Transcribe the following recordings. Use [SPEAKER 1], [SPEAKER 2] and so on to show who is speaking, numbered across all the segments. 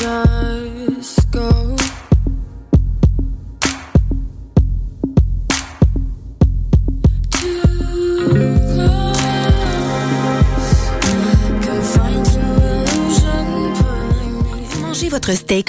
[SPEAKER 1] just go.
[SPEAKER 2] Mangez votre steak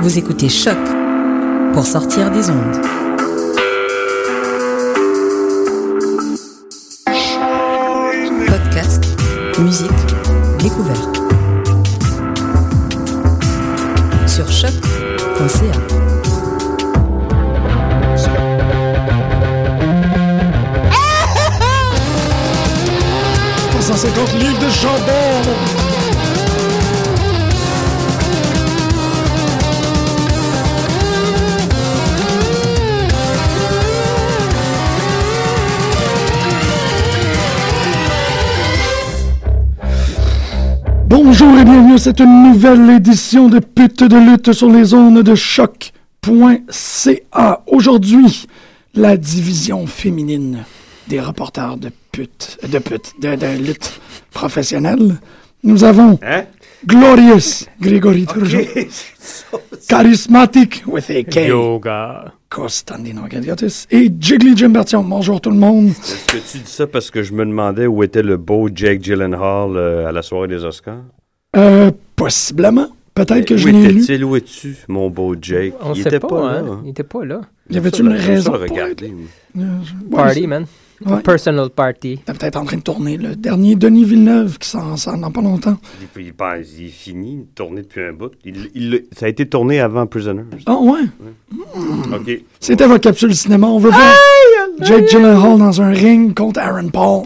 [SPEAKER 3] Vous écoutez Choc pour sortir des ondes. Podcast, musique, découverte. Sur choc.ca.
[SPEAKER 4] livres de chambon. Bonjour et bienvenue à cette nouvelle édition de Pute de lutte sur les zones de choc.ca. Aujourd'hui, la division féminine des reporters de pute, de pute, de, de lutte professionnelle. Nous avons
[SPEAKER 5] Hein?
[SPEAKER 4] Glorious Grigori Turgeon, charismatique with a K,
[SPEAKER 6] Yoga.
[SPEAKER 4] Constantinogadiotis, et Jiggly Jim Bertion. Bonjour tout le monde.
[SPEAKER 5] Est-ce que tu dis ça parce que je me demandais où était le beau Jake Gyllenhaal euh, à la soirée des Oscars?
[SPEAKER 4] Euh, possiblement. Peut-être que
[SPEAKER 5] où
[SPEAKER 4] je l'ai lu.
[SPEAKER 5] était-il? Où es-tu, mon beau Jake?
[SPEAKER 6] On
[SPEAKER 5] il
[SPEAKER 6] sait
[SPEAKER 5] était
[SPEAKER 6] pas,
[SPEAKER 5] pas,
[SPEAKER 6] hein.
[SPEAKER 5] là.
[SPEAKER 6] Il était pas là.
[SPEAKER 4] Y avait-tu une
[SPEAKER 5] J'aime ça
[SPEAKER 4] raison?
[SPEAKER 5] le
[SPEAKER 4] pour être-
[SPEAKER 5] regarder, moi.
[SPEAKER 4] Ouais,
[SPEAKER 6] Party, man.
[SPEAKER 4] Ouais.
[SPEAKER 6] Personal party.
[SPEAKER 4] T'es peut-être en train de tourner le dernier Denis Villeneuve qui s'en sort dans pas longtemps.
[SPEAKER 5] Il, il, pense- il est fini, tourné depuis un bout. Il- il- ça a été tourné avant Prisoner.
[SPEAKER 4] Ah ouais?
[SPEAKER 5] OK.
[SPEAKER 4] C'était votre capsule cinéma. On veut voir Jake Gyllenhaal dans un ring contre Aaron Paul.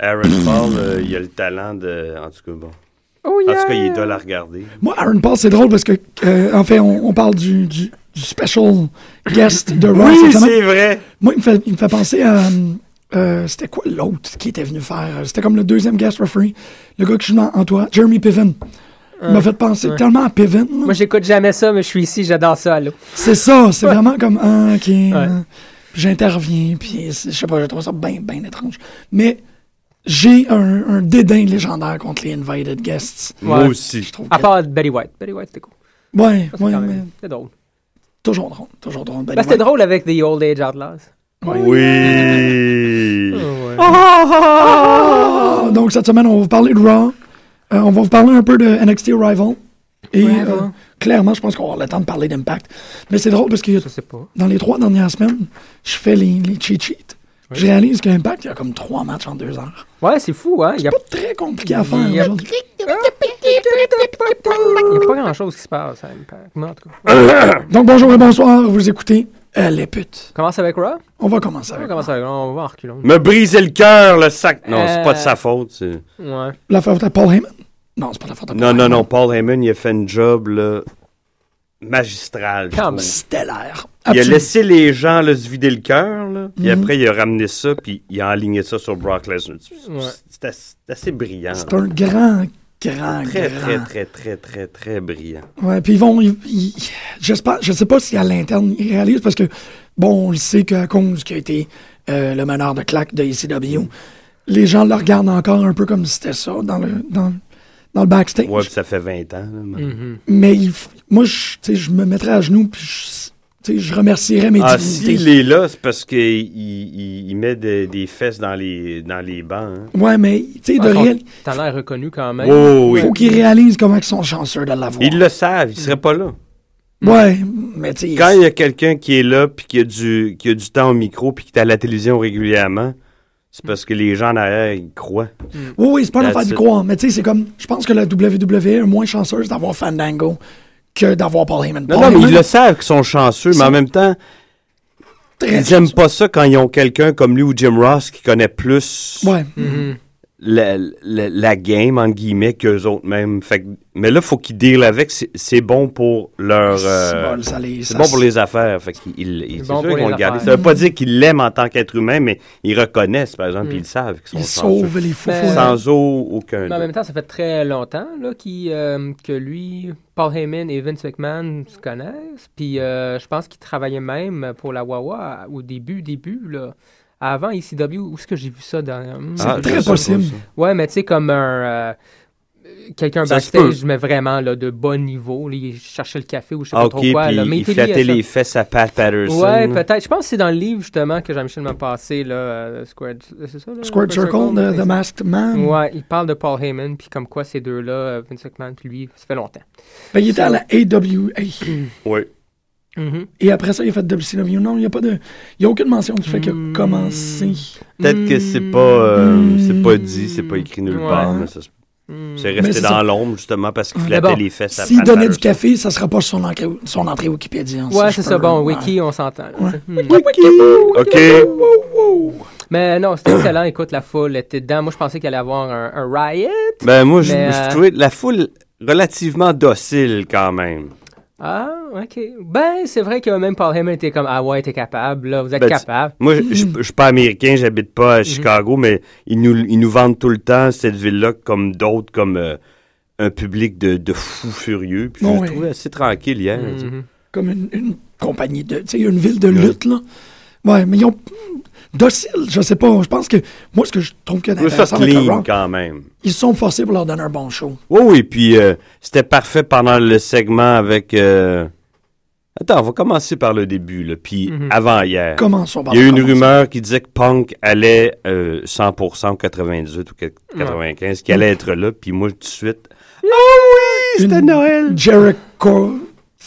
[SPEAKER 5] Aaron Paul, euh, il a le talent de... En tout cas, bon.
[SPEAKER 4] Oh,
[SPEAKER 5] En tout cas, il est dole à regarder.
[SPEAKER 4] Moi, Aaron Paul, c'est drôle parce que, euh, en fait, on, on parle du, du- du special guest de Ross.
[SPEAKER 5] Oui,
[SPEAKER 4] exactement.
[SPEAKER 5] c'est vrai!
[SPEAKER 4] Moi, il me fait, il me fait penser à. euh, c'était quoi l'autre qui était venu faire euh, C'était comme le deuxième guest referee. Le gars que je suis en toi, Jeremy Piven. Il m'a fait penser tellement à Piven. là.
[SPEAKER 6] Ah. Moi, j'écoute jamais ça, mais je suis ici, j'adore ça, allô.
[SPEAKER 4] C'est ça, c'est vraiment comme ah, ok. hein. J'interviens, puis c'est- je sais pas, je trouve ça bien, bien étrange. Mais j'ai un, un dédain légendaire contre les invited guests.
[SPEAKER 5] Moi
[SPEAKER 6] Ouais.
[SPEAKER 5] aussi.
[SPEAKER 4] Je trouve que...
[SPEAKER 6] À part Betty White. Betty White, c'était cool.
[SPEAKER 4] Ouais,
[SPEAKER 6] Ça, c'est
[SPEAKER 4] ouais,
[SPEAKER 6] quand
[SPEAKER 4] mais
[SPEAKER 6] même- C'était drôle.
[SPEAKER 4] toujours drôle, toujours drôle. Ben,
[SPEAKER 6] Ben, c'était
[SPEAKER 4] ouais.
[SPEAKER 6] drôle avec The Old Age Outlaws. Ah.
[SPEAKER 5] Oui!
[SPEAKER 4] Ah, donc cette semaine, on va vous parler de Raw. Euh, on va vous parler un peu de NXT Rival. Et
[SPEAKER 6] Rival.
[SPEAKER 4] euh, clairement, je pense qu'on va avoir le temps de parler d'Impact. Mais c'est drôle parce que
[SPEAKER 6] Je sais pas.
[SPEAKER 4] dans les trois dernières semaines, je fais les, les cheat sheets. Je réalise qu'Impact, il y a comme trois matchs en deux heures.
[SPEAKER 6] Ouais, c'est fou, hein. Il y a,
[SPEAKER 4] pas très compliqué à faire
[SPEAKER 6] Il y a-
[SPEAKER 4] aujourd'hui.
[SPEAKER 6] il y a pas grand chose qui se passe à Impact. Moi, en tout cas.
[SPEAKER 4] Donc bonjour et bonsoir, vous écoutez euh, les putes.
[SPEAKER 6] On commence avec Raw.
[SPEAKER 4] On va commencer
[SPEAKER 6] On
[SPEAKER 4] avec
[SPEAKER 6] commence avec On va voir en reculant.
[SPEAKER 5] Me briser le cœur, le sac! Non, c'est pas de
[SPEAKER 6] Euh.
[SPEAKER 5] sa faute. c'est-
[SPEAKER 6] Ouais.
[SPEAKER 4] la faute à Paul Heyman. Non, c'est pas la faute à Paul
[SPEAKER 5] Non, non,
[SPEAKER 4] Heyman.
[SPEAKER 5] non. Paul Heyman, il a fait un job là, magistral. je
[SPEAKER 6] Quand
[SPEAKER 5] trouve.
[SPEAKER 6] même.
[SPEAKER 4] Stellaire.
[SPEAKER 5] Il a
[SPEAKER 4] Absolument. Mhm.
[SPEAKER 5] laissé les gens là, se vider le cœur, là, puis après, il a ramené ça, puis il a aligné ça sur Brock Lesnar. C'est-
[SPEAKER 6] Ouais.
[SPEAKER 5] C'est assez, c'est assez brillant.
[SPEAKER 4] C'est un grand, grand,
[SPEAKER 5] Très,
[SPEAKER 4] grand.
[SPEAKER 5] très, très, très, très, très brillant.
[SPEAKER 4] Ouais, puis ils vont. ils- ils- J'espère, je sais pas si à l'interne ils réalisent parce que, bon, on le sait qu'à cause qui a été euh, le meneur de claque de
[SPEAKER 5] Mm.
[SPEAKER 4] ECW, les gens le regardent encore un peu comme si c'était ça dans le, dans, dans le backstage.
[SPEAKER 5] Ouais, puis ça fait 20 ans. là, mais-
[SPEAKER 4] Mais il f- moi, je tu sais, je me mettrais à genoux puis je- Tu sais, je remercierais mes
[SPEAKER 5] Ah,
[SPEAKER 4] divinités.
[SPEAKER 5] s'il est là, c'est parce qu'il il, il- il met des, des fesses dans les, dans les bancs. hein.
[SPEAKER 4] Ouais, mais tu sais, de
[SPEAKER 6] T'en-
[SPEAKER 4] réel,
[SPEAKER 6] T'en l'air reconnu quand même.
[SPEAKER 5] Oh, oui.
[SPEAKER 4] faut qu'ils réalisent comment ils sont chanceux de l'avoir.
[SPEAKER 5] Ils le savent, ils seraient pas là.
[SPEAKER 4] Ouais, mais tu sais,
[SPEAKER 5] Quand il y a quelqu'un qui est là, puis qui a du, qui a du temps au micro, puis qui est à la télévision régulièrement, c'est parce que les gens en arrière, ils croient.
[SPEAKER 4] Oui, oui, c'est pas une
[SPEAKER 5] That's
[SPEAKER 4] affaire d'y
[SPEAKER 5] it.
[SPEAKER 4] croire, mais tu sais, c'est comme. Je pense que la WWE est moins chanceuse d'avoir Fandango que d'avoir Paul Heyman.
[SPEAKER 5] Non,
[SPEAKER 4] Paul
[SPEAKER 5] non, mais
[SPEAKER 4] Heyman,
[SPEAKER 5] ils le savent qu'ils sont chanceux, mais en même temps,
[SPEAKER 4] très
[SPEAKER 5] ils n'aiment pas ça quand ils ont quelqu'un comme lui ou Jim Ross qui connaît plus
[SPEAKER 4] Ouais.
[SPEAKER 5] la, la- la game, entre guillemets, qu'eux autres même. Fait que- mais là, il faut qu'ils deal avec. C'est c'est bon pour leur.
[SPEAKER 4] C'est
[SPEAKER 5] euh,
[SPEAKER 4] bon, ça les-
[SPEAKER 5] c'est
[SPEAKER 4] ça
[SPEAKER 5] bon
[SPEAKER 4] s-
[SPEAKER 5] pour les affaires. Fait qu'ils ils- ils-
[SPEAKER 6] C'est
[SPEAKER 5] c'est sûr
[SPEAKER 6] bon pour
[SPEAKER 5] qu'ils vont
[SPEAKER 6] les
[SPEAKER 5] le garder.
[SPEAKER 6] affaires.
[SPEAKER 5] Ça veut pas dire qu'ils l'aiment en tant qu'être humain, mais ils reconnaissent, par exemple, puis ils savent qu'ils sont
[SPEAKER 4] Mm. Ils
[SPEAKER 5] chanceux.
[SPEAKER 4] sauvent les fous.
[SPEAKER 6] Mais-
[SPEAKER 4] fous.
[SPEAKER 5] Sans au- aucun.
[SPEAKER 6] Mais en
[SPEAKER 5] doute.
[SPEAKER 6] même temps, ça fait très longtemps là, qu'il, euh, que lui, Paul Heyman et Vince McMahon se connaissent. Puis euh, je pense qu'ils travaillaient même pour la Wawa au début, début. Là. Avant ECW, où est-ce que j'ai vu ça dernièrement?
[SPEAKER 5] Ah,
[SPEAKER 4] très
[SPEAKER 5] je sais pas
[SPEAKER 4] possible.
[SPEAKER 5] ça.
[SPEAKER 6] Ouais, mais tu sais, comme un. euh, Quelqu'un
[SPEAKER 5] Ça se
[SPEAKER 6] backstage, mais vraiment là, de bon niveau. là, il cherchait le café ou je sais
[SPEAKER 5] Ah,
[SPEAKER 6] pas
[SPEAKER 5] ok,
[SPEAKER 6] trop
[SPEAKER 5] puis
[SPEAKER 6] quoi. là, mais
[SPEAKER 5] il
[SPEAKER 6] était lié à
[SPEAKER 5] flattait
[SPEAKER 6] ça.
[SPEAKER 5] les fesses à Pat Patterson.
[SPEAKER 6] Ouais,
[SPEAKER 5] là.
[SPEAKER 6] peut-être. Je pense que c'est dans le livre, justement, que Jean-Michel m'a passé, là, euh, Squared... C'est ça, là?
[SPEAKER 4] Squared Circle,
[SPEAKER 6] là,
[SPEAKER 4] de The
[SPEAKER 6] c'est-
[SPEAKER 4] Masked Man.
[SPEAKER 6] Ouais, il parle de Paul Heyman, puis comme quoi ces deux-là, euh, Vince McMahon puis lui, ça fait longtemps.
[SPEAKER 4] Ben, il était à la AWA.
[SPEAKER 5] Oui.
[SPEAKER 4] Et après ça, il a fait WCW. Non, il n'y a pas de. Il n'y a aucune mention qui fait qu'il
[SPEAKER 6] Hmm.
[SPEAKER 4] a commencé.
[SPEAKER 5] Peut-être que c'est pas, euh, c'est pas dit, c'est pas écrit nulle
[SPEAKER 6] Hmm. Ouais.
[SPEAKER 5] part. mais ça se-
[SPEAKER 6] Mm.
[SPEAKER 5] C'est
[SPEAKER 4] Mais
[SPEAKER 5] resté
[SPEAKER 4] c'est
[SPEAKER 5] dans
[SPEAKER 4] ça.
[SPEAKER 5] l'ombre, justement, parce qu'il
[SPEAKER 6] Mais
[SPEAKER 5] flattait
[SPEAKER 6] bon,
[SPEAKER 5] les fesses à
[SPEAKER 4] S'il
[SPEAKER 5] Pat
[SPEAKER 4] donnait du
[SPEAKER 5] Patterson.
[SPEAKER 4] café, ça ne sera pas sur son entrée, son entrée Wikipédia. hein, si
[SPEAKER 6] Ouais,
[SPEAKER 4] je
[SPEAKER 6] c'est
[SPEAKER 4] peux-
[SPEAKER 6] ça, bon,
[SPEAKER 4] ouais.
[SPEAKER 6] Wiki, on s'entend. là, tu sais. Hmm.
[SPEAKER 4] Wiki!
[SPEAKER 5] OK.
[SPEAKER 6] Mais euh, non, c'était excellent, écoute, la foule était dedans. Moi, je pensais qu'il allait avoir un, un riot.
[SPEAKER 5] Ben, moi, je,
[SPEAKER 6] Mais,
[SPEAKER 5] je
[SPEAKER 6] euh,
[SPEAKER 5] trouvais la foule relativement docile, quand même.
[SPEAKER 6] Ah, OK. Ben, c'est vrai que même Paul Heyman était comme, ah ouais, t'es capable, là, vous êtes
[SPEAKER 5] Ben, tu-
[SPEAKER 6] capable.
[SPEAKER 5] Moi, je- je je suis pas américain, j'habite pas
[SPEAKER 6] Mhm.
[SPEAKER 5] à Chicago, mais ils nous, ils nous vendent tout le temps cette ville-là comme d'autres, comme euh, un public de, de fous furieux. Puis je
[SPEAKER 4] Ouais.
[SPEAKER 5] le trouvais assez tranquille hier.
[SPEAKER 6] Hmm.
[SPEAKER 5] tu sais.
[SPEAKER 4] Comme une, une compagnie de. Tu sais, une ville de lutte, là. Ouais, mais ils ont. Docile, je sais pas. Je pense que. Moi, ce que je trouve que
[SPEAKER 5] Je trouvais ça
[SPEAKER 4] d'intéressant avec le
[SPEAKER 5] clean,
[SPEAKER 4] Raw,
[SPEAKER 5] quand même.
[SPEAKER 4] ils se sont forcés pour leur donner un bon show.
[SPEAKER 5] Oui, oui, puis euh, c'était parfait pendant le segment avec... euh, Attends, on va commencer par le début, là, puis avant hier.
[SPEAKER 4] Commençons par
[SPEAKER 5] Il y a eu une
[SPEAKER 4] Mhm. commencer.
[SPEAKER 5] rumeur qui disait que Punk allait euh, 100% 98 ou 95, qu'il allait être là, puis moi, tout de suite... Ah oui, c'était
[SPEAKER 4] Une-
[SPEAKER 5] Noël!
[SPEAKER 4] Jericho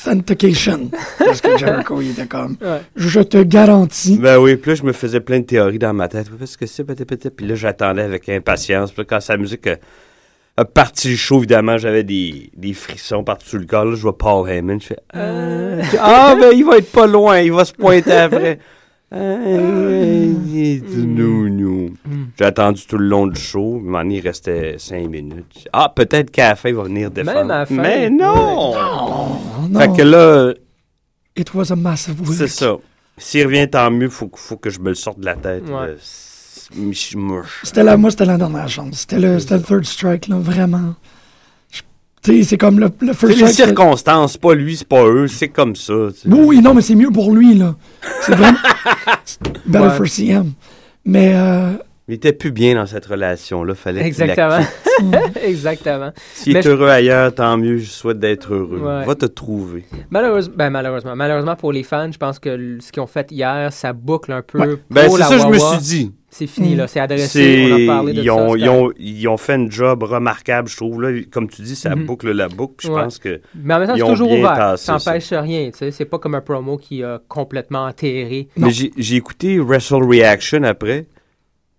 [SPEAKER 4] Authentication. Parce que Jericho, il était comme. Je te garantis.
[SPEAKER 5] Ben oui, puis là, je me faisais plein de théories dans ma tête. Qu'est-ce que c'est, ben, peut-être, peut-être? Puis là, j'attendais avec impatience. Puis là, quand sa musique a, a euh, parti le show, évidemment, j'avais des, des frissons partout sur le corps. Là, je vois Paul Heyman. Je fais Ah, ah, ben il va être pas loin. Il va se pointer après. Mm. Ah, Euh, il est du nounou. J'ai attendu tout le long du show. M'en il restait cinq minutes. Ah, peut-être qu'à la fin, il va venir défendre.
[SPEAKER 6] à la fin.
[SPEAKER 5] Mais non!
[SPEAKER 4] Oh, non.
[SPEAKER 5] Fait que là,
[SPEAKER 4] It was a massive week.
[SPEAKER 5] c'est ça. S'il revient, tant mieux. Faut, que- faut que je me le sorte de la tête.
[SPEAKER 6] Ouais.
[SPEAKER 5] Euh, c'est- je- moi, je-
[SPEAKER 4] C'était la, moi, c'était la dernière chance. C'était le, c'était le third strike, là, vraiment. Je- Tu sais, c'est comme le, le
[SPEAKER 5] C'est
[SPEAKER 4] first
[SPEAKER 5] les
[SPEAKER 4] strike. c'est-
[SPEAKER 5] circonstances. C'est pas lui, c'est pas eux. C'est comme ça. tu sais.
[SPEAKER 4] Oui, oui, non, mais c'est mieux pour lui, là. C'est vraiment. Better
[SPEAKER 6] Ouais.
[SPEAKER 4] for CM. Mais, euh,
[SPEAKER 5] Il était plus bien dans cette relation-là. Fallait qu'il la
[SPEAKER 6] Exactement.
[SPEAKER 5] quitte.
[SPEAKER 6] Exactement.
[SPEAKER 5] S'il
[SPEAKER 6] Mais
[SPEAKER 5] est
[SPEAKER 6] je-
[SPEAKER 5] heureux ailleurs, tant mieux. Je souhaite d'être heureux.
[SPEAKER 6] Ouais.
[SPEAKER 5] Va te trouver.
[SPEAKER 6] Malheureusement, ben malheureusement, malheureusement pour les fans, je pense que l- ce qu'ils ont fait hier, ça boucle un peu
[SPEAKER 4] Ouais.
[SPEAKER 5] Ben,
[SPEAKER 6] pour
[SPEAKER 5] c'est
[SPEAKER 6] Oh,
[SPEAKER 5] ça,
[SPEAKER 6] la
[SPEAKER 5] je me
[SPEAKER 6] Wawa.
[SPEAKER 5] suis dit.
[SPEAKER 6] C'est fini là, c'est adressé,
[SPEAKER 5] C'est-
[SPEAKER 6] on a parlé de
[SPEAKER 5] Ils
[SPEAKER 6] ça.
[SPEAKER 5] ont,
[SPEAKER 6] c'est
[SPEAKER 5] ils, ont, ils ont fait un job remarquable, je trouve. Là. Comme tu dis, ça
[SPEAKER 6] Mhm.
[SPEAKER 5] boucle la boucle. puis Je
[SPEAKER 6] Ouais.
[SPEAKER 5] pense que.
[SPEAKER 6] Mais en même temps,
[SPEAKER 5] Ils
[SPEAKER 6] c'est
[SPEAKER 5] ont
[SPEAKER 6] toujours
[SPEAKER 5] bien
[SPEAKER 6] ouvert.
[SPEAKER 5] tassé
[SPEAKER 6] ça n'empêche rien. tu sais. C'est pas comme un promo qui a complètement enterré.
[SPEAKER 5] Mais j'ai j'ai écouté Wrestle Reaction après,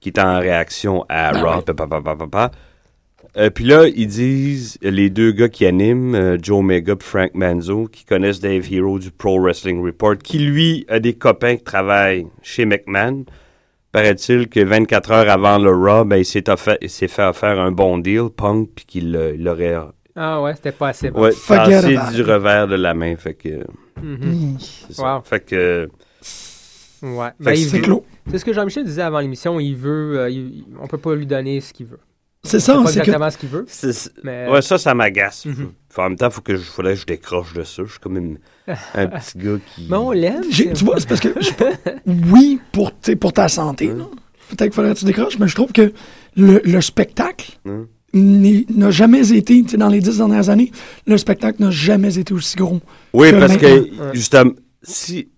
[SPEAKER 5] qui est en réaction à
[SPEAKER 4] Ben
[SPEAKER 5] Raw.
[SPEAKER 4] oui.
[SPEAKER 5] pa, pa, pa, pa, pa, pa. Euh, puis là, ils disent, euh, les deux gars qui animent, euh, Joe Mega et Frank Manzo, qui connaissent Dave Hero du Pro Wrestling Report, qui lui a des copains qui travaillent chez McMahon. Paraît-il que 24 heures avant le Raw, ben, il s'est offert- il s'est fait offrir un bon deal, Punk, puis qu'il l'a- il l'aurait
[SPEAKER 6] Ah ouais, c'était pas assez bon.
[SPEAKER 5] ouais,
[SPEAKER 4] Forget
[SPEAKER 5] tassé
[SPEAKER 4] about
[SPEAKER 5] du
[SPEAKER 4] it. Mhm.
[SPEAKER 5] revers de la main. Fait que, c'est ça.
[SPEAKER 6] Wow.
[SPEAKER 5] Fait que
[SPEAKER 6] Ouais. Ben,
[SPEAKER 5] que
[SPEAKER 6] il
[SPEAKER 4] c'est
[SPEAKER 6] veut-
[SPEAKER 4] clos.
[SPEAKER 6] c'est ce que Jean-Michel disait avant l'émission. Il veut, euh, il- on peut pas lui donner ce qu'il veut.
[SPEAKER 4] c'est
[SPEAKER 6] C'est
[SPEAKER 4] ça, hein,
[SPEAKER 6] pas
[SPEAKER 4] c'est que.
[SPEAKER 6] exactement ce qu'il veut.
[SPEAKER 5] c'est- c'est-
[SPEAKER 6] Mais Mhm.
[SPEAKER 5] Ouais, ça, ça m'agace. Faut- En même temps, faut que je, faudrait que je décroche de ça. Je suis comme une- un petit gars qui.
[SPEAKER 6] mais on l'aime.
[SPEAKER 4] j'ai- Tu vois, c'est parce que. je- oui, pour, tu sais, pour ta santé, là. Peut-être qu'il faudrait que tu décroches, mais je trouve que le, le spectacle
[SPEAKER 5] Mm.
[SPEAKER 4] n'est- n'a jamais été, tu sais, dans les dix dernières années, le spectacle n'a jamais été aussi gros.
[SPEAKER 5] oui, parce
[SPEAKER 4] maintenant.
[SPEAKER 5] que, justement, si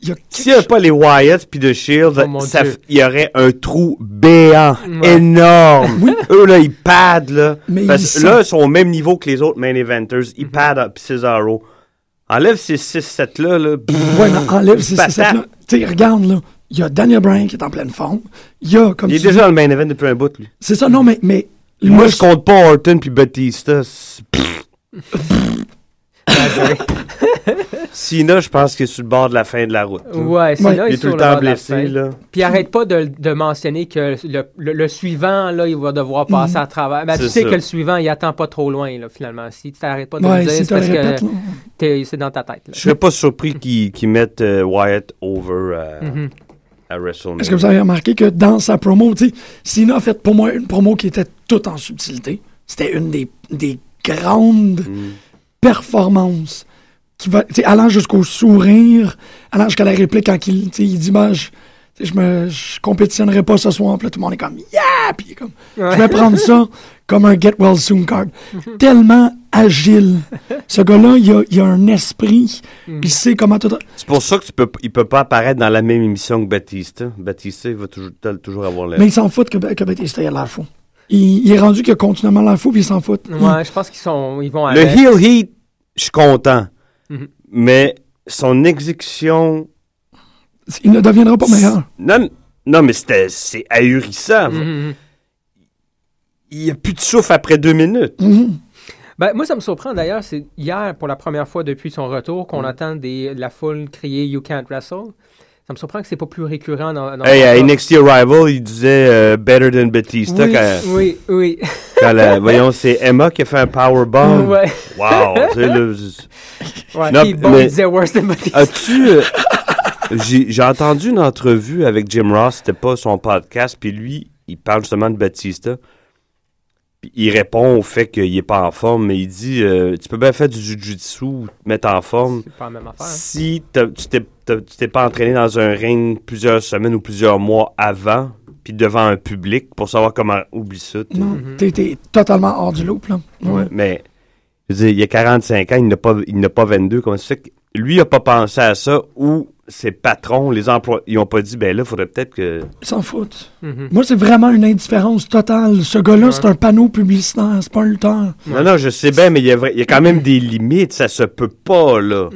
[SPEAKER 4] Il y a
[SPEAKER 5] s'il n'y
[SPEAKER 4] quelque
[SPEAKER 5] a pas les Wyatt puis The Shield,
[SPEAKER 6] Oh, mon
[SPEAKER 5] ça
[SPEAKER 6] Dieu.
[SPEAKER 5] f- il y aurait un trou béant
[SPEAKER 6] Ouais.
[SPEAKER 5] énorme. Eux, là, ils padent, là.
[SPEAKER 4] Mais
[SPEAKER 5] Parce
[SPEAKER 4] ils
[SPEAKER 5] que là, ils sont au même niveau que les autres main eventers.
[SPEAKER 6] Mhm.
[SPEAKER 5] Ils padent à Cesaro. Enlève ces 6-7-là, là.
[SPEAKER 4] chose- Ouais, mais enlève ces
[SPEAKER 5] Patate.
[SPEAKER 4] ces là Tu sais, regarde, là. Il y a Daniel Bryan qui est en pleine forme. Il y a, comme
[SPEAKER 5] Il est
[SPEAKER 4] tu dis-
[SPEAKER 5] déjà dans le main event depuis un bout, lui.
[SPEAKER 4] C'est ça, non, mais. mais
[SPEAKER 5] Moi,
[SPEAKER 4] là,
[SPEAKER 5] je compte pas Orton puis Batista. C'est- pff. Cena, je pense qu'il est sur le bord de la fin de la route. là.
[SPEAKER 6] Ouais, c'est
[SPEAKER 4] Ouais.
[SPEAKER 6] là,
[SPEAKER 5] Il
[SPEAKER 6] il
[SPEAKER 5] est
[SPEAKER 6] est
[SPEAKER 5] tout le
[SPEAKER 6] sur
[SPEAKER 5] temps
[SPEAKER 6] bord de la
[SPEAKER 5] blessé,
[SPEAKER 6] scène.
[SPEAKER 5] là.
[SPEAKER 6] Puis arrête pas de, de mentionner que le, le- le suivant, là, il va devoir passer à travers. Ben, tu
[SPEAKER 5] Mhm. C'est
[SPEAKER 6] sais
[SPEAKER 5] ça.
[SPEAKER 6] que le suivant, il attend pas trop loin, là, finalement. Si tu t'arrêtes pas de
[SPEAKER 4] Ouais,
[SPEAKER 6] le dire,
[SPEAKER 4] si
[SPEAKER 6] c'est
[SPEAKER 4] tu le
[SPEAKER 6] parce
[SPEAKER 4] répètes,
[SPEAKER 6] que
[SPEAKER 4] là.
[SPEAKER 6] t'es- c'est dans ta tête. là.
[SPEAKER 5] Je serais pas surpris qu'ils qu'ils mettent euh, Wyatt over à, à WrestleMania.
[SPEAKER 4] Mm-hmm. Est-ce que vous avez remarqué que dans sa promo, tu sais, Cena a fait pour moi une promo qui était toute en subtilité. C'était une des, des grandes performances. Qui va, tu sais, allant jusqu'au sourire, allant jusqu'à la réplique quand il, tu sais, il dit ben, je, tu sais, je me je compétitionnerai pas ce soir. Puis là, tout le monde est comme Yeah! Puis il est comme Je vais prendre ça comme un Get Well Soon card. Tellement agile. Ce gars-là, il a, il a un esprit. Il sait comment tout.
[SPEAKER 5] C'est pour ça que tu peux, il peut pas apparaître dans la même émission que Batista. Batista, il va toujours, toujours avoir l'air.
[SPEAKER 4] Mais ils s'en foutent que, Ben, que Batista ait de la fou. Il, il est rendu qu'il a continuellement la fou, puis ils s'en foutent.
[SPEAKER 6] Ouais, je pense qu'ils sont, ils vont
[SPEAKER 5] Le
[SPEAKER 6] aller.
[SPEAKER 5] heel heat, je suis content.
[SPEAKER 4] Mm-hmm.
[SPEAKER 6] Mhm.
[SPEAKER 5] Mais son exécution.
[SPEAKER 4] Il, il ne deviendra pas meilleur. Mm-hmm,
[SPEAKER 5] Non, non mais c'était, c'est ahurissant. Il n'y a plus de souffle après deux minutes.
[SPEAKER 6] Ben, moi, ça me surprend d'ailleurs, c'est hier, pour la première fois depuis son retour, qu'on entend des, la foule crier You can't wrestle. Ça me surprend que c'est pas plus récurrent dans. dans
[SPEAKER 5] Hey, à
[SPEAKER 6] dans-
[SPEAKER 5] NXT Arrival, il disait euh, Better than Batista.
[SPEAKER 6] oui,
[SPEAKER 5] Quand,
[SPEAKER 6] oui, oui.
[SPEAKER 5] quand la- voyons, c'est Emma qui a fait un powerbomb.
[SPEAKER 6] ouais.
[SPEAKER 5] Wow! c'est le-
[SPEAKER 6] ouais.
[SPEAKER 5] Um, Non,
[SPEAKER 6] Puis bon,
[SPEAKER 5] mais-
[SPEAKER 6] il disait worse than Batista.
[SPEAKER 5] As-tu. euh, J'ai j'ai entendu une entrevue avec Jim Ross, c'était pas son podcast, puis lui, il parle justement de Batista. Puis il répond au fait qu'il est pas en forme, mais il dit euh, Tu peux bien faire du jujitsu ou te mettre en forme
[SPEAKER 6] C'est pas la même affaire. hein.
[SPEAKER 5] si t'as- tu t'es- t'as- tu t'es pas entraîné dans un ring plusieurs semaines ou plusieurs mois avant, puis devant un public pour savoir comment. Oublie ça. t'es-
[SPEAKER 4] Non, t'es- t'es totalement hors du loop, là.
[SPEAKER 5] Ouais, Mais, je veux dire, il y a 45 ans, il n'a pas, il n'a pas 22. Comment ça se fait que lui, il n'a pas pensé à ça ou ses patrons, les emplois, ils n'ont pas dit, ben là, il faudrait peut-être que.
[SPEAKER 4] Ils s'en foutent. Moi, c'est vraiment une indifférence totale. Ce gars-là, c'est un panneau publicitaire, c'est pas un lutteur.
[SPEAKER 5] Non, non, je sais bien, mais il y, a vrai- il y a quand même des limites, ça se peut pas, là.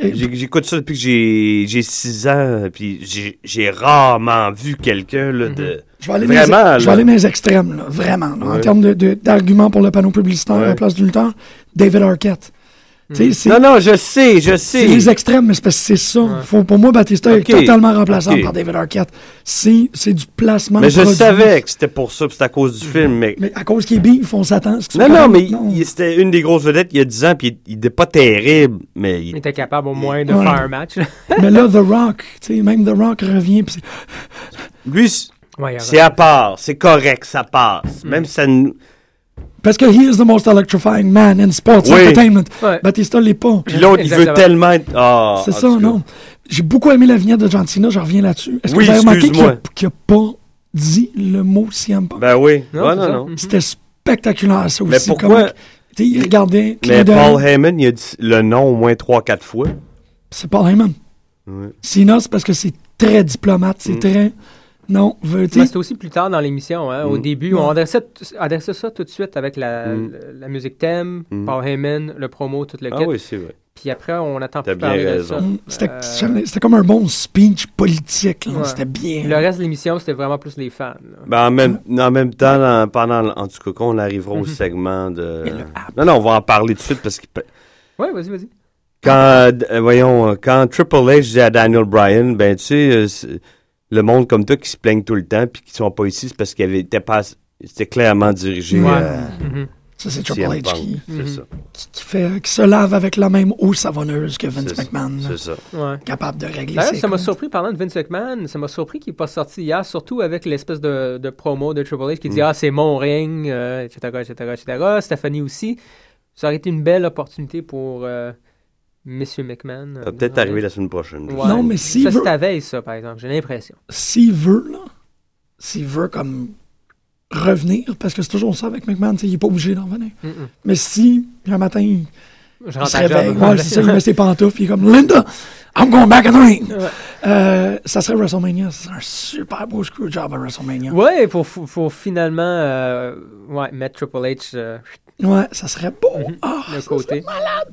[SPEAKER 4] Et-
[SPEAKER 5] J'ai- J'écoute ça depuis que j'ai- j'ai 6 ans, puis j'ai- j'ai rarement vu quelqu'un, là,
[SPEAKER 4] Mm-hmm.
[SPEAKER 5] de.
[SPEAKER 4] Je vais aller dans les-
[SPEAKER 5] Vraiment,
[SPEAKER 4] je vais
[SPEAKER 5] là.
[SPEAKER 4] aller dans les extrêmes, là, vraiment. là, En
[SPEAKER 5] Ouais.
[SPEAKER 4] termes de- de- d'arguments pour le panneau publicitaire à
[SPEAKER 5] Ouais.
[SPEAKER 4] la place du lutteur, David Arquette. Tu sais, c'est-
[SPEAKER 5] Non, non, je sais, je
[SPEAKER 4] C'est
[SPEAKER 5] sais.
[SPEAKER 4] les extrêmes, mais c'est parce que c'est ça. Faut, pour moi, Batista
[SPEAKER 5] Ok.
[SPEAKER 4] est totalement remplaçant
[SPEAKER 5] Ok.
[SPEAKER 4] par David Arquette. C'est c'est du placement
[SPEAKER 5] Mais
[SPEAKER 4] de
[SPEAKER 5] je
[SPEAKER 4] produit.
[SPEAKER 5] savais que c'était pour ça, puis c'est à cause du film, mais.
[SPEAKER 4] Mais à cause qu'il est bif, on s'attend. à ce que
[SPEAKER 5] Non,
[SPEAKER 4] tu
[SPEAKER 5] non,
[SPEAKER 4] parles.
[SPEAKER 5] mais il- il- c'était une des grosses vedettes il y a 10 ans, puis il n'était pas terrible, mais il
[SPEAKER 6] Il était capable au moins de
[SPEAKER 4] Ouais.
[SPEAKER 6] faire un match. là.
[SPEAKER 4] mais là, The Rock, tu sais, même The Rock revient. pis c'est-
[SPEAKER 5] Lui, c-
[SPEAKER 6] Ouais, il y
[SPEAKER 5] c'est à part, c'est correct, ça passe. Même si ça nous.
[SPEAKER 4] Parce que he is the most electrifying man in sports
[SPEAKER 5] Oui.
[SPEAKER 4] entertainment.
[SPEAKER 6] Ouais.
[SPEAKER 4] Batista l'est pas.
[SPEAKER 5] Puis l'autre, il veut
[SPEAKER 6] Exactement.
[SPEAKER 5] tellement être. Ah,
[SPEAKER 4] C'est
[SPEAKER 5] en
[SPEAKER 4] ça,
[SPEAKER 5] tout cas.
[SPEAKER 4] non? J'ai beaucoup aimé la vignette de John Cena, j'en reviens là-dessus. Est-ce
[SPEAKER 5] Oui,
[SPEAKER 4] que vous avez remarqué qu'il
[SPEAKER 5] excuse-moi.
[SPEAKER 4] a, qu'il a pas dit le mot CM Punk?
[SPEAKER 5] Ben oui.
[SPEAKER 6] Non,
[SPEAKER 5] Non,
[SPEAKER 6] c'est
[SPEAKER 5] non,
[SPEAKER 6] ça.
[SPEAKER 5] non.
[SPEAKER 6] Mhm.
[SPEAKER 4] C'était spectaculaire, ça aussi.
[SPEAKER 5] Mais pourquoi-
[SPEAKER 4] comment- tu sais, il regardait.
[SPEAKER 5] Mais
[SPEAKER 4] clin d'œil.
[SPEAKER 5] Paul Heyman, il a dit le nom au moins 3-4 fois.
[SPEAKER 4] C'est pas Heyman. Cena, c'est parce que c'est très diplomate,
[SPEAKER 5] Mm.
[SPEAKER 4] c'est très. Non, veut
[SPEAKER 6] Mais
[SPEAKER 4] dire.
[SPEAKER 6] C'était aussi plus tard dans l'émission. hein.
[SPEAKER 5] Mm.
[SPEAKER 6] Au début, on adressait, t- adressait ça tout de suite avec la, la- la musique thème, Paul Heyman, le promo, tout le
[SPEAKER 5] Mm. Ah
[SPEAKER 6] kit.
[SPEAKER 5] oui, c'est vrai.
[SPEAKER 6] Puis après, on attend
[SPEAKER 5] T'as
[SPEAKER 6] plus
[SPEAKER 5] bien
[SPEAKER 6] parler de
[SPEAKER 5] raison.
[SPEAKER 6] ça.
[SPEAKER 4] Mm, C'était
[SPEAKER 6] Euh,
[SPEAKER 4] c'était comme un bon speech politique, là,
[SPEAKER 6] Ouais.
[SPEAKER 4] c'était bien.
[SPEAKER 6] Le reste de l'émission, c'était vraiment plus les fans. là.
[SPEAKER 5] Ben en même, en même temps, dans- pendant. le- En tout cas, quand on arrivera au segment de. Non, non, on va en parler tout de suite parce que.
[SPEAKER 6] Ouais, vas-y, vas-y.
[SPEAKER 5] Quand, euh, d- euh, voyons, euh, quand Triple H dit à Daniel Bryan, ben tu sais, euh, c'est- le monde comme toi qui se plaignent tout le temps puis qui sont pas ici, c'est parce qu'il avait- était pas, ass- c'était clairement dirigé.
[SPEAKER 6] Ouais.
[SPEAKER 5] euh,
[SPEAKER 6] Mhm.
[SPEAKER 4] Ça, c'est Triple
[SPEAKER 5] CM
[SPEAKER 4] H
[SPEAKER 5] Punk.
[SPEAKER 4] qui, Mhm.
[SPEAKER 5] C'est ça.
[SPEAKER 4] qui, qui fait, qui se lave avec la même eau savonneuse que Vince
[SPEAKER 5] C'est ça.
[SPEAKER 4] McMahon, là,
[SPEAKER 5] C'est ça.
[SPEAKER 6] Ouais.
[SPEAKER 4] capable de régler
[SPEAKER 6] D'ailleurs,
[SPEAKER 4] ses
[SPEAKER 6] ça m'a
[SPEAKER 4] comptes.
[SPEAKER 6] surpris, parlant de Vince McMahon, ça m'a surpris qu'il n'est pas sorti hier, surtout avec l'espèce de, de promo de Triple H qui dit
[SPEAKER 4] Mm.
[SPEAKER 6] Ah, c'est mon ring, euh, etc., etc., etc. Stéphanie aussi. Ça aurait été une belle opportunité pour euh, Monsieur McMahon.
[SPEAKER 5] Ça va peut-être arriver la semaine prochaine. je
[SPEAKER 6] Ouais.
[SPEAKER 4] Non, mais s'il
[SPEAKER 6] Ça, c'est
[SPEAKER 4] veut-
[SPEAKER 6] la veille, ça, par exemple, j'ai l'impression.
[SPEAKER 4] S'il veut, là, s'il veut comme revenir, parce que c'est toujours ça avec McMahon, tu sais, il est pas obligé d'en revenir. Mais si, puis un matin, il-
[SPEAKER 6] Je
[SPEAKER 4] Il
[SPEAKER 6] rentre
[SPEAKER 4] se
[SPEAKER 6] à
[SPEAKER 4] réveille,
[SPEAKER 6] job.
[SPEAKER 4] ouais, c'est ça, il met ses pantoufles, puis il est comme Linda, I'm going back in the ring.
[SPEAKER 6] Ouais.
[SPEAKER 4] Euh, ça serait WrestleMania, c'est un super beau screwjob à WrestleMania.
[SPEAKER 6] Ouais, pour, fou- pour finalement euh, ouais, mettre Triple H euh,
[SPEAKER 4] Ouais, ça serait beau. Ah, ça
[SPEAKER 6] de
[SPEAKER 4] serait-
[SPEAKER 6] Mm-hmm. côté.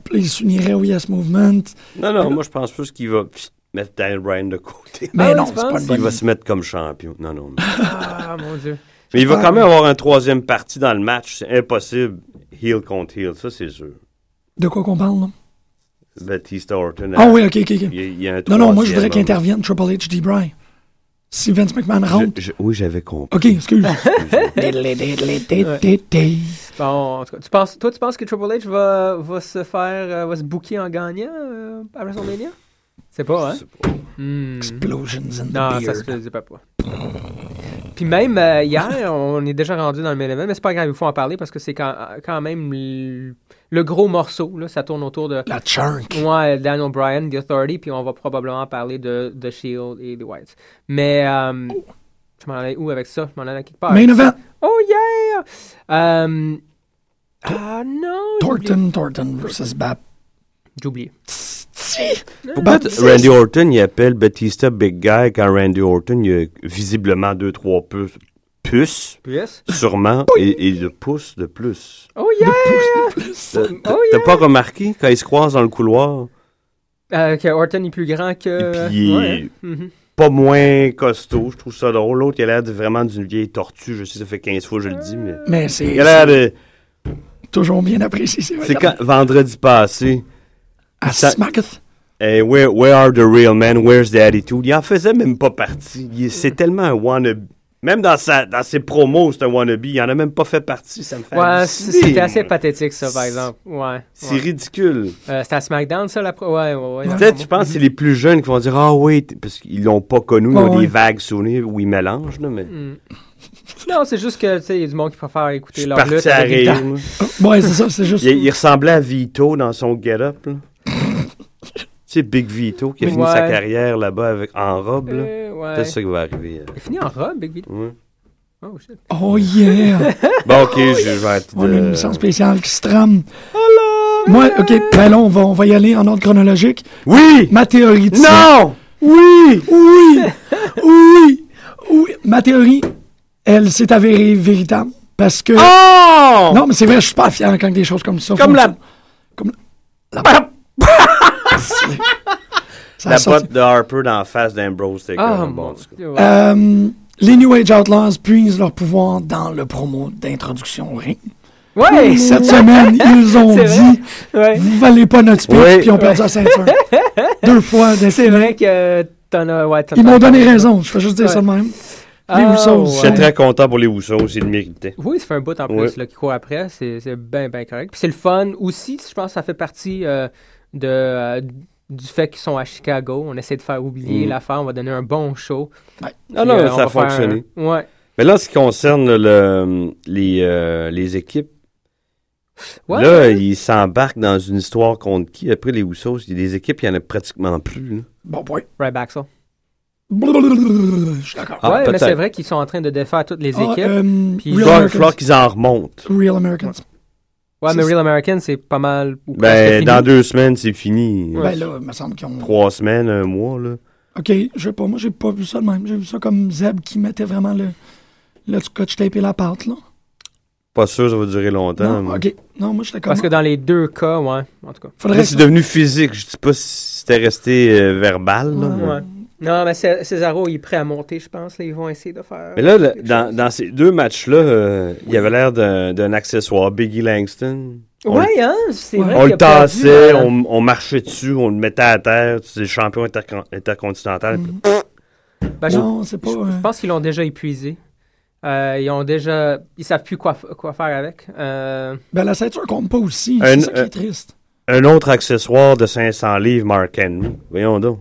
[SPEAKER 4] Puis là, il s'unirait au Yes Movement.
[SPEAKER 5] Non, non, moi, je pense plus qu'il va pff, mettre Daniel Bryan de côté.
[SPEAKER 4] Mais
[SPEAKER 6] Ah ouais,
[SPEAKER 4] non,
[SPEAKER 6] tu
[SPEAKER 4] c'est pas
[SPEAKER 6] penses?
[SPEAKER 4] une
[SPEAKER 5] Il
[SPEAKER 4] bonne
[SPEAKER 5] va
[SPEAKER 4] idée.
[SPEAKER 5] se mettre comme champion. Non, non. non.
[SPEAKER 6] Ah mon dieu.
[SPEAKER 5] Mais il va quand même avoir un troisième parti dans le match. C'est impossible. Heel contre heel, ça, c'est sûr.
[SPEAKER 4] De quoi qu'on parle, là?
[SPEAKER 5] Batista Orton.
[SPEAKER 4] Ah oui, ok, ok, ok.
[SPEAKER 5] Il y a- il y a un
[SPEAKER 4] Non, non, moi, je
[SPEAKER 5] troisième
[SPEAKER 4] voudrais qu'il
[SPEAKER 5] homme.
[SPEAKER 4] intervienne Triple H, D. Bryan. Si Vince McMahon rentre...
[SPEAKER 5] Je- je- oui, j'avais compris.
[SPEAKER 4] OK, excuse.
[SPEAKER 6] Bon, en tout cas, tu penses, toi, tu penses que Triple H va, va se faire, euh, va se booker en gagnant euh, à WrestleMania? C'est pas, hein?
[SPEAKER 5] Je sais pas.
[SPEAKER 6] Hmm.
[SPEAKER 4] Explosions in the
[SPEAKER 6] Non, ça
[SPEAKER 4] beard.
[SPEAKER 6] se peut, dis pas pas. Puis même euh, hier, on est déjà rendu dans le main event, mais c'est pas grave, il faut en parler parce que c'est quand, quand même le, le gros morceau. Là, ça tourne autour de
[SPEAKER 4] La chunk.
[SPEAKER 6] moi, Daniel Bryan, The Authority, puis on va probablement parler de The Shield et The Whites. Mais euh, je m'en allais où avec ça? Je m'en allais à quelque part.
[SPEAKER 4] Main event.
[SPEAKER 6] Oh yeah! Euh, ah non! j'ai oublié.
[SPEAKER 4] Thornton, Thornton versus Baptiste.
[SPEAKER 6] J'ai oublié.
[SPEAKER 5] Pourquoi t- Randy Orton, il appelle Batista Big Guy quand Randy Orton, il a visiblement deux, trois puces, puces
[SPEAKER 6] Plus?
[SPEAKER 5] sûrement, et, et de pouces de plus.
[SPEAKER 6] Oh yeah!
[SPEAKER 5] T'as t'as-
[SPEAKER 6] Oh,
[SPEAKER 5] t'as pas remarqué quand ils se croisent dans le couloir?
[SPEAKER 6] Euh, que Orton est plus grand que.
[SPEAKER 5] Et puis, il est
[SPEAKER 6] Ouais, hein. Mhm.
[SPEAKER 5] Pas moins costaud, je trouve ça drôle. L'autre, il a l'air de- vraiment d'une vieille tortue. Je sais, ça fait 15 fois que je le dis, mais.
[SPEAKER 4] Mais c'est
[SPEAKER 5] Il a l'air de-
[SPEAKER 4] c'est toujours bien apprécié. C'est vrai.
[SPEAKER 5] C'est quand vendredi passé.
[SPEAKER 4] À
[SPEAKER 5] ça-
[SPEAKER 4] Smacketh.
[SPEAKER 5] Hey, where, where are the real men? Where's the attitude? Il en faisait même pas partie. Il- C'est tellement un wannabe. Même dans, sa, dans ses promos, c'est un wannabe. Il en a même pas fait partie. Ça me fait
[SPEAKER 6] Ouais, c-
[SPEAKER 5] halluciner,
[SPEAKER 6] c'était
[SPEAKER 5] moi.
[SPEAKER 6] assez pathétique, ça, par exemple. Ouais.
[SPEAKER 5] C'est
[SPEAKER 6] ouais.
[SPEAKER 5] ridicule.
[SPEAKER 6] Euh, c'était à SmackDown, ça, la pro. Ouais, ouais, ouais.
[SPEAKER 5] Peut-être, je pense, que c'est les plus jeunes qui vont dire Ah oui, t- parce qu'ils l'ont pas connu. Ils ont
[SPEAKER 4] Ouais, ouais.
[SPEAKER 5] des vagues souvenirs où ils mélangent. là, mais...
[SPEAKER 6] Hmm, Non, c'est juste que, tu sais, il y a du monde qui préfère
[SPEAKER 5] Je
[SPEAKER 6] écouter
[SPEAKER 5] suis
[SPEAKER 6] leur lutte.
[SPEAKER 5] parti à
[SPEAKER 6] avec les
[SPEAKER 5] rire.
[SPEAKER 6] temps.
[SPEAKER 5] moi.
[SPEAKER 4] Oh, Ouais, c'est ça, c'est juste.
[SPEAKER 5] Il, il ressemblait à Vito dans son get-up. là. tu sais, Big Vito qui a
[SPEAKER 6] Mais-
[SPEAKER 5] fini sa
[SPEAKER 6] Ouais.
[SPEAKER 5] carrière là-bas avec, en robe. là.
[SPEAKER 6] Euh,
[SPEAKER 5] C'est
[SPEAKER 6] ouais.
[SPEAKER 5] ça qui va arriver. euh,
[SPEAKER 6] Il finit en robe, Big Vito.
[SPEAKER 5] ouais.
[SPEAKER 6] Oh shit.
[SPEAKER 4] Oh yeah!
[SPEAKER 5] Bon,
[SPEAKER 6] Ah
[SPEAKER 5] ok, je vais être.
[SPEAKER 4] On a
[SPEAKER 5] de-
[SPEAKER 4] une mission spéciale qui se trame. Moi, ok, ben là, on va, on va y aller en ordre chronologique.
[SPEAKER 5] Oui!
[SPEAKER 4] Ma théorie de ça-
[SPEAKER 5] Non! Oui!
[SPEAKER 4] Oui! Oui! Oui! Ma théorie, elle s'est avérée véritable. Parce que.
[SPEAKER 5] Oh!
[SPEAKER 4] Non, mais c'est vrai, je suis pas fier quand des choses comme ça.
[SPEAKER 5] Comme la-
[SPEAKER 4] fonctionnent. Comme la. Ça a
[SPEAKER 5] La
[SPEAKER 4] sorti.
[SPEAKER 5] botte de Harper dans la face d'Ambrose Taker.
[SPEAKER 6] Ah,
[SPEAKER 5] bon,
[SPEAKER 6] mon
[SPEAKER 5] en tout cas.
[SPEAKER 6] dieu. ouais.
[SPEAKER 4] Euh, les New Age Outlaws puisent leur pouvoir dans le promo d'introduction au ring.
[SPEAKER 6] Ouais!
[SPEAKER 4] Cette semaine, ils ont
[SPEAKER 6] C'est vrai.
[SPEAKER 4] dit
[SPEAKER 6] Ouais.
[SPEAKER 4] Vous valez pas notre speech,
[SPEAKER 5] Oui.
[SPEAKER 4] puis ils ont perdu la ceinture. Deux fois
[SPEAKER 6] C'est
[SPEAKER 4] d'affilée.
[SPEAKER 6] vrai que t'en as. Ouais, t'en
[SPEAKER 4] Ils m'ont
[SPEAKER 6] as-
[SPEAKER 4] donné raison, je fais juste dire
[SPEAKER 6] Ouais.
[SPEAKER 4] ça de même.
[SPEAKER 6] Ah,
[SPEAKER 4] les Usos.
[SPEAKER 5] J'étais
[SPEAKER 6] ouais.
[SPEAKER 5] très content pour les Houssos, ils le méritaient.
[SPEAKER 6] Oui, ça fait un bout en plus
[SPEAKER 5] Ouais.
[SPEAKER 6] là, qui court après. C'est bien, bien correct. Puis c'est le fun aussi. Je pense que ça fait partie euh, de, euh, du fait qu'ils sont à Chicago. On essaie de faire oublier
[SPEAKER 5] Mm.
[SPEAKER 6] l'affaire. On va donner un bon show.
[SPEAKER 5] Non,
[SPEAKER 6] Puis,
[SPEAKER 5] non,
[SPEAKER 6] euh, on
[SPEAKER 5] ça a
[SPEAKER 6] va faire un-
[SPEAKER 5] fonctionné.
[SPEAKER 6] Ouais.
[SPEAKER 5] Mais là, en ce qui concerne le- les, euh, les équipes,
[SPEAKER 6] Ouais.
[SPEAKER 5] là, euh, ils s'embarquent dans une histoire contre qui? Après les Houssos, il y a des équipes, il n'y en a pratiquement plus. là.
[SPEAKER 4] Bon, point.
[SPEAKER 6] Right back, ça.
[SPEAKER 4] Je suis d'accord.
[SPEAKER 5] Ah,
[SPEAKER 6] ouais, mais
[SPEAKER 5] peut-être.
[SPEAKER 6] c'est vrai qu'ils sont en train de défaire toutes les
[SPEAKER 4] Ah,
[SPEAKER 6] équipes.
[SPEAKER 4] euh,
[SPEAKER 6] puis-
[SPEAKER 4] Real
[SPEAKER 5] Fort
[SPEAKER 4] Americans.
[SPEAKER 5] fort qu'ils en remontent.
[SPEAKER 4] Real Americans.
[SPEAKER 6] ouais, mais
[SPEAKER 4] c'est-
[SPEAKER 6] Real American, c'est pas mal. ou presque
[SPEAKER 5] Ben,
[SPEAKER 6] fini.
[SPEAKER 5] dans deux semaines, c'est fini.
[SPEAKER 6] Ouais.
[SPEAKER 4] Ben là, il me semble qu'ils ont.
[SPEAKER 5] Trois semaines, un mois, là.
[SPEAKER 4] Ok, je sais pas, moi j'ai pas vu ça de même. J'ai vu ça comme Zeb qui mettait vraiment le, le scotch tape et la pâte, là.
[SPEAKER 5] Pas sûr, ça va durer longtemps.
[SPEAKER 4] Non,
[SPEAKER 5] moi.
[SPEAKER 4] ok. Non, moi j'étais comme.
[SPEAKER 6] Parce que dans les deux cas, ouais. En tout cas.
[SPEAKER 4] Faudrait
[SPEAKER 5] Là,
[SPEAKER 4] que
[SPEAKER 5] c'est
[SPEAKER 4] ça-
[SPEAKER 5] devenu physique. Je sais pas si c'était resté euh, verbal. là.
[SPEAKER 6] Ouais. Non, mais Cé- Cesaro, il est prêt à monter, je pense. là. ils vont essayer de faire.
[SPEAKER 5] Mais là, le-
[SPEAKER 6] quelque
[SPEAKER 5] dans,
[SPEAKER 6] chose.
[SPEAKER 5] dans ces deux matchs-là, euh, il y avait l'air d'un d'un accessoire. Biggie Langston. On,
[SPEAKER 6] Ouais, hein, c'est
[SPEAKER 4] Ouais.
[SPEAKER 6] vrai.
[SPEAKER 5] on
[SPEAKER 6] qu'il
[SPEAKER 5] le
[SPEAKER 6] a perdu,
[SPEAKER 5] tassait,
[SPEAKER 6] euh,
[SPEAKER 5] on, on marchait dessus, on le mettait à terre. C'est le champion intercon- intercontinental.
[SPEAKER 6] Mhm. ben, je-
[SPEAKER 4] Non, c'est pas.
[SPEAKER 6] Je, je
[SPEAKER 4] euh,
[SPEAKER 6] pense qu'ils l'ont déjà épuisé. Euh, ils ont déjà. Ils savent plus quoi, f- quoi faire avec. Euh,
[SPEAKER 4] Ben la ceinture compte pas aussi.
[SPEAKER 5] Un-
[SPEAKER 4] C'est ça qui
[SPEAKER 5] euh,
[SPEAKER 4] est triste.
[SPEAKER 5] Un autre accessoire de 500 livres, Mark Henry. Voyons donc.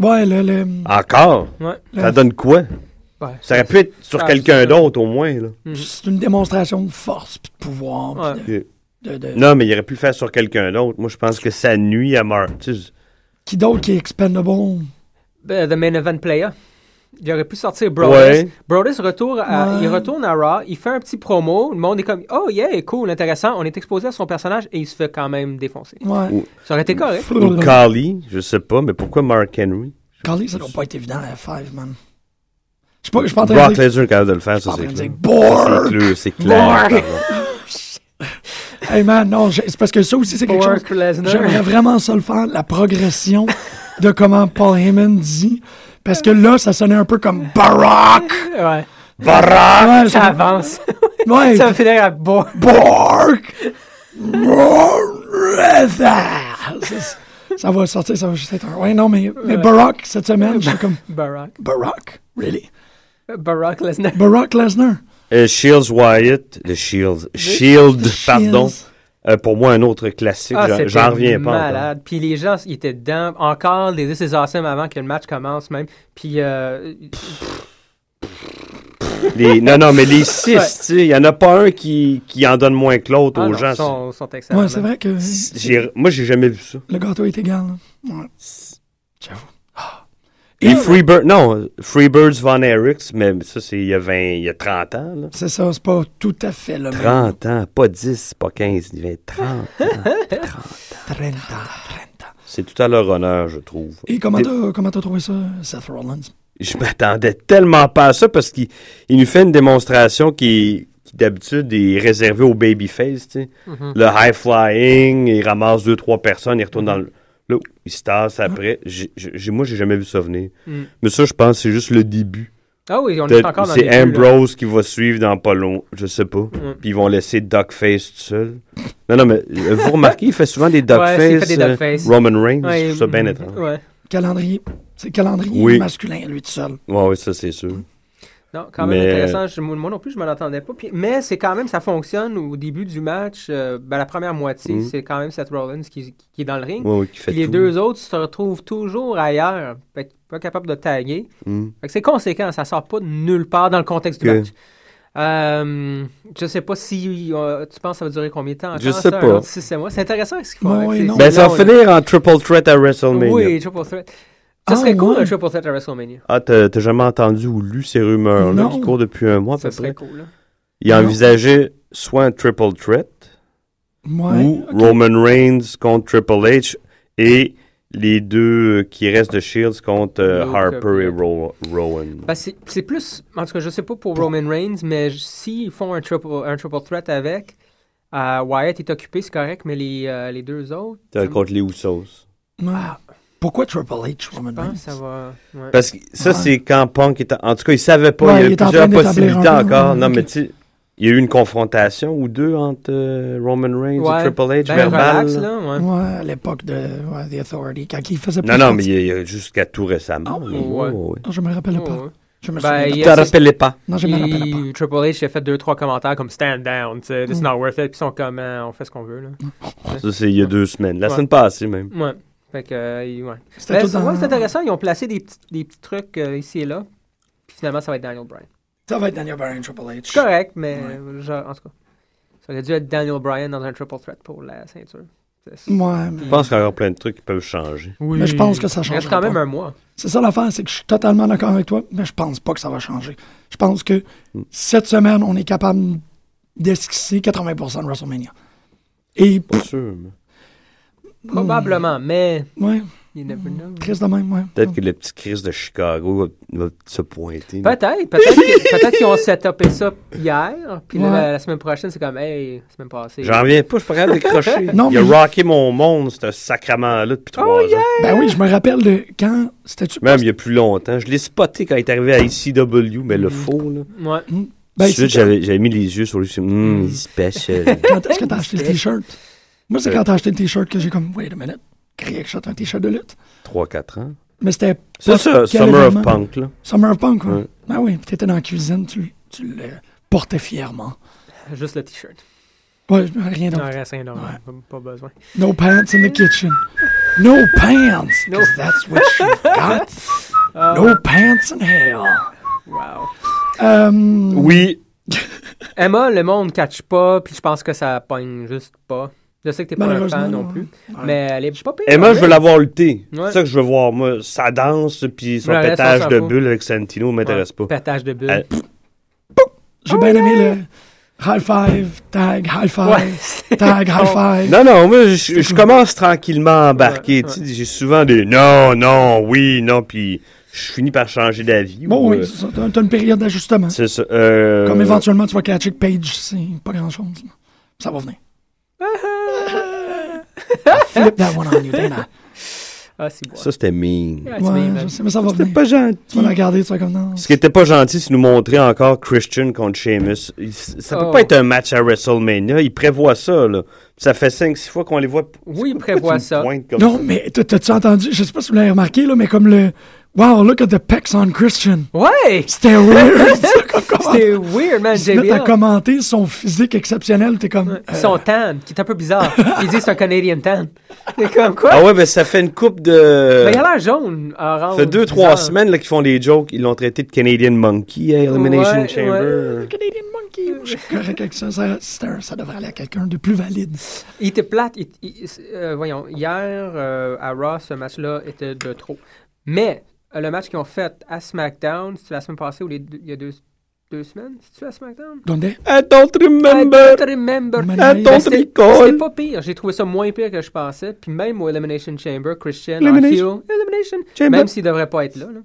[SPEAKER 4] Ouais, le. le-
[SPEAKER 6] Ah.
[SPEAKER 5] Encore?
[SPEAKER 6] ouais.
[SPEAKER 5] Ça donne quoi?
[SPEAKER 6] Ouais.
[SPEAKER 5] Ça aurait pu être sur
[SPEAKER 6] Ah,
[SPEAKER 5] quelqu'un
[SPEAKER 6] c'est-
[SPEAKER 5] d'autre, au moins. là.
[SPEAKER 4] Mm-hmm. C'est une démonstration de force, puis de pouvoir. puis
[SPEAKER 5] Ouais.
[SPEAKER 4] de- de- de-
[SPEAKER 5] Non, mais il aurait pu le faire sur quelqu'un d'autre. Moi, je pense que ça nuit à Mark. Tu sais,
[SPEAKER 4] Qui d'autre qui est expendable?
[SPEAKER 6] Ben, The Main Event Player. Il aurait pu sortir Brodus.
[SPEAKER 5] Ouais.
[SPEAKER 6] Brodus retourne à,
[SPEAKER 4] Ouais.
[SPEAKER 6] il retourne à Raw, il fait un petit promo, le monde est comme Oh yeah, cool, intéressant, on est exposé à son personnage et il se fait quand même défoncer.
[SPEAKER 4] Ouais.
[SPEAKER 6] Ça aurait été correct.
[SPEAKER 5] Ou Carly, je sais pas, mais pourquoi Mark Henry?
[SPEAKER 4] Carly, ça doit pas être évident à F5, man. Je suis pas, je suis pas en train de
[SPEAKER 5] Brock
[SPEAKER 4] dire...
[SPEAKER 5] Lesnar est capable de le faire,
[SPEAKER 4] Je suis
[SPEAKER 5] ça
[SPEAKER 4] pas en
[SPEAKER 5] c'est
[SPEAKER 4] train de dire
[SPEAKER 5] clair. Ça,
[SPEAKER 4] Borg!
[SPEAKER 5] C'est clair, c'est clair.
[SPEAKER 4] Borg!
[SPEAKER 5] pardon.
[SPEAKER 4] Hey man, non, j'ai- c'est parce que ça aussi, c'est quelque chose...
[SPEAKER 6] Bork Lesnar.
[SPEAKER 4] J'aimerais vraiment ça le faire, la progression de comment Paul Heyman dit. Parce que là, ça sonnait un peu comme Barack!
[SPEAKER 6] Ouais.
[SPEAKER 4] Barack! Ouais,
[SPEAKER 6] Ça
[SPEAKER 4] ça,
[SPEAKER 6] avance.
[SPEAKER 4] ouais,
[SPEAKER 6] ça va finir à Bork.
[SPEAKER 4] Borg! Borg! Ça, ça va sortir, ça va juste être un. Ouais, non, mais, mais Barack, cette semaine, j'étais comme
[SPEAKER 6] Barack.
[SPEAKER 4] Barack? Really?
[SPEAKER 6] Barack Lesnar.
[SPEAKER 4] Barack Lesnar?
[SPEAKER 5] Euh, Shields Wyatt, le Shields, Shield, pardon.
[SPEAKER 4] Shields.
[SPEAKER 5] Euh, pour moi, un autre classique,
[SPEAKER 6] Ah,
[SPEAKER 5] j'en-
[SPEAKER 6] c'était
[SPEAKER 5] j'en reviens pas. encore.
[SPEAKER 6] malade. Puis les gens, ils étaient dedans. Encore des This is Awesome avant que le match commence même. Puis euh,
[SPEAKER 5] Les- non, non, mais les six,
[SPEAKER 6] Ouais.
[SPEAKER 5] tu sais, il n'y en a pas un qui, qui en donne moins que l'autre
[SPEAKER 6] ah
[SPEAKER 5] aux
[SPEAKER 6] non,
[SPEAKER 5] gens.
[SPEAKER 6] sont, sont excellents.
[SPEAKER 4] Ouais, c'est vrai que
[SPEAKER 5] J'ai- moi, j'ai jamais vu ça.
[SPEAKER 4] le gâteau est égal. là. Ouais. J'avoue. Ah.
[SPEAKER 5] Et Freebird, non, Freebirds Von Erichs, mais ça, c'est il y a 20, il y a 30 ans, là.
[SPEAKER 4] C'est ça, c'est pas tout à fait le même.
[SPEAKER 5] 30 ans, pas 10, pas 15, 20, 30 ans.
[SPEAKER 4] 30 30
[SPEAKER 5] C'est tout à leur honneur, je trouve.
[SPEAKER 4] Et comment
[SPEAKER 5] Des-
[SPEAKER 4] t'as comment t'as trouvé ça, Seth Rollins?
[SPEAKER 5] Je m'attendais tellement pas à ça parce qu'il il nous fait une démonstration qui, qui d'habitude est réservée aux babyface, tu sais.
[SPEAKER 6] Mm-hmm.
[SPEAKER 5] Le high flying, il ramasse deux, trois personnes, il retourne dans le. Là, il se tasse après. J'ai- j'ai- moi, j'ai jamais vu ça venir.
[SPEAKER 6] Mm-hmm. Mm.
[SPEAKER 5] Mais ça, je pense que c'est juste le début.
[SPEAKER 6] Ah oui, on est encore dans le
[SPEAKER 5] C'est
[SPEAKER 6] début, là. Mm.
[SPEAKER 5] Ambrose qui va suivre dans pas long, je sais pas. Puis ils vont laisser Duckface tout seul. Non, non, mais euh, vous remarquez, il fait souvent des Duckface.
[SPEAKER 6] Ouais, il fait des
[SPEAKER 5] euh,
[SPEAKER 6] Duckface.
[SPEAKER 5] Roman Reigns,
[SPEAKER 6] Ouais,
[SPEAKER 5] je trouve ça bien
[SPEAKER 6] mm,
[SPEAKER 5] étrange.
[SPEAKER 6] Ouais.
[SPEAKER 4] Calendrier. C'est calendrier
[SPEAKER 5] Oui.
[SPEAKER 4] masculin, lui tout seul.
[SPEAKER 5] Ouais, oui, ça, c'est sûr.
[SPEAKER 6] Non, quand même
[SPEAKER 5] Mais-
[SPEAKER 6] intéressant. Je- moi moi non plus, je m'en attendais pas. Puis- mais c'est quand même, ça fonctionne au début du match. euh, ben, la première moitié,
[SPEAKER 5] Mm.
[SPEAKER 6] c'est quand même Seth Rollins qui, qui est dans le ring.
[SPEAKER 5] Ouais, ouais, qui fait
[SPEAKER 6] Puis les
[SPEAKER 5] tout.
[SPEAKER 6] deux autres se retrouvent toujours ailleurs. Fait qu'ils sont pas capable de taguer.
[SPEAKER 5] Mm.
[SPEAKER 6] Fait que c'est conséquent, ça sort pas de nulle part dans le contexte
[SPEAKER 5] Que-
[SPEAKER 6] du match. Euh, je sais pas si euh, tu penses que ça va durer combien de temps encore,
[SPEAKER 5] Je sais
[SPEAKER 6] ça, un
[SPEAKER 5] pas.
[SPEAKER 6] autre six, sept mois. C'est intéressant ce qu'ils
[SPEAKER 4] Ouais,
[SPEAKER 6] font. avec
[SPEAKER 4] ouais,
[SPEAKER 6] ces-
[SPEAKER 4] non.
[SPEAKER 6] ces
[SPEAKER 5] Ben, ça va
[SPEAKER 6] longs, là.
[SPEAKER 5] finir en triple threat à WrestleMania.
[SPEAKER 6] Oui, Triple Threat. Ça
[SPEAKER 4] Ah,
[SPEAKER 6] serait cool,
[SPEAKER 4] ouais.
[SPEAKER 6] un Triple Threat à WrestleMania.
[SPEAKER 5] Ah, t'as t'as jamais entendu ou lu ces rumeurs-là
[SPEAKER 4] Non.
[SPEAKER 5] qui courent depuis un mois, à
[SPEAKER 6] Ça
[SPEAKER 5] peu
[SPEAKER 6] serait
[SPEAKER 5] près?
[SPEAKER 6] cool. là.
[SPEAKER 5] Il
[SPEAKER 4] Non.
[SPEAKER 5] envisageait soit un triple threat
[SPEAKER 4] Ouais.
[SPEAKER 5] ou Roman Reigns contre Triple H et les deux euh, qui restent de Shields contre euh,
[SPEAKER 6] L'autre,
[SPEAKER 5] Harper et
[SPEAKER 6] euh,
[SPEAKER 5] Ro- Rowan.
[SPEAKER 6] Ben, c'est c'est plus, en tout cas, je sais pas pour Roman Reigns, mais j- s'ils font un triple, un triple threat avec, euh, Wyatt est occupé, c'est correct, mais les, euh, les deux autres,
[SPEAKER 5] T'as contre les Usos.
[SPEAKER 4] Ah. Pourquoi Triple H, Roman
[SPEAKER 6] je
[SPEAKER 4] Reigns?
[SPEAKER 6] pense que ça va. ouais.
[SPEAKER 5] Parce que ça,
[SPEAKER 4] Ouais.
[SPEAKER 5] c'est quand Punk était... En tout cas, il savait pas.
[SPEAKER 4] Ouais,
[SPEAKER 5] il y
[SPEAKER 4] il
[SPEAKER 5] a eu
[SPEAKER 4] est en
[SPEAKER 5] plusieurs
[SPEAKER 4] train d'établir
[SPEAKER 5] possibilités
[SPEAKER 4] un peu,
[SPEAKER 5] encore.
[SPEAKER 4] ouais,
[SPEAKER 5] Non,
[SPEAKER 4] ok.
[SPEAKER 5] mais tu sais, il y a eu une confrontation ou deux entre euh, Roman Reigns
[SPEAKER 6] Ouais.
[SPEAKER 5] et Triple H,
[SPEAKER 6] Ben,
[SPEAKER 5] verbal.
[SPEAKER 6] relax, là, ouais.
[SPEAKER 4] Ouais, à l'époque de ouais, The Authority, quand il faisait
[SPEAKER 5] Non,
[SPEAKER 4] plus
[SPEAKER 5] non,
[SPEAKER 4] de-
[SPEAKER 5] mais il y a- il y a jusqu'à tout récemment.
[SPEAKER 4] Ah
[SPEAKER 5] là.
[SPEAKER 4] oui.
[SPEAKER 5] Ouais,
[SPEAKER 6] Ouais.
[SPEAKER 5] ouais.
[SPEAKER 4] Non, je me rappelle
[SPEAKER 6] Ouais,
[SPEAKER 4] pas.
[SPEAKER 6] ouais.
[SPEAKER 4] Je me
[SPEAKER 6] Ben,
[SPEAKER 4] souviens.
[SPEAKER 6] il
[SPEAKER 4] pas.
[SPEAKER 6] y
[SPEAKER 5] Tu
[SPEAKER 6] a-
[SPEAKER 5] te rappelais pas.
[SPEAKER 4] Non, je me rappelle pas.
[SPEAKER 6] Il- Triple H a fait deux trois commentaires comme stand down, tu sais,
[SPEAKER 4] Mm.
[SPEAKER 6] this is not worth it, puis ils sont comme euh, on fait ce qu'on veut là.
[SPEAKER 5] Ça, c'est il y a deux semaines. La
[SPEAKER 6] Ouais.
[SPEAKER 5] semaine passée, même.
[SPEAKER 6] Ouais. Fait que euh, ils- ouais.
[SPEAKER 4] C'était
[SPEAKER 6] Ben,
[SPEAKER 4] Mm. tout
[SPEAKER 6] c'est ouais,
[SPEAKER 4] dans...
[SPEAKER 6] c'est intéressant, ils ont placé des petits des petits trucs euh, ici et là. Puis finalement ça va être Daniel Bryan.
[SPEAKER 4] Ça va être Daniel Bryan, Triple H.
[SPEAKER 6] C'est correct, mais genre, en tout cas. Ça aurait dû être Daniel Bryan dans un triple threat pour la ceinture. C'est-
[SPEAKER 4] Ouais, mais-
[SPEAKER 5] Je pense qu'il y a encore plein de trucs qui peuvent changer.
[SPEAKER 6] Oui.
[SPEAKER 4] mais je pense que ça
[SPEAKER 6] Il
[SPEAKER 4] change.
[SPEAKER 6] reste quand même un mois.
[SPEAKER 4] C'est ça l'affaire, c'est que je suis totalement d'accord avec toi, mais je pense pas que ça va changer. Je pense que
[SPEAKER 5] Mm.
[SPEAKER 4] cette semaine, on est capable d'esquisser 80% de WrestleMania. Et,
[SPEAKER 5] Pas sûr. mais
[SPEAKER 4] Mm.
[SPEAKER 6] Probablement, mais
[SPEAKER 4] ouais,
[SPEAKER 6] you never know.
[SPEAKER 4] triste de même, ouais.
[SPEAKER 5] Peut-être que le petit Chris de Chicago va, va se pointer. là.
[SPEAKER 6] Peut-être, peut-être qu'ils peut-être qu'ils ont setupé ça hier, puis là,
[SPEAKER 4] Ouais.
[SPEAKER 6] la, la semaine prochaine, c'est comme, hey, la semaine passée.
[SPEAKER 5] J'en reviens pas, je suis pas capable de décrocher.
[SPEAKER 4] Non,
[SPEAKER 5] il a
[SPEAKER 4] mais-
[SPEAKER 5] rocké mon monde, ce sacrament-là, depuis trois ans.
[SPEAKER 4] Ben oui, je me rappelle de quand c'était-tu.
[SPEAKER 5] Même il y a plus longtemps. Je l'ai spoté quand il est arrivé à ICW, mais le faux, là.
[SPEAKER 6] Ouais.
[SPEAKER 5] Tout
[SPEAKER 4] Mm. Ben, Mm.
[SPEAKER 5] de suite,
[SPEAKER 4] c'est quand,
[SPEAKER 5] j'avais j'avais mis les yeux sur lui. je me suis dit, Hum, il spécial.
[SPEAKER 4] quand est-ce que t'as acheté le t-shirt? Moi, c'est
[SPEAKER 5] Euh.
[SPEAKER 4] quand t'as acheté le t-shirt que j'ai comme, wait a minute, créer que un t-shirt de lutte.
[SPEAKER 5] 3-4 ans.
[SPEAKER 4] Mais c'était.
[SPEAKER 5] C'est
[SPEAKER 4] pas
[SPEAKER 5] ça,
[SPEAKER 4] quel
[SPEAKER 5] Summer of
[SPEAKER 4] événement. Mm.
[SPEAKER 5] Punk, là.
[SPEAKER 4] Summer of Punk, quoi.
[SPEAKER 5] Ouais.
[SPEAKER 4] Ben oui, puis t'étais dans la cuisine, tu, tu le portais fièrement.
[SPEAKER 6] Euh, Juste le t-shirt.
[SPEAKER 4] Ouais, rien d'autre.
[SPEAKER 6] Non, rien, c'est énorme. Pas besoin.
[SPEAKER 4] No pants in the kitchen. No pants, 'cause that's what you've got. no pants in hell.
[SPEAKER 6] Wow.
[SPEAKER 4] Um,
[SPEAKER 5] Oui,
[SPEAKER 6] Emma, le monde ne catch pas, puis je pense que ça pogne juste pas. Je sais que t'es pas un fan
[SPEAKER 4] Malheureusement,
[SPEAKER 6] non plus,
[SPEAKER 4] Ouais.
[SPEAKER 6] mais elle est pas pire.
[SPEAKER 5] Emma, je veux la voir lutter.
[SPEAKER 6] Ouais.
[SPEAKER 5] C'est ça que je veux voir, moi. Sa danse, puis son
[SPEAKER 6] Ouais, reste, on
[SPEAKER 5] pétage
[SPEAKER 6] s'en
[SPEAKER 5] de
[SPEAKER 6] fout.
[SPEAKER 5] bulle avec Santino m'intéresse pas. Euh,
[SPEAKER 6] Pétage de bulle.
[SPEAKER 5] Elle-
[SPEAKER 4] J'ai bien aimé le high five, tag, high
[SPEAKER 6] Ouais,
[SPEAKER 4] five,
[SPEAKER 6] c'est-
[SPEAKER 4] tag, high five.
[SPEAKER 5] Non, non, moi, je, je commence tranquillement à embarquer.
[SPEAKER 6] Ouais,
[SPEAKER 5] tu sais, J'ai souvent des non, non, oui, non, puis je finis par changer d'avis.
[SPEAKER 4] Bon,
[SPEAKER 5] ou,
[SPEAKER 4] oui,
[SPEAKER 5] euh,
[SPEAKER 4] c'est ça, t'as t'as une période d'ajustement.
[SPEAKER 5] c'est ça. euh,
[SPEAKER 4] Comme éventuellement, tu vas catcher que Page, c'est pas grand-chose. là. Ça va venir. Ah, Flip that one on you, Dana.
[SPEAKER 6] Ah, c'est bon.
[SPEAKER 5] Ça, c'était mean.
[SPEAKER 6] Ah, tu
[SPEAKER 4] Ouais,
[SPEAKER 6] m'aimes.
[SPEAKER 4] je sais, mais ça va venir.
[SPEAKER 5] Pas
[SPEAKER 4] Tu vas la
[SPEAKER 5] gentil.
[SPEAKER 4] regarder, tu vas comme non.
[SPEAKER 5] Ce qui était pas gentil, c'est nous montrer encore Christian contre Sheamus. Il- Ça peut
[SPEAKER 6] Oh.
[SPEAKER 5] pas être un match à WrestleMania. Ils prévoient ça, là. Ça fait 5-6 fois qu'on les voit.
[SPEAKER 6] Oui, ils
[SPEAKER 5] Pourquoi
[SPEAKER 6] prévoient
[SPEAKER 5] tu me
[SPEAKER 6] ça.
[SPEAKER 5] pointes comme
[SPEAKER 4] Non, mais t'as- t'as-tu entendu? Je sais pas si vous l'avez remarqué, là, mais comme le Wow, look at the pecs on Christian.
[SPEAKER 6] Ouais!
[SPEAKER 4] C'était weird. ça, comme comment-
[SPEAKER 6] C'était weird, man,
[SPEAKER 4] Là, t'as
[SPEAKER 6] JBL.
[SPEAKER 4] commenté son physique exceptionnel, t'es comme. euh,
[SPEAKER 6] Son tan, qui est un peu bizarre. Ils disent c'est un Canadian tan. C'est comme quoi?
[SPEAKER 5] Ah ouais, mais ça fait une coupe de.
[SPEAKER 6] Mais il a l'air jaune, orange.
[SPEAKER 5] ça fait deux, trois
[SPEAKER 6] bizarre.
[SPEAKER 5] semaines là, qu'ils font des jokes. Ils l'ont traité de Canadian Monkey à Elimination
[SPEAKER 6] Ouais,
[SPEAKER 5] Chamber.
[SPEAKER 6] ouais.
[SPEAKER 4] Canadian Monkey, je suis correct avec ça. Ça, c'est un- ça devrait aller à quelqu'un de plus valide.
[SPEAKER 6] Il était plate. il- il- euh, voyons, hier, euh, à Raw, ce match-là était de trop. Mais euh, le match qu'ils ont fait à SmackDown, c'était la semaine passée ou les deux- il y a deux, deux semaines? C'est-tu à SmackDown?
[SPEAKER 4] Donde?
[SPEAKER 5] I don't
[SPEAKER 6] I
[SPEAKER 5] remember.
[SPEAKER 6] don't remember.
[SPEAKER 4] Man-
[SPEAKER 5] I
[SPEAKER 6] Mais
[SPEAKER 5] don't
[SPEAKER 6] C'était c'était
[SPEAKER 5] recall.
[SPEAKER 6] pas pire. J'ai trouvé ça moins pire que je pensais. Puis même au Elimination Chamber, Christian,
[SPEAKER 5] Elimination-
[SPEAKER 6] en heel, Elimination
[SPEAKER 5] Chamber.
[SPEAKER 6] Même s'il devrait pas être là, là.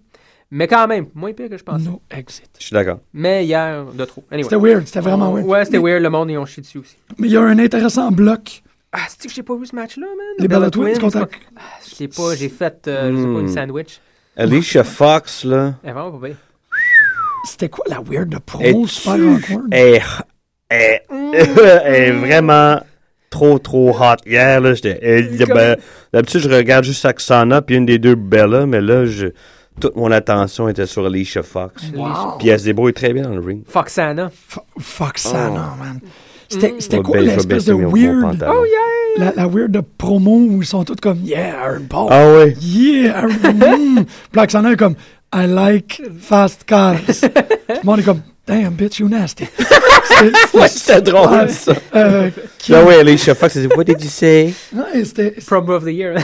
[SPEAKER 6] Mais quand même, moins pire que je pensais.
[SPEAKER 4] No exit.
[SPEAKER 5] Je suis d'accord.
[SPEAKER 6] Mais hier, de trop. Anyway.
[SPEAKER 4] C'était weird, c'était vraiment weird.
[SPEAKER 6] Ouais, c'était weird. Le monde, ils ont chié dessus aussi.
[SPEAKER 4] Mais il y a un intéressant bloc.
[SPEAKER 6] Ah, c'est que j'ai pas vu ce match-là, man.
[SPEAKER 4] Les Bella Twins contre-
[SPEAKER 6] quoi. Ah, je sais pas, j'ai fait, euh, je sais pas, une sandwich.
[SPEAKER 5] Alicia Fox, là.
[SPEAKER 6] Elle est vraiment pas bien.
[SPEAKER 4] C'était quoi la weird de pro?
[SPEAKER 5] est-
[SPEAKER 4] Super awkward.
[SPEAKER 5] est- est-
[SPEAKER 6] Mm.
[SPEAKER 5] est vraiment trop, trop hot. Hier, là, j'étais. eh,
[SPEAKER 6] Comme-
[SPEAKER 5] ben, D'habitude, je regarde juste Axana puis une des deux Bella, mais là, je, toute mon attention était sur Alicia Fox.
[SPEAKER 4] Wow.
[SPEAKER 5] Puis elle se débrouille très bien dans le ring.
[SPEAKER 6] Foxana.
[SPEAKER 4] F- fuck ça, non, man. C'était c'était
[SPEAKER 5] Moi,
[SPEAKER 4] quoi
[SPEAKER 5] Oh. ben, je vais
[SPEAKER 4] l'espèce
[SPEAKER 5] baisser
[SPEAKER 4] de
[SPEAKER 5] mes gros
[SPEAKER 4] weird,
[SPEAKER 6] Oh,
[SPEAKER 5] pantalons.
[SPEAKER 4] la, la weird de promo où ils sont tous comme Yeah, Aaron Paul.
[SPEAKER 5] Ah ouais.
[SPEAKER 4] Yeah, Aaron. mm. Puis là, Xana est comme I like fast cars. Tout le monde est comme Damn, bitch, you nasty. C'est- c'est-
[SPEAKER 5] Ouais, c'était drôle, ça.
[SPEAKER 4] euh, qui-
[SPEAKER 5] Ah ouais, Alicia Fox, c'est What did you say?
[SPEAKER 4] ouais, c'était.
[SPEAKER 6] Prom of the Year.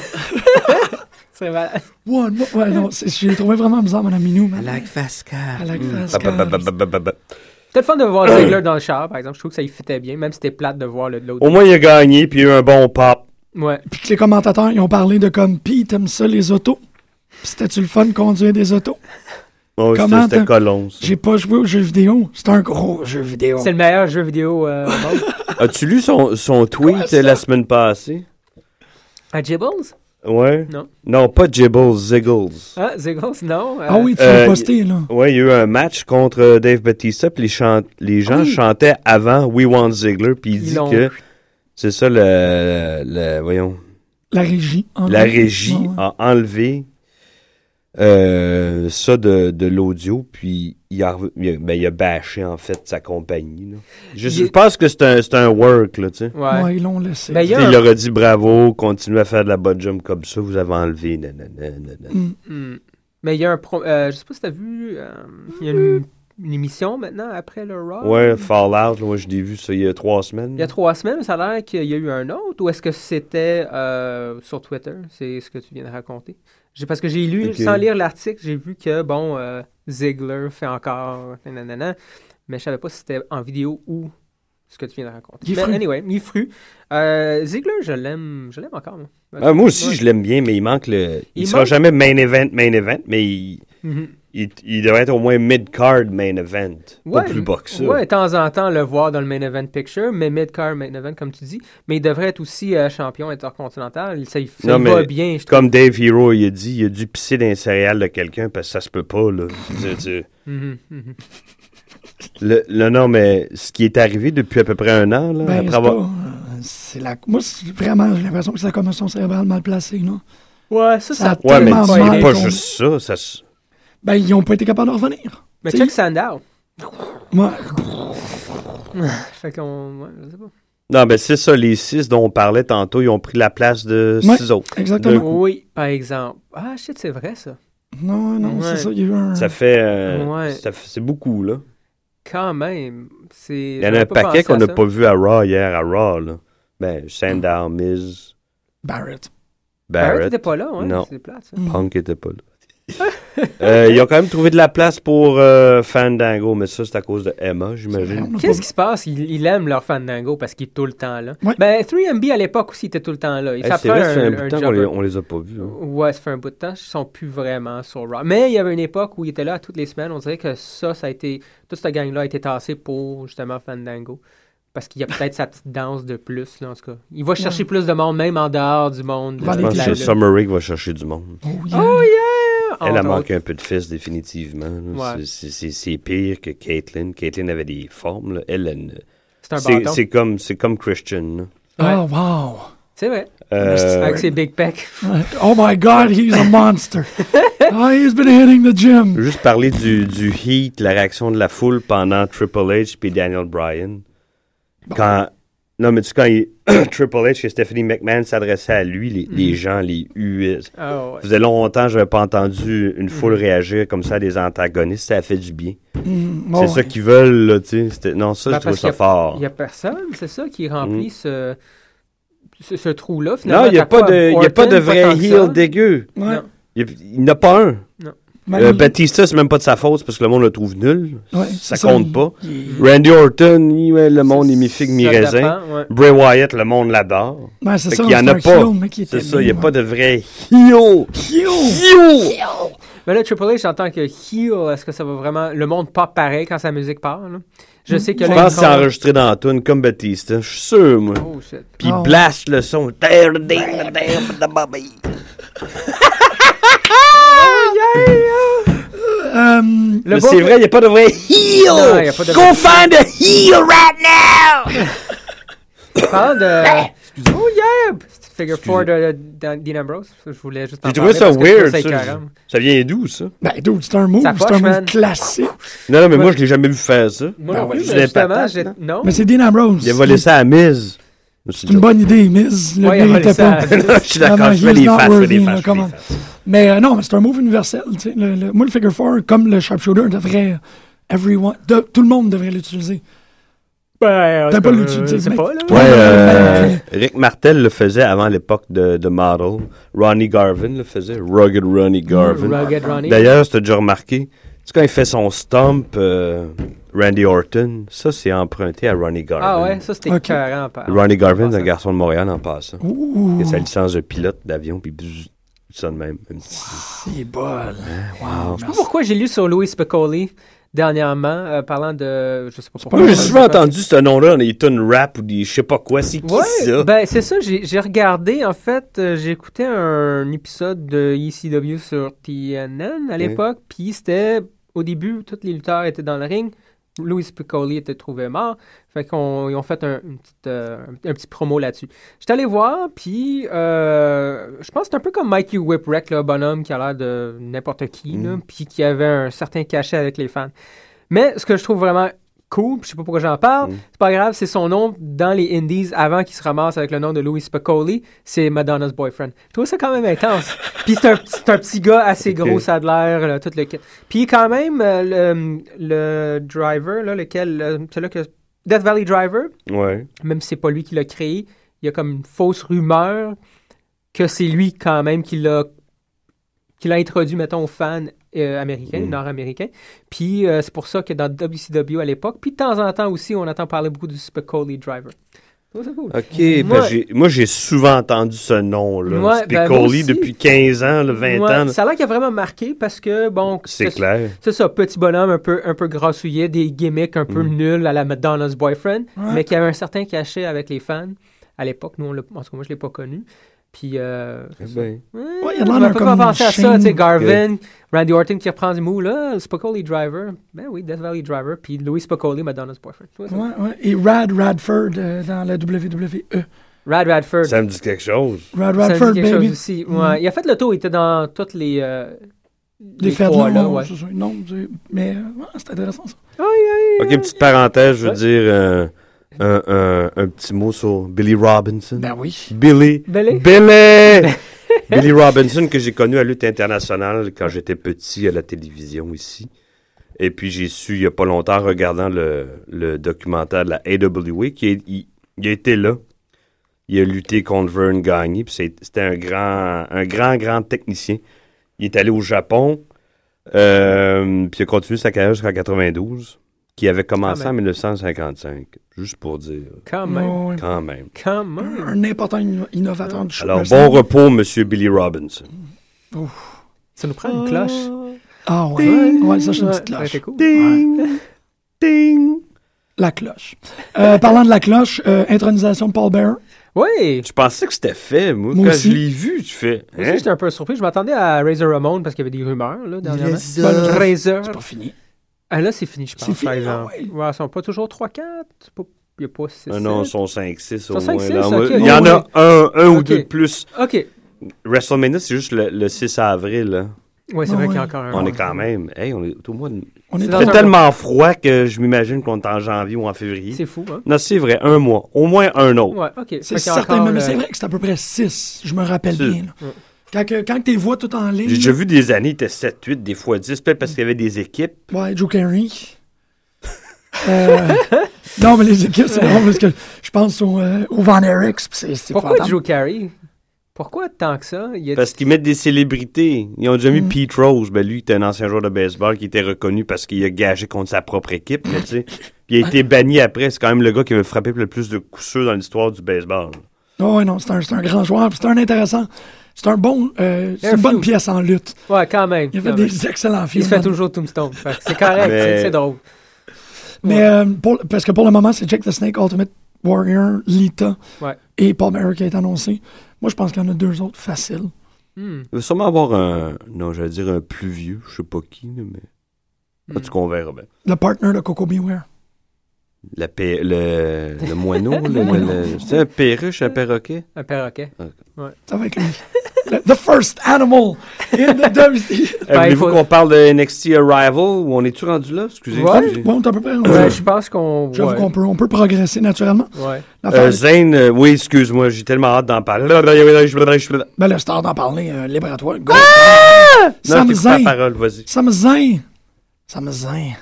[SPEAKER 6] C'est malade.
[SPEAKER 4] One, more- ouais, non, c'est- je l'ai trouvé vraiment bizarre, madame Minou, man.
[SPEAKER 5] Fasca.
[SPEAKER 4] I like fast
[SPEAKER 5] Ba, ba, ba,
[SPEAKER 4] cars.
[SPEAKER 5] ba, ba, ba, ba.
[SPEAKER 6] C'était le fun de voir Ziggler dans le char, par exemple. Je trouve que ça y fitait bien, même si c'était plate de voir le- l'autre.
[SPEAKER 5] Au moins, il a gagné, puis il a eu un bon pop.
[SPEAKER 6] Ouais.
[SPEAKER 4] Puis que les commentateurs, ils ont parlé de comme, pis t'aimes ça les autos? Puis c'était-tu le fun de conduire des autos?
[SPEAKER 5] Oh, c'était-
[SPEAKER 4] Comment
[SPEAKER 5] C'était
[SPEAKER 4] t'as-
[SPEAKER 5] colon, ça.
[SPEAKER 4] J'ai pas joué aux jeux vidéo. C'est un gros jeu vidéo.
[SPEAKER 6] C'est le meilleur jeu vidéo euh, au monde.
[SPEAKER 5] As-tu lu son, son tweet la semaine passée?
[SPEAKER 6] À Jibbles?
[SPEAKER 5] Ouais.
[SPEAKER 6] Non.
[SPEAKER 5] Non, pas Jibbles, Ziggles.
[SPEAKER 6] Ah, Ziggles? Non. euh,
[SPEAKER 4] Ah oui, tu
[SPEAKER 5] Euh,
[SPEAKER 4] l'as posté, là.
[SPEAKER 5] Ouais, il y a eu un match contre euh, Dave Bautista, puis les, chan- les gens chantaient avant We Want Ziggler, puis il
[SPEAKER 6] Ils
[SPEAKER 5] dit
[SPEAKER 6] l'ont-
[SPEAKER 5] que c'est ça le, le- voyons,
[SPEAKER 4] La régie. en
[SPEAKER 5] la
[SPEAKER 4] ligne. Ah
[SPEAKER 5] régie
[SPEAKER 4] Ouais, ouais.
[SPEAKER 5] a enlevé euh, ça de, de l'audio, puis il a, re- il a- ben, il a bâché en fait sa compagnie. là. Je,
[SPEAKER 6] Il-
[SPEAKER 5] je pense que c'est un, c'est un work, là, tu sais.
[SPEAKER 6] Ouais.
[SPEAKER 4] Ouais, ils l'ont laissé.
[SPEAKER 6] Mais il y a
[SPEAKER 5] Il
[SPEAKER 6] un-
[SPEAKER 5] leur a dit bravo, continuez à faire de la bonne jump comme ça, vous avez enlevé. nanana, nanana.
[SPEAKER 4] Mm.
[SPEAKER 6] Hmm. Mais il y a un... Pro... euh, je sais pas si t'as vu... euh, Il y a une... une émission maintenant, après le Raw.
[SPEAKER 5] Ouais, Fallout, là, moi je l'ai vu ça il y a trois semaines.
[SPEAKER 6] Il y a trois semaines, ça a l'air qu'il y a eu un autre, ou est-ce que c'était euh, sur Twitter? C'est ce que tu viens de raconter. J'ai- Parce que j'ai lu,
[SPEAKER 5] Ok.
[SPEAKER 6] sans lire l'article, j'ai vu que, bon, euh, Ziggler fait encore, nanana, mais je savais pas si c'était en vidéo ou ce que tu viens de raconter.
[SPEAKER 4] Il est
[SPEAKER 6] mais
[SPEAKER 4] fru.
[SPEAKER 6] anyway, il est fru. Euh, Ziggler, je l'aime, je l'aime encore. moi.
[SPEAKER 5] Ah, moi aussi,
[SPEAKER 6] Ouais.
[SPEAKER 5] je l'aime bien, mais il manque le. Il,
[SPEAKER 6] Il
[SPEAKER 5] sera
[SPEAKER 6] manque-
[SPEAKER 5] jamais main event, main event, mais il,
[SPEAKER 6] Mhm.
[SPEAKER 5] il, il devrait être au moins mid-card main event. Pas plus bas que ça.
[SPEAKER 6] Ouais, de temps en temps, le voir dans le main event picture, mais mid-card main event, comme tu dis. Mais il devrait être aussi euh, champion intercontinental. Ça, il, ça
[SPEAKER 5] Non,
[SPEAKER 6] il
[SPEAKER 5] mais
[SPEAKER 6] va bien, je trouve.
[SPEAKER 5] Comme Dave Hero, il a dit, il a dû pisser dans les céréales de quelqu'un parce que ça se peut pas, là. Je veux dire,
[SPEAKER 6] Mhm, mhm.
[SPEAKER 5] le, le- non, mais ce qui est arrivé depuis à peu près un an, là,
[SPEAKER 4] Ben,
[SPEAKER 5] après
[SPEAKER 4] c'est
[SPEAKER 5] avoir.
[SPEAKER 4] pas, euh, c'est la... Moi, c'est- vraiment, j'ai l'impression que c'est la commotion cérébrale mal placée, non?
[SPEAKER 6] Ouais, ça, ça,
[SPEAKER 4] Ça
[SPEAKER 6] a
[SPEAKER 4] a
[SPEAKER 5] Ouais, mais
[SPEAKER 4] tellement
[SPEAKER 6] pas
[SPEAKER 4] mal
[SPEAKER 5] c'est
[SPEAKER 6] aidé.
[SPEAKER 5] pas
[SPEAKER 4] tombé.
[SPEAKER 5] juste ça. ça se-
[SPEAKER 4] Ben, ils ont pas été capables de revenir.
[SPEAKER 6] Mais
[SPEAKER 4] T'sais,
[SPEAKER 6] check Sandow.
[SPEAKER 4] Moi,
[SPEAKER 6] Fait qu'on. Ouais, je sais pas.
[SPEAKER 5] Non, mais c'est ça, les six dont on parlait tantôt, ils ont pris la place de
[SPEAKER 4] Ouais.
[SPEAKER 5] six autres.
[SPEAKER 4] exactement.
[SPEAKER 6] Oui, par exemple. Ah, shit, c'est vrai ça.
[SPEAKER 4] Non, non,
[SPEAKER 6] Ouais.
[SPEAKER 4] c'est ça, il y a eu un...
[SPEAKER 5] Ça fait. euh,
[SPEAKER 6] Ouais.
[SPEAKER 5] ça fait- c'est beaucoup, là.
[SPEAKER 6] Quand même. c'est-
[SPEAKER 5] Il y en
[SPEAKER 6] j'aurais
[SPEAKER 5] a un
[SPEAKER 6] pas pensé
[SPEAKER 5] paquet
[SPEAKER 6] à
[SPEAKER 5] qu'on n'a
[SPEAKER 6] ça.
[SPEAKER 5] pas vu à Raw hier, à Raw, là. Ben, Sandow, Miz,
[SPEAKER 4] Barrett.
[SPEAKER 6] Barrett
[SPEAKER 5] Barrett.
[SPEAKER 6] n'était pas là, hein?
[SPEAKER 5] Non.
[SPEAKER 6] C'est plate, ça.
[SPEAKER 4] Mm.
[SPEAKER 5] Punk était pas là. Euh, ils ont quand même trouvé de la place pour euh, Fandango, mais ça, c'est à cause de Emma, j'imagine.
[SPEAKER 6] Qu'est-ce qui se passe? Il, il aime leur fandango parce qu'il est tout le temps là.
[SPEAKER 4] Ouais.
[SPEAKER 6] Ben, 3MB à l'époque aussi était tout le temps là. Il
[SPEAKER 5] Hey, c'est
[SPEAKER 6] s'appelait
[SPEAKER 5] vrai, ça fait un bout de temps qu'on
[SPEAKER 6] jobber.
[SPEAKER 5] les, on les a pas vus. hein.
[SPEAKER 6] Ouais, ça fait un bout de temps. Ils sont plus vraiment sur Raw. Mais il y avait une époque où ils étaient là toutes les semaines. On dirait que ça, ça a été. Toute cette gang-là a été tassée pour justement Fandango. Parce qu'il y a peut-être sa petite danse de plus, là, en tout cas. Il va chercher plus de monde, même en dehors du monde. de
[SPEAKER 4] Van
[SPEAKER 5] Je
[SPEAKER 6] cette
[SPEAKER 5] pense que
[SPEAKER 6] gang-là.
[SPEAKER 5] Summer Rae va chercher du monde.
[SPEAKER 4] Oh, yeah.
[SPEAKER 6] Oh yeah!
[SPEAKER 5] Elle a
[SPEAKER 6] Entre
[SPEAKER 5] manqué un peu de fils, définitivement. là.
[SPEAKER 6] Ouais.
[SPEAKER 5] C'est- C'est c'est pire que Caitlyn. Caitlyn avait des formes. là. Elle, elle ne-
[SPEAKER 6] autres. C'est un
[SPEAKER 5] c'est-
[SPEAKER 6] bâton.
[SPEAKER 5] c'est comme, c'est comme Christian. là.
[SPEAKER 4] Oh, wow.
[SPEAKER 6] C'est vrai.
[SPEAKER 5] Euh,
[SPEAKER 6] Avec ses big pecs.
[SPEAKER 4] Ouais. Oh my God, he's a monster. oh, he's been hitting the gym.
[SPEAKER 5] juste parler du, du heat, la réaction de la foule pendant Triple H puis Daniel Bryan. Quand, non, mais tu sais, quand il- Triple H et Stephanie McMahon s'adressaient à lui, les, les gens, les huaient.
[SPEAKER 6] Mm. Ah Mm. ouais.
[SPEAKER 5] Ça faisait longtemps que je n'avais pas entendu une foule réagir comme ça à des antagonistes. Ça a fait du bien.
[SPEAKER 4] Mm,
[SPEAKER 5] c'est
[SPEAKER 4] oh,
[SPEAKER 5] ça qu'ils veulent, là, tu sais. C'était- Non, ça,
[SPEAKER 6] Ben,
[SPEAKER 5] je trouve
[SPEAKER 6] parce qu'il
[SPEAKER 5] ça
[SPEAKER 6] y a-
[SPEAKER 5] fort.
[SPEAKER 6] Il n'y a personne, c'est ça, qui remplit
[SPEAKER 5] Mm.
[SPEAKER 6] ce, ce, ce trou-là, finalement.
[SPEAKER 5] Non, il n'y a,
[SPEAKER 6] T'as
[SPEAKER 5] pas de- il y a
[SPEAKER 6] Orton,
[SPEAKER 5] pas de
[SPEAKER 6] tant
[SPEAKER 5] vrai
[SPEAKER 6] que
[SPEAKER 5] heel
[SPEAKER 6] ça.
[SPEAKER 5] dégueu.
[SPEAKER 4] ouais.
[SPEAKER 6] Non.
[SPEAKER 5] Il y a- il n'y en a pas un.
[SPEAKER 6] Ben,
[SPEAKER 4] Même-
[SPEAKER 5] Euh, Batista, c'est même pas de sa faute c'est parce que le monde le trouve nul.
[SPEAKER 4] ouais,
[SPEAKER 5] ça
[SPEAKER 4] c'est
[SPEAKER 5] compte
[SPEAKER 4] il-
[SPEAKER 5] pas.
[SPEAKER 4] il-
[SPEAKER 5] Randy Orton, il- ouais, le monde est mi figue, mi
[SPEAKER 6] Ça
[SPEAKER 5] raisin.
[SPEAKER 6] dépend, ouais.
[SPEAKER 5] Bray Wyatt, le monde l'adore.
[SPEAKER 4] Ouais, c'est
[SPEAKER 5] Fait
[SPEAKER 4] ça,
[SPEAKER 5] qu'il y en
[SPEAKER 4] c'est
[SPEAKER 5] a
[SPEAKER 4] un
[SPEAKER 5] pas.
[SPEAKER 4] heel, mais qui
[SPEAKER 5] C'est
[SPEAKER 4] était
[SPEAKER 5] ça, il n'y a
[SPEAKER 4] nul,
[SPEAKER 5] pas
[SPEAKER 4] ouais.
[SPEAKER 5] de vrai heel.
[SPEAKER 4] Heel.
[SPEAKER 5] Heel!
[SPEAKER 6] Mais Ben là, Triple H, j'entends que heel, est-ce que ça va vraiment. Le monde part pareil quand sa musique part, là? Je sais que
[SPEAKER 5] Je
[SPEAKER 6] là.
[SPEAKER 5] pense
[SPEAKER 6] il
[SPEAKER 5] que c'est enregistré dans la toune comme Batista. Je suis sûr, moi.
[SPEAKER 6] Oh shit.
[SPEAKER 5] Puis il
[SPEAKER 4] Ah ouais.
[SPEAKER 5] blast le son. Terre, ding, terre, de bobby.
[SPEAKER 4] Euh,
[SPEAKER 6] Le
[SPEAKER 5] Mais
[SPEAKER 6] beau-
[SPEAKER 5] c'est vrai, il n'y a pas de vrai heel.
[SPEAKER 6] Non, il y a pas de vrai
[SPEAKER 5] Go find a heel right now!
[SPEAKER 6] Parlant hein, de. Oh yeah! Petite Figure 4 de, de, de Dean Ambrose. Ça, Je voulais juste en
[SPEAKER 5] J'ai trouvé
[SPEAKER 6] parler
[SPEAKER 5] ça
[SPEAKER 6] parce que je trouve
[SPEAKER 5] weird.
[SPEAKER 6] ça
[SPEAKER 5] ça. Ah
[SPEAKER 6] écœurant.
[SPEAKER 5] Ça vient d'où, ça?
[SPEAKER 4] ben, dude, c'est un move,
[SPEAKER 6] Ça
[SPEAKER 4] c'est
[SPEAKER 6] poche,
[SPEAKER 4] un move
[SPEAKER 6] man.
[SPEAKER 4] classique.
[SPEAKER 5] Non, non, mais moi, je l'ai jamais vu faire ça. Ah,
[SPEAKER 6] Moi,
[SPEAKER 4] Ben
[SPEAKER 6] non
[SPEAKER 4] oui,
[SPEAKER 6] plus,
[SPEAKER 5] c'est
[SPEAKER 6] mais
[SPEAKER 5] des
[SPEAKER 6] justement,
[SPEAKER 5] patates,
[SPEAKER 6] j'ai.
[SPEAKER 5] non?
[SPEAKER 6] Non?
[SPEAKER 4] Mais c'est Dean Ambrose.
[SPEAKER 5] Il a volé ça à Miz.
[SPEAKER 4] C'est une bonne idée, Miz. Le
[SPEAKER 6] Ouais, il
[SPEAKER 4] gars,
[SPEAKER 6] a
[SPEAKER 4] il
[SPEAKER 6] volé
[SPEAKER 4] était
[SPEAKER 6] ça
[SPEAKER 4] pas.
[SPEAKER 6] à Miz.
[SPEAKER 5] Je suis d'accord,
[SPEAKER 4] Vraiment,
[SPEAKER 5] je fais
[SPEAKER 4] he's
[SPEAKER 5] les
[SPEAKER 4] not
[SPEAKER 5] faces, je fais
[SPEAKER 4] worthy,
[SPEAKER 5] les
[SPEAKER 4] là,
[SPEAKER 5] faces. je fais
[SPEAKER 4] comment-
[SPEAKER 5] les faces.
[SPEAKER 4] Mais euh, non, mais c'est un move universel. tu sais. Le- le- moi, le figure four, comme le sharpshooter, devrait. euh, Everyone, de- tout le monde devrait l'utiliser.
[SPEAKER 6] Ben,
[SPEAKER 4] T'as pas euh,
[SPEAKER 5] euh,
[SPEAKER 4] l'utiliser.
[SPEAKER 6] C'est
[SPEAKER 4] mec.
[SPEAKER 6] pas, là.
[SPEAKER 4] Tu peux
[SPEAKER 5] Ouais,
[SPEAKER 4] pas
[SPEAKER 5] euh,
[SPEAKER 4] le-
[SPEAKER 5] Rick Martel le faisait avant l'époque de, de Model. Ronnie Garvin le faisait. Rugged Ronnie Garvin.
[SPEAKER 6] Rugged Ronnie.
[SPEAKER 5] D'ailleurs, tu as déjà remarqué, c'est quand il fait son stomp, euh, Randy Orton, ça, c'est emprunté à Ronnie Garvin.
[SPEAKER 6] Ah ouais, ça c'était
[SPEAKER 4] Ok.
[SPEAKER 6] écœurant. par-
[SPEAKER 5] Ronnie Garvin,
[SPEAKER 6] Ah,
[SPEAKER 5] un
[SPEAKER 6] ça.
[SPEAKER 5] garçon de Montréal en passant.
[SPEAKER 4] Ouh,
[SPEAKER 5] Il a sa licence de pilote d'avion, puis bzzz, ça de même. Un petit-
[SPEAKER 4] c'est bol.
[SPEAKER 5] Wow.
[SPEAKER 4] Wow.
[SPEAKER 6] Je sais pas pourquoi j'ai lu sur Louis Spicoli dernièrement, euh, parlant de. Je sais pas pourquoi.
[SPEAKER 5] Moi, j'ai souvent entendu ce nom-là dans des tunes rap ou des je sais pas quoi. C'est qui ça?
[SPEAKER 6] Ouais, ben c'est ça, j'ai j'ai regardé, en fait, euh, j'ai écouté un épisode de ECW sur TNN à l'époque, puis c'était, au début, tous les lutteurs étaient dans le ring, Louis Piccoli était trouvé mort, fait qu'on ils ont fait un, une petite, euh, un petit promo là-dessus. J'étais allé voir, puis euh, je pense que c'est un peu comme Mikey Whipwreck, le bonhomme qui a l'air de n'importe qui, là, puis qui avait un certain cachet avec les fans. Mais ce que je trouve vraiment cool, puis je sais pas pourquoi j'en parle, c'est pas grave, c'est son nom dans les indies avant qu'il se ramasse avec le nom de Louis Spicoli, c'est Madonna's Boyfriend. Je trouve ça quand même intense. puis c'est un, petit- c'est un petit gars assez gros, ça a de l'air, là, tout le kit. Puis quand même, euh, le, le driver, là, lequel, euh, celui que... Death Valley Driver,
[SPEAKER 5] Ouais.
[SPEAKER 6] même si c'est pas lui qui l'a créé, il y a comme une fausse rumeur que c'est lui quand même qui l'a qui l'a introduit, mettons, aux fans euh, américains,
[SPEAKER 5] Mm.
[SPEAKER 6] nord-américains. Puis euh, c'est pour ça que dans WCW à l'époque, puis de temps en temps aussi, on entend parler beaucoup du Spicoli Driver. Oh, c'est cool.
[SPEAKER 5] OK, ben
[SPEAKER 6] Moi-
[SPEAKER 5] j'ai- moi j'ai souvent entendu ce nom-là.
[SPEAKER 6] Ouais, ben, moi
[SPEAKER 5] Spicoli
[SPEAKER 6] aussi.
[SPEAKER 5] depuis 15 ans, le 20
[SPEAKER 6] Ouais,
[SPEAKER 5] ans. là.
[SPEAKER 6] Ça a l'air qu'il a vraiment marqué parce que, bon...
[SPEAKER 5] C'est clair.
[SPEAKER 6] C'est ça, petit bonhomme un peu, un peu grassouillet, des gimmicks un
[SPEAKER 5] Mm.
[SPEAKER 6] peu nuls à la Madonna's Boyfriend, mais qui avait un certain cachet avec les fans à l'époque. Nous, on l'a- en tout cas, moi, je l'ai pas connu. Puis, euh, c'est ça.
[SPEAKER 4] Ouais, il y a
[SPEAKER 6] je
[SPEAKER 4] de
[SPEAKER 6] m'avais
[SPEAKER 4] l'air
[SPEAKER 6] pas
[SPEAKER 4] comme
[SPEAKER 6] pensé à ça,
[SPEAKER 4] Shane.
[SPEAKER 6] tu sais, Garvin, Randy Orton qui reprend du mou, là, Spicoli Driver, ben oui, Death Valley Driver, puis Louis Spicoli, Madonna's Boyfriend. Tu vois ça?
[SPEAKER 4] Ouais, ouais. Et Rad Radford euh, dans la E. WWE.
[SPEAKER 6] Rad Radford,
[SPEAKER 5] Ça me dit quelque chose.
[SPEAKER 4] Rad
[SPEAKER 6] ça me dit
[SPEAKER 4] Radford,
[SPEAKER 6] quelque
[SPEAKER 4] baby. Mm-hmm.
[SPEAKER 6] chose aussi. Ouais, Il a fait le tour, il était dans toutes les... euh,
[SPEAKER 4] Des fêtes,
[SPEAKER 6] trois, là,
[SPEAKER 4] non,
[SPEAKER 6] ouais.
[SPEAKER 4] c'est ça. Non, c'est- mais euh, ouais, c'est intéressant ça.
[SPEAKER 5] OK, petite parenthèse, je veux dire euh, un, un- un petit mot sur Billy Robinson.
[SPEAKER 4] Ben oui.
[SPEAKER 5] Billy.
[SPEAKER 6] Billy?
[SPEAKER 5] Billy! Billy Robinson, que j'ai connu à Lutte Internationale quand j'étais petit à la télévision ici. Et puis j'ai su il n'y a pas longtemps, en regardant le, le documentaire de la AWA, qui est- il, il était là. Il a lutté contre Vern Gagne, puis c'est- c'était un grand, un grand, grand technicien. Il est allé au Japon, euh, puis il a continué sa carrière jusqu'en 92, qui avait commencé
[SPEAKER 6] Ah,
[SPEAKER 5] en
[SPEAKER 6] mais-
[SPEAKER 5] 1955, juste pour dire,
[SPEAKER 6] Quand même.
[SPEAKER 4] Ouais, ouais.
[SPEAKER 5] quand même.
[SPEAKER 6] Quand même.
[SPEAKER 4] Un important inno- innovateur du show.
[SPEAKER 5] Alors, bon repos, Monsieur Billy Robinson.
[SPEAKER 6] Ça nous prend une cloche.
[SPEAKER 4] Ah ouais. Ouais, ça, j'ai une
[SPEAKER 6] Ouais,
[SPEAKER 4] petite
[SPEAKER 6] ça aurait
[SPEAKER 4] cloche.
[SPEAKER 6] été cool.
[SPEAKER 5] Ding!
[SPEAKER 4] La cloche. Euh, parlant de la cloche, euh, intronisation de Paul Bearer.
[SPEAKER 6] Oui!
[SPEAKER 5] Je pensais que c'était fait, moi.
[SPEAKER 4] Moi
[SPEAKER 5] Quand
[SPEAKER 4] aussi.
[SPEAKER 5] je l'ai vu, tu fais.
[SPEAKER 6] Moi aussi,
[SPEAKER 5] hein?
[SPEAKER 6] J'étais un peu surpris. Je m'attendais à Razor Ramon parce qu'il y avait des rumeurs là, dernièrement.
[SPEAKER 4] Ben, là, c'est-
[SPEAKER 6] Razor.
[SPEAKER 4] C'est pas fini.
[SPEAKER 6] Ah, là, c'est fini, je pense.
[SPEAKER 4] C'est fini,
[SPEAKER 6] par
[SPEAKER 4] ah
[SPEAKER 6] exemple.
[SPEAKER 4] ouais.
[SPEAKER 6] ils sont pas toujours 3-4. c'est pas- Il n'y a pas 6.
[SPEAKER 5] Ah non, ils sont 5-6 au
[SPEAKER 6] Sont
[SPEAKER 5] moins.
[SPEAKER 6] 5-6,
[SPEAKER 5] là.
[SPEAKER 6] ok,
[SPEAKER 5] Moi,
[SPEAKER 6] ok.
[SPEAKER 5] Il y en a un, un ou
[SPEAKER 6] Ok.
[SPEAKER 5] deux de plus.
[SPEAKER 6] OK.
[SPEAKER 5] WrestleMania, c'est juste le, le 6 avril. là.
[SPEAKER 6] Ouais, c'est
[SPEAKER 4] Ah
[SPEAKER 6] vrai qu'il y a
[SPEAKER 4] ouais.
[SPEAKER 6] encore un.
[SPEAKER 5] On est quand même. Hey, on est au mois de-
[SPEAKER 4] On est
[SPEAKER 6] C'est
[SPEAKER 4] dans
[SPEAKER 6] dans
[SPEAKER 5] C'est
[SPEAKER 6] un-
[SPEAKER 5] tellement froid que je m'imagine qu'on est en janvier ou en
[SPEAKER 6] C'est
[SPEAKER 5] février.
[SPEAKER 6] fou, hein?
[SPEAKER 5] Non, c'est vrai, un mois. Au moins un autre.
[SPEAKER 6] Ouais, OK.
[SPEAKER 4] C'est
[SPEAKER 6] Fait qu'il y a
[SPEAKER 4] certain,
[SPEAKER 6] encore
[SPEAKER 4] mais
[SPEAKER 6] le-
[SPEAKER 4] c'est vrai que c'est à peu près 6, je me rappelle
[SPEAKER 5] C'est-
[SPEAKER 4] bien. là. Quand, que- quand tu les vois tout en ligne,
[SPEAKER 5] J'ai déjà vu des années, il était 7, 8, des fois 10, peut-être parce qu'il y avait des équipes.
[SPEAKER 4] ouais, Joe Carey. Euh, non, mais les équipes, c'est drôle parce que je pense au, euh, au Van Erics, pis c'est c'est
[SPEAKER 6] Pourquoi
[SPEAKER 4] épouvantable.
[SPEAKER 6] Joe Carey? Pourquoi tant que ça? Il y a-
[SPEAKER 5] Parce qu'ils mettent des célébrités. Ils ont déjà mis
[SPEAKER 6] Mm.
[SPEAKER 5] Pete Rose. Ben, lui, il était un ancien joueur de baseball qui était reconnu parce qu'il a gagé contre sa propre équipe. Mais, tu sais, il a
[SPEAKER 6] Ah.
[SPEAKER 5] été banni après. C'est quand même le gars qui avait frappé le plus de coups sûrs dans l'histoire du baseball.
[SPEAKER 4] Non, Ah ouais, non, c'est un, c'est un grand joueur, pis c'est un intéressant. C'est un bon, euh, c'est
[SPEAKER 6] Un
[SPEAKER 4] une bonne
[SPEAKER 6] feud.
[SPEAKER 4] pièce en lutte.
[SPEAKER 6] Ah Ouais, quand même.
[SPEAKER 4] Il a fait
[SPEAKER 6] quand même.
[SPEAKER 4] des excellents
[SPEAKER 6] Il
[SPEAKER 4] films.
[SPEAKER 6] se fait toujours tombstone. Fait que C'est correct,
[SPEAKER 5] Mais-
[SPEAKER 6] c'est- c'est drôle.
[SPEAKER 4] Mais euh, pour- parce que pour le moment, c'est Jack the Snake, Ultimate Warrior, Lita
[SPEAKER 6] Ouais.
[SPEAKER 4] et Paul Bearer qui est annoncé. Moi, je pense qu'il y en a deux autres faciles.
[SPEAKER 6] Hmm.
[SPEAKER 5] Il va sûrement avoir un. Non, j'allais dire un plus vieux. Je sais pas qui, là, mais. En tout cas, on verra bien.
[SPEAKER 4] Le partner de Coco Beware.
[SPEAKER 5] La paie- le, le moineau, là, le-
[SPEAKER 4] moineau.
[SPEAKER 5] le- c'est un perruche, un perroquet.
[SPEAKER 6] Un perroquet.
[SPEAKER 4] Ça va être lui. Le- the first animal in the WWE.
[SPEAKER 5] Euh,
[SPEAKER 6] Ben,
[SPEAKER 5] Voulez-vous
[SPEAKER 6] faut-
[SPEAKER 5] qu'on parle de NXT Arrival ou on est-tu rendu là? Excusez.
[SPEAKER 6] Ouais.
[SPEAKER 5] excusez.
[SPEAKER 4] Bon, t'as à peu près.
[SPEAKER 6] Ouais, je pense qu'on.
[SPEAKER 4] J'avoue
[SPEAKER 6] ouais.
[SPEAKER 4] qu'on peut, on peut progresser naturellement.
[SPEAKER 6] Ouais.
[SPEAKER 4] L'affaire-
[SPEAKER 5] Euh, Zane, euh, oui, excuse-moi, j'ai tellement hâte d'en parler. Non,
[SPEAKER 4] ben, le star d'en parler, euh, libre à toi. Go.
[SPEAKER 6] Ah!
[SPEAKER 5] je
[SPEAKER 4] Sam
[SPEAKER 5] t'écoute la
[SPEAKER 4] Zayn.
[SPEAKER 5] parole, vas-y.
[SPEAKER 4] Sam Zayn. Sam Zayn.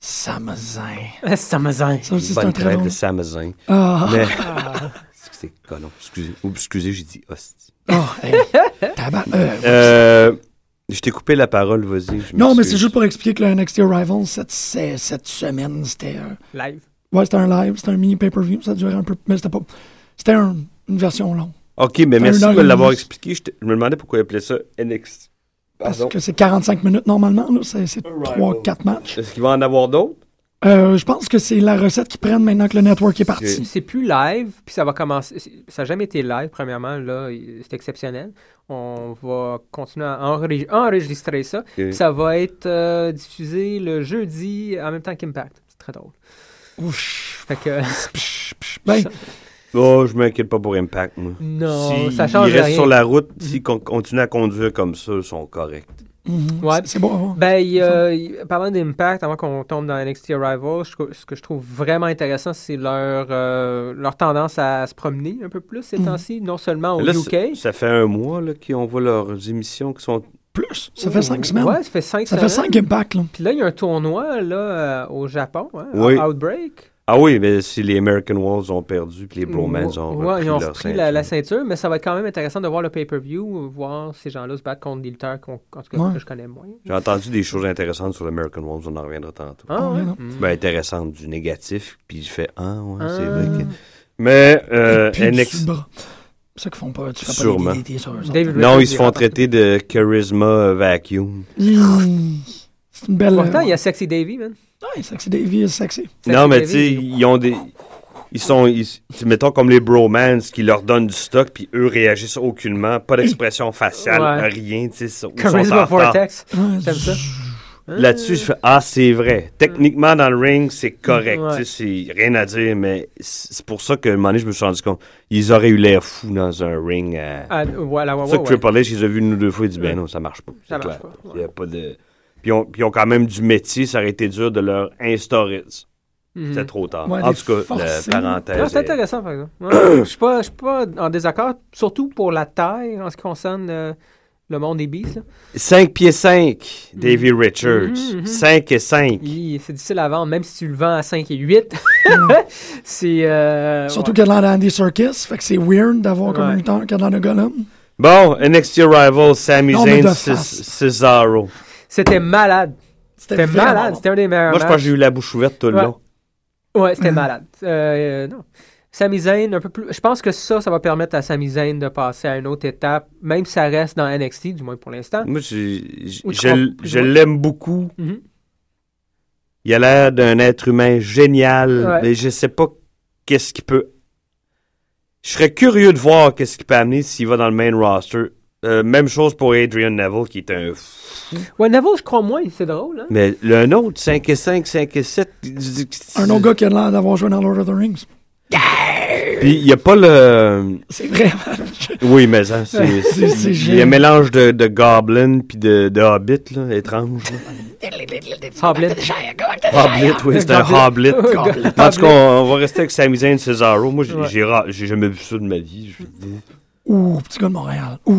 [SPEAKER 4] Sam Zayn.
[SPEAKER 6] Ça me zin.
[SPEAKER 4] Ça aussi, c'est
[SPEAKER 5] Bonne
[SPEAKER 4] un très
[SPEAKER 5] traite
[SPEAKER 4] bon.
[SPEAKER 5] de Samazin.
[SPEAKER 4] Ah,
[SPEAKER 5] Mais... C'est que c'est colon. Excusez. Ou excusez, j'ai dit hostie.
[SPEAKER 4] ah, hey. Tabac. euh,
[SPEAKER 5] Euh, je t'ai coupé la parole, vas-y. je
[SPEAKER 4] Non, mais
[SPEAKER 5] m'excuse.
[SPEAKER 4] c'est juste pour expliquer que le NXT Arrival, cette, c'est- cette semaine, c'était. euh,
[SPEAKER 6] Live.
[SPEAKER 4] ouais, c'était un live, c'était un mini pay-per-view, ça durait un peu. Mais c'était pas. C'était un- une version longue.
[SPEAKER 5] OK, mais merci
[SPEAKER 4] heure
[SPEAKER 5] de
[SPEAKER 4] et
[SPEAKER 5] l'avoir
[SPEAKER 4] demie.
[SPEAKER 5] expliqué. Je, te- je me demandais pourquoi il appelait ça NXT.
[SPEAKER 4] Parce
[SPEAKER 5] Pardon.
[SPEAKER 4] que c'est 45 minutes normalement, là, c'est 3-4 matchs.
[SPEAKER 5] Est-ce qu'il va en avoir d'autres?
[SPEAKER 4] Euh, je pense que c'est la recette qu'ils prennent maintenant que le network est parti.
[SPEAKER 6] C'est plus live, puis ça va commencer. c'est- Ça n'a jamais été live, premièrement. Là, il- c'est exceptionnel. On va continuer à enri- enregistrer ça. puis Ça va être euh, diffusé le jeudi en même temps qu'Impact. C'est très drôle.
[SPEAKER 4] Ouch.
[SPEAKER 6] Fait que.
[SPEAKER 4] Psh, psh. Ben,
[SPEAKER 6] Ça-
[SPEAKER 5] Oh, je m'inquiète pas pour Impact, moi.
[SPEAKER 6] non,
[SPEAKER 5] Si
[SPEAKER 6] ça change
[SPEAKER 5] ils restent
[SPEAKER 6] rien. Mm-hmm.
[SPEAKER 5] sur la route, s'ils con- continuent à conduire comme ça, ils sont corrects.
[SPEAKER 4] mhm,
[SPEAKER 6] Ouais.
[SPEAKER 4] c'est- c'est beau à voir.
[SPEAKER 6] Ben, il y a- il- parlant d'Impact, avant qu'on tombe dans NXT Arrival, je trou- ce que je trouve vraiment intéressant, c'est leur, euh, leur tendance à se promener un peu plus ces temps-ci, non seulement au
[SPEAKER 5] Là,
[SPEAKER 6] UK.
[SPEAKER 5] ça- ça fait un mois là, qu'on voit leurs émissions qui sont
[SPEAKER 4] Plus, ça fait 5 semaines.
[SPEAKER 6] Ouais, ça fait cinq
[SPEAKER 4] ça
[SPEAKER 6] semaines.
[SPEAKER 4] fait 5 impacts, là.
[SPEAKER 6] Puis là, il y a un tournoi là, euh, au Japon, hein,
[SPEAKER 5] Oui.
[SPEAKER 6] Outbreak.
[SPEAKER 5] Ah oui, mais si les American Walls ont perdu, puis les Bromans ont
[SPEAKER 6] Ouais,
[SPEAKER 5] repris
[SPEAKER 6] ils ont
[SPEAKER 5] leur
[SPEAKER 6] repris la, la
[SPEAKER 5] ceinture.
[SPEAKER 6] ceinture, mais ça va être quand même intéressant de voir le pay-per-view, voir ces gens-là se battre contre des lutteurs qu'on- en tout cas,
[SPEAKER 4] Ouais.
[SPEAKER 6] que je connais moins.
[SPEAKER 5] J'ai entendu des choses intéressantes sur l'American Walls, on en reviendra tantôt.
[SPEAKER 6] Ah, ouais.
[SPEAKER 4] non.
[SPEAKER 6] Mm.
[SPEAKER 5] Ben, intéressante, du négatif, puis je fais « Ah, ouais, c'est
[SPEAKER 6] Ah.
[SPEAKER 5] vrai que... » Mais euh,
[SPEAKER 4] Puis du
[SPEAKER 5] NXT...
[SPEAKER 4] bras. C'est ça qu'ils font pas. Tu fais
[SPEAKER 5] Sûrement.
[SPEAKER 4] pas des DDT sur eux autres.
[SPEAKER 5] Non,
[SPEAKER 6] David Richards
[SPEAKER 5] ils se font
[SPEAKER 6] dira-
[SPEAKER 5] traiter de « charisma euh, vacuum
[SPEAKER 4] Mmh. C'est une belle.
[SPEAKER 6] Pourtant,
[SPEAKER 4] euh,
[SPEAKER 6] il y a Sexy Davy, man.
[SPEAKER 4] ouais, sexy Davy, sexy. ».
[SPEAKER 5] Non, mais tu
[SPEAKER 6] Sexy
[SPEAKER 5] sais,
[SPEAKER 6] Davy,
[SPEAKER 5] ils ont des... Ils sont, ils- tu- mettons, comme les Bromans qui leur donnent du stock, puis eux réagissent aucunement, pas d'expression faciale,
[SPEAKER 6] Ouais.
[SPEAKER 5] rien, tu sais, ils sont ils sont en
[SPEAKER 6] Charisma
[SPEAKER 5] retard.
[SPEAKER 6] Vortex.
[SPEAKER 4] Ouais,
[SPEAKER 6] J'aime ça.
[SPEAKER 5] Là-dessus, je fais Ah, c'est vrai. Techniquement, dans le ring, c'est correct.
[SPEAKER 6] Mm. Ouais.
[SPEAKER 5] Tu sais, C'est rien à dire, mais c'est c'est pour ça que, un moment donné, je me suis rendu compte. Ils auraient eu l'air fous dans un ring. euh.
[SPEAKER 6] Ah, voilà, ouais,
[SPEAKER 5] C'est
[SPEAKER 6] ouais,
[SPEAKER 5] pour ça que
[SPEAKER 6] ouais.
[SPEAKER 5] Triple H, ils ont vu une ou deux fois, ils disent Ben non, ça marche pas.
[SPEAKER 6] Ça
[SPEAKER 5] C'est clair.
[SPEAKER 6] marche pas, ouais.
[SPEAKER 5] Il y a pas de. Puis ils ont, puis ils ont quand même du métier, ça aurait été dur de leur instaurer. ça.
[SPEAKER 6] Mhm.
[SPEAKER 5] C'était trop tard.
[SPEAKER 4] Ouais,
[SPEAKER 5] en
[SPEAKER 4] des
[SPEAKER 5] tout cas,
[SPEAKER 4] forcés.
[SPEAKER 5] la
[SPEAKER 6] Non,
[SPEAKER 5] parenthèse.
[SPEAKER 6] Ah, c'est
[SPEAKER 5] est-
[SPEAKER 6] intéressant, par exemple. Ouais. je ne suis, pas- je suis pas en désaccord, surtout pour la taille en ce qui concerne euh, le monde des Beasts. là.
[SPEAKER 5] 5 pieds 5,
[SPEAKER 6] Mm.
[SPEAKER 5] Davy Richards.
[SPEAKER 6] Mhm, mhm.
[SPEAKER 5] 5 et 5.
[SPEAKER 6] Il- C'est difficile à vendre, même si tu le vends à 5 et 8. c'est. euh,
[SPEAKER 4] Hmm. Surtout
[SPEAKER 6] ouais.
[SPEAKER 4] qu'il y a de l'Andy Circus, fait que c'est weird d'avoir comme
[SPEAKER 6] Ouais.
[SPEAKER 4] un lutteur qui a de l'air de Gollum.
[SPEAKER 5] Bon, NXT Rival, Sami
[SPEAKER 4] Non, mais
[SPEAKER 5] Zayn,
[SPEAKER 4] de
[SPEAKER 5] Ces-
[SPEAKER 4] face.
[SPEAKER 5] Cesaro.
[SPEAKER 6] C'était malade. C'était
[SPEAKER 4] vraiment
[SPEAKER 6] malade.
[SPEAKER 4] bon.
[SPEAKER 6] C'était un des meilleurs.
[SPEAKER 5] Moi, je pense que j'ai eu la bouche ouverte tout le
[SPEAKER 6] Ouais.
[SPEAKER 5] long.
[SPEAKER 6] Ouais, c'était malade. Euh, euh, non. Sami Zayn, un peu plus. Je pense que ça, ça va permettre à Sami Zayn de passer à une autre étape, même si ça reste dans NXT, du moins pour l'instant.
[SPEAKER 5] Moi, j'ai- j'ai-
[SPEAKER 6] Ou tu
[SPEAKER 5] je,
[SPEAKER 6] crois-
[SPEAKER 5] l-
[SPEAKER 6] plus
[SPEAKER 5] je
[SPEAKER 6] ou moins.
[SPEAKER 5] l'aime beaucoup.
[SPEAKER 6] Mhm.
[SPEAKER 5] Il a l'air d'un être humain génial.
[SPEAKER 6] Ouais.
[SPEAKER 5] Mais je sais pas qu'est-ce qu'il peut. Je serais curieux de voir qu'est-ce qu'il peut amener s'il va dans le main roster. Euh, même chose pour Adrian Neville, qui est un. f-
[SPEAKER 6] Ouais, Neville, je crois moins, c'est drôle. Hein?
[SPEAKER 5] Mais le autre, 5 et 5, 5 et 7.
[SPEAKER 4] Un autre gars qui a l'air d'avoir joué dans Lord of the Rings.
[SPEAKER 5] Puis, il n'y a pas le.
[SPEAKER 4] C'est vrai.
[SPEAKER 5] Oui, mais hein, c'est. c'est-
[SPEAKER 4] c'est
[SPEAKER 5] Il y a un
[SPEAKER 4] génial.
[SPEAKER 5] mélange de, de Goblin puis de, de Hobbit, là, étrange. là.
[SPEAKER 6] Hoblin.
[SPEAKER 5] Hoblit, oui, c'est un Hoblit.
[SPEAKER 6] Goblet.
[SPEAKER 5] En tout cas, on, on va rester avec Sami Zayn et Cesaro. Moi, j'ai-
[SPEAKER 6] Ouais.
[SPEAKER 5] j'ai ra- j'ai jamais vu ça de ma vie. je-
[SPEAKER 4] Euh, Ouh, petit gars de Montréal. Ouh.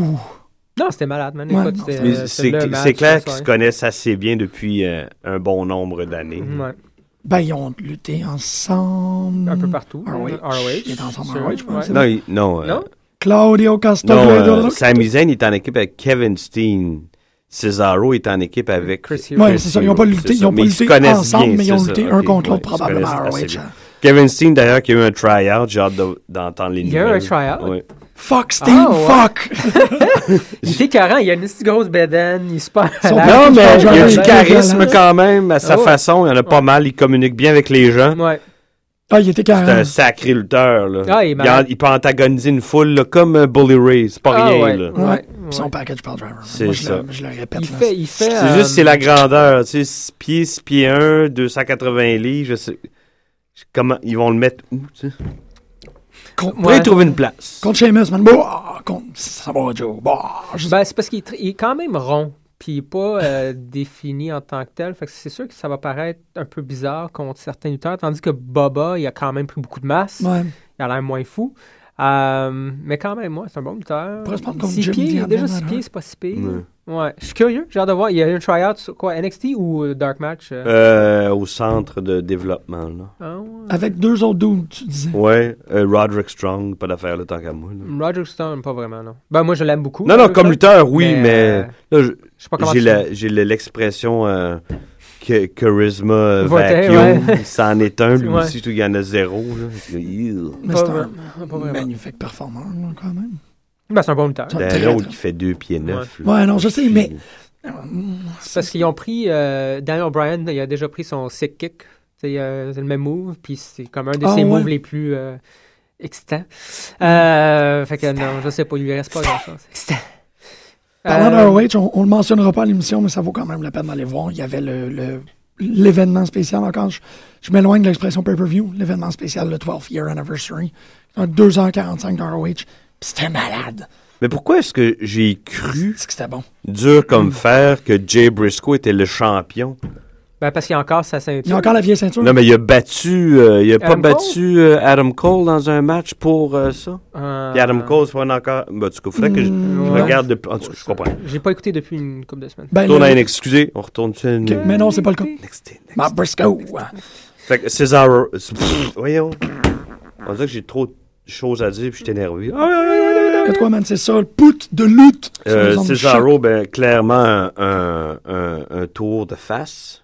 [SPEAKER 6] Non, c'était malade, man.
[SPEAKER 4] Ouais,
[SPEAKER 6] Écoute,
[SPEAKER 4] non,
[SPEAKER 6] c'était-
[SPEAKER 5] Mais
[SPEAKER 6] euh,
[SPEAKER 5] c'est
[SPEAKER 6] le match,
[SPEAKER 5] c'est clair
[SPEAKER 6] la
[SPEAKER 5] qu'ils se
[SPEAKER 6] soirée.
[SPEAKER 5] connaissent assez bien depuis euh, un bon nombre d'années.
[SPEAKER 6] Ouais,
[SPEAKER 4] Ben, ils ont lutté ensemble.
[SPEAKER 6] un peu partout.
[SPEAKER 4] ROH.
[SPEAKER 6] ROH.
[SPEAKER 4] Ils étaient ensemble
[SPEAKER 6] Sûr,
[SPEAKER 4] à ROH, je pense.
[SPEAKER 6] ouais.
[SPEAKER 5] Non, il- non, euh,
[SPEAKER 6] Non?
[SPEAKER 4] Claudio
[SPEAKER 5] non, euh,
[SPEAKER 4] Castagnoli.
[SPEAKER 5] Sami Zayn est en équipe avec Kevin Steen. Cesaro est en équipe avec
[SPEAKER 6] Chris Hero.
[SPEAKER 4] Ouais, c'est ça. Ils n'ont pas lutté,
[SPEAKER 5] C'est
[SPEAKER 4] ils ont
[SPEAKER 5] ça,
[SPEAKER 4] pas
[SPEAKER 5] mais ils se
[SPEAKER 4] lutté
[SPEAKER 5] connaissent
[SPEAKER 4] ensemble,
[SPEAKER 5] bien,
[SPEAKER 4] mais ils ont
[SPEAKER 5] c'est ça,
[SPEAKER 4] lutté
[SPEAKER 5] ok,
[SPEAKER 4] un contre
[SPEAKER 5] ouais,
[SPEAKER 4] l'autre,
[SPEAKER 5] ils se
[SPEAKER 4] probablement à
[SPEAKER 5] connaissent assez
[SPEAKER 4] ROH.
[SPEAKER 5] bien. Kevin Steen, d'ailleurs, qui a eu un try-out. J'ai hâte de- d'entendre les
[SPEAKER 6] Il y a eu un
[SPEAKER 5] nouvelles.
[SPEAKER 6] try-out?
[SPEAKER 5] Ouais.
[SPEAKER 4] Fuck, Steve,
[SPEAKER 6] Ah, ouais.
[SPEAKER 4] fuck!
[SPEAKER 6] Il était carré, il a une petite grosse bédaine, il se perd.
[SPEAKER 4] Son
[SPEAKER 6] à
[SPEAKER 4] père-
[SPEAKER 5] Non, mais Euh, il y a
[SPEAKER 4] Ouais,
[SPEAKER 5] du
[SPEAKER 4] ouais.
[SPEAKER 5] charisme quand même à sa
[SPEAKER 6] Ah ouais.
[SPEAKER 5] façon. Il y en a pas mal. Il communique bien avec les gens.
[SPEAKER 6] la- Ouais.
[SPEAKER 4] Ah, il était
[SPEAKER 5] C'est un
[SPEAKER 4] carré.
[SPEAKER 5] sacré lutteur. Là.
[SPEAKER 6] Ah, il est
[SPEAKER 5] il,
[SPEAKER 6] malade.
[SPEAKER 5] en- il peut antagoniser une foule là, comme euh, Bully Ray. C'est pas
[SPEAKER 6] Ah,
[SPEAKER 5] rien.
[SPEAKER 6] ouais.
[SPEAKER 5] là.
[SPEAKER 4] Ouais.
[SPEAKER 6] Ouais,
[SPEAKER 4] Puis Son package par driver.
[SPEAKER 5] C'est
[SPEAKER 4] Moi, je
[SPEAKER 5] ça.
[SPEAKER 4] le- Je le répète.
[SPEAKER 6] Il
[SPEAKER 4] là.
[SPEAKER 6] fait, il fait. euh,
[SPEAKER 5] C'est juste, c'est la grandeur. Tu sais, 6 pieds, 6 pieds 1, 280 livres. Je sais. je- Comment ils vont le mettre où, tu sais?
[SPEAKER 4] Con-
[SPEAKER 5] Pour y trouver une place.
[SPEAKER 4] Contre Sheamus, man. Bah, contre Samoa Joe. Bah, je-
[SPEAKER 6] Ben, c'est parce qu'il est tr- il est quand même rond, puis il n'est pas euh, défini en tant que tel. Fait que c'est sûr que ça va paraître un peu bizarre contre certains lutteurs, tandis que Boba, il a quand même pris beaucoup de masse.
[SPEAKER 4] Ouais.
[SPEAKER 6] Il a l'air moins fou. Euh, mais quand même, moi, c'est un bon lutteur.
[SPEAKER 4] pourrait se prendre contre
[SPEAKER 6] Six
[SPEAKER 4] Jim
[SPEAKER 6] pieds,
[SPEAKER 4] Diamond,
[SPEAKER 6] déjà six
[SPEAKER 4] hein.
[SPEAKER 6] pieds, c'est pas si pire.
[SPEAKER 5] Ouais.
[SPEAKER 6] Ouais. Je suis curieux, j'ai hâte de voir. Il y a eu un tryout sur quoi NXT ou euh, Dark Match euh?
[SPEAKER 5] Euh, au centre de développement. Là.
[SPEAKER 6] Ah, ouais.
[SPEAKER 4] Avec deux autres dudes, tu disais.
[SPEAKER 5] Ouais, euh, Roderick Strong, pas d'affaire le tant qu'à moi. là.
[SPEAKER 6] Roger Stone, pas vraiment, non. Ben, moi, je l'aime beaucoup.
[SPEAKER 5] Non, non,
[SPEAKER 6] Roger
[SPEAKER 5] comme
[SPEAKER 6] Stone.
[SPEAKER 5] lutteur, oui,
[SPEAKER 6] Mais, euh,
[SPEAKER 5] mais, là, je-
[SPEAKER 6] Je sais pas comment
[SPEAKER 5] J'ai
[SPEAKER 6] tu-
[SPEAKER 5] la- j'ai le- l'expression euh, cha- charisma euh,
[SPEAKER 6] Voté,
[SPEAKER 5] vacuum.
[SPEAKER 6] ouais.
[SPEAKER 5] Ça en est un, lui
[SPEAKER 6] Ouais.
[SPEAKER 5] aussi, tout, il y en a zéro. là. Ew.
[SPEAKER 4] Mais
[SPEAKER 6] Pas
[SPEAKER 4] c'est un
[SPEAKER 6] vraiment, pas vraiment.
[SPEAKER 4] magnifique performeur, là, quand même.
[SPEAKER 6] Ben, c'est un bon lutteur.
[SPEAKER 4] Ça-
[SPEAKER 5] T'as
[SPEAKER 4] Très,
[SPEAKER 5] un autre
[SPEAKER 4] très.
[SPEAKER 5] qui fait deux pieds neuf. là.
[SPEAKER 4] Ouais, non, je sais,
[SPEAKER 6] Euh,
[SPEAKER 4] mais.
[SPEAKER 6] C'est Parce qu'ils ont pris euh, Daniel Bryan, il a déjà pris son sick kick. C'est euh, c'est le même move, puis c'est comme un de
[SPEAKER 4] Ah,
[SPEAKER 6] ses
[SPEAKER 4] ouais. Mm.
[SPEAKER 6] moves les plus euh, excitants. Euh, fait que non, je sais pas, il lui reste pas grand-chose. Euh, Excitant.
[SPEAKER 4] Parlant
[SPEAKER 6] Euh,
[SPEAKER 4] de ROH, on, on le mentionnera pas à l'émission, mais ça vaut quand même la peine d'aller voir. Il y avait le- le- l'événement spécial, encore, je, je m'éloigne de l'expression pay-per-view, l'événement spécial, le 12th Year Anniversary. Un 2h45 de ROH. Puis c'était malade.
[SPEAKER 5] Mais pourquoi est-ce que j'ai cru,
[SPEAKER 4] C'est que c'était bon.
[SPEAKER 5] dur
[SPEAKER 6] Hmm.
[SPEAKER 5] comme fer, que Jay Briscoe était le champion?
[SPEAKER 6] ben, parce qu'il y a encore
[SPEAKER 4] Il y
[SPEAKER 6] sa
[SPEAKER 4] a
[SPEAKER 6] ceinture.
[SPEAKER 4] encore la vieille ceinture.
[SPEAKER 5] Non, mais il a battu, euh, il a pas
[SPEAKER 6] Adam
[SPEAKER 5] battu euh, Adam Cole dans un match pour euh, ça.
[SPEAKER 6] Euh,
[SPEAKER 5] Puis Adam Cole, c'est pas encore. Bah, du coup, faudrait que je, je
[SPEAKER 6] ouais.
[SPEAKER 5] regarde. de- En tout cas, je comprends.
[SPEAKER 6] J'ai pas écouté depuis une couple de semaines.
[SPEAKER 4] Ben,
[SPEAKER 5] Tourne à
[SPEAKER 4] le-
[SPEAKER 5] NXT, excusez, on retourne sur une.
[SPEAKER 4] que- mais non, c'est pas le cas.
[SPEAKER 5] NXT.
[SPEAKER 4] Ma Briscoe.
[SPEAKER 5] Fait que César. Pff, Voyons. On dirait que j'ai trop de choses à dire puis je suis énervé.
[SPEAKER 4] Ah, Que toi, man, c'est ça, le put de lutte. sur les
[SPEAKER 5] Euh,
[SPEAKER 4] ondes du choc.
[SPEAKER 5] Cesaro, ben, clairement, un, un- un- un tour de face.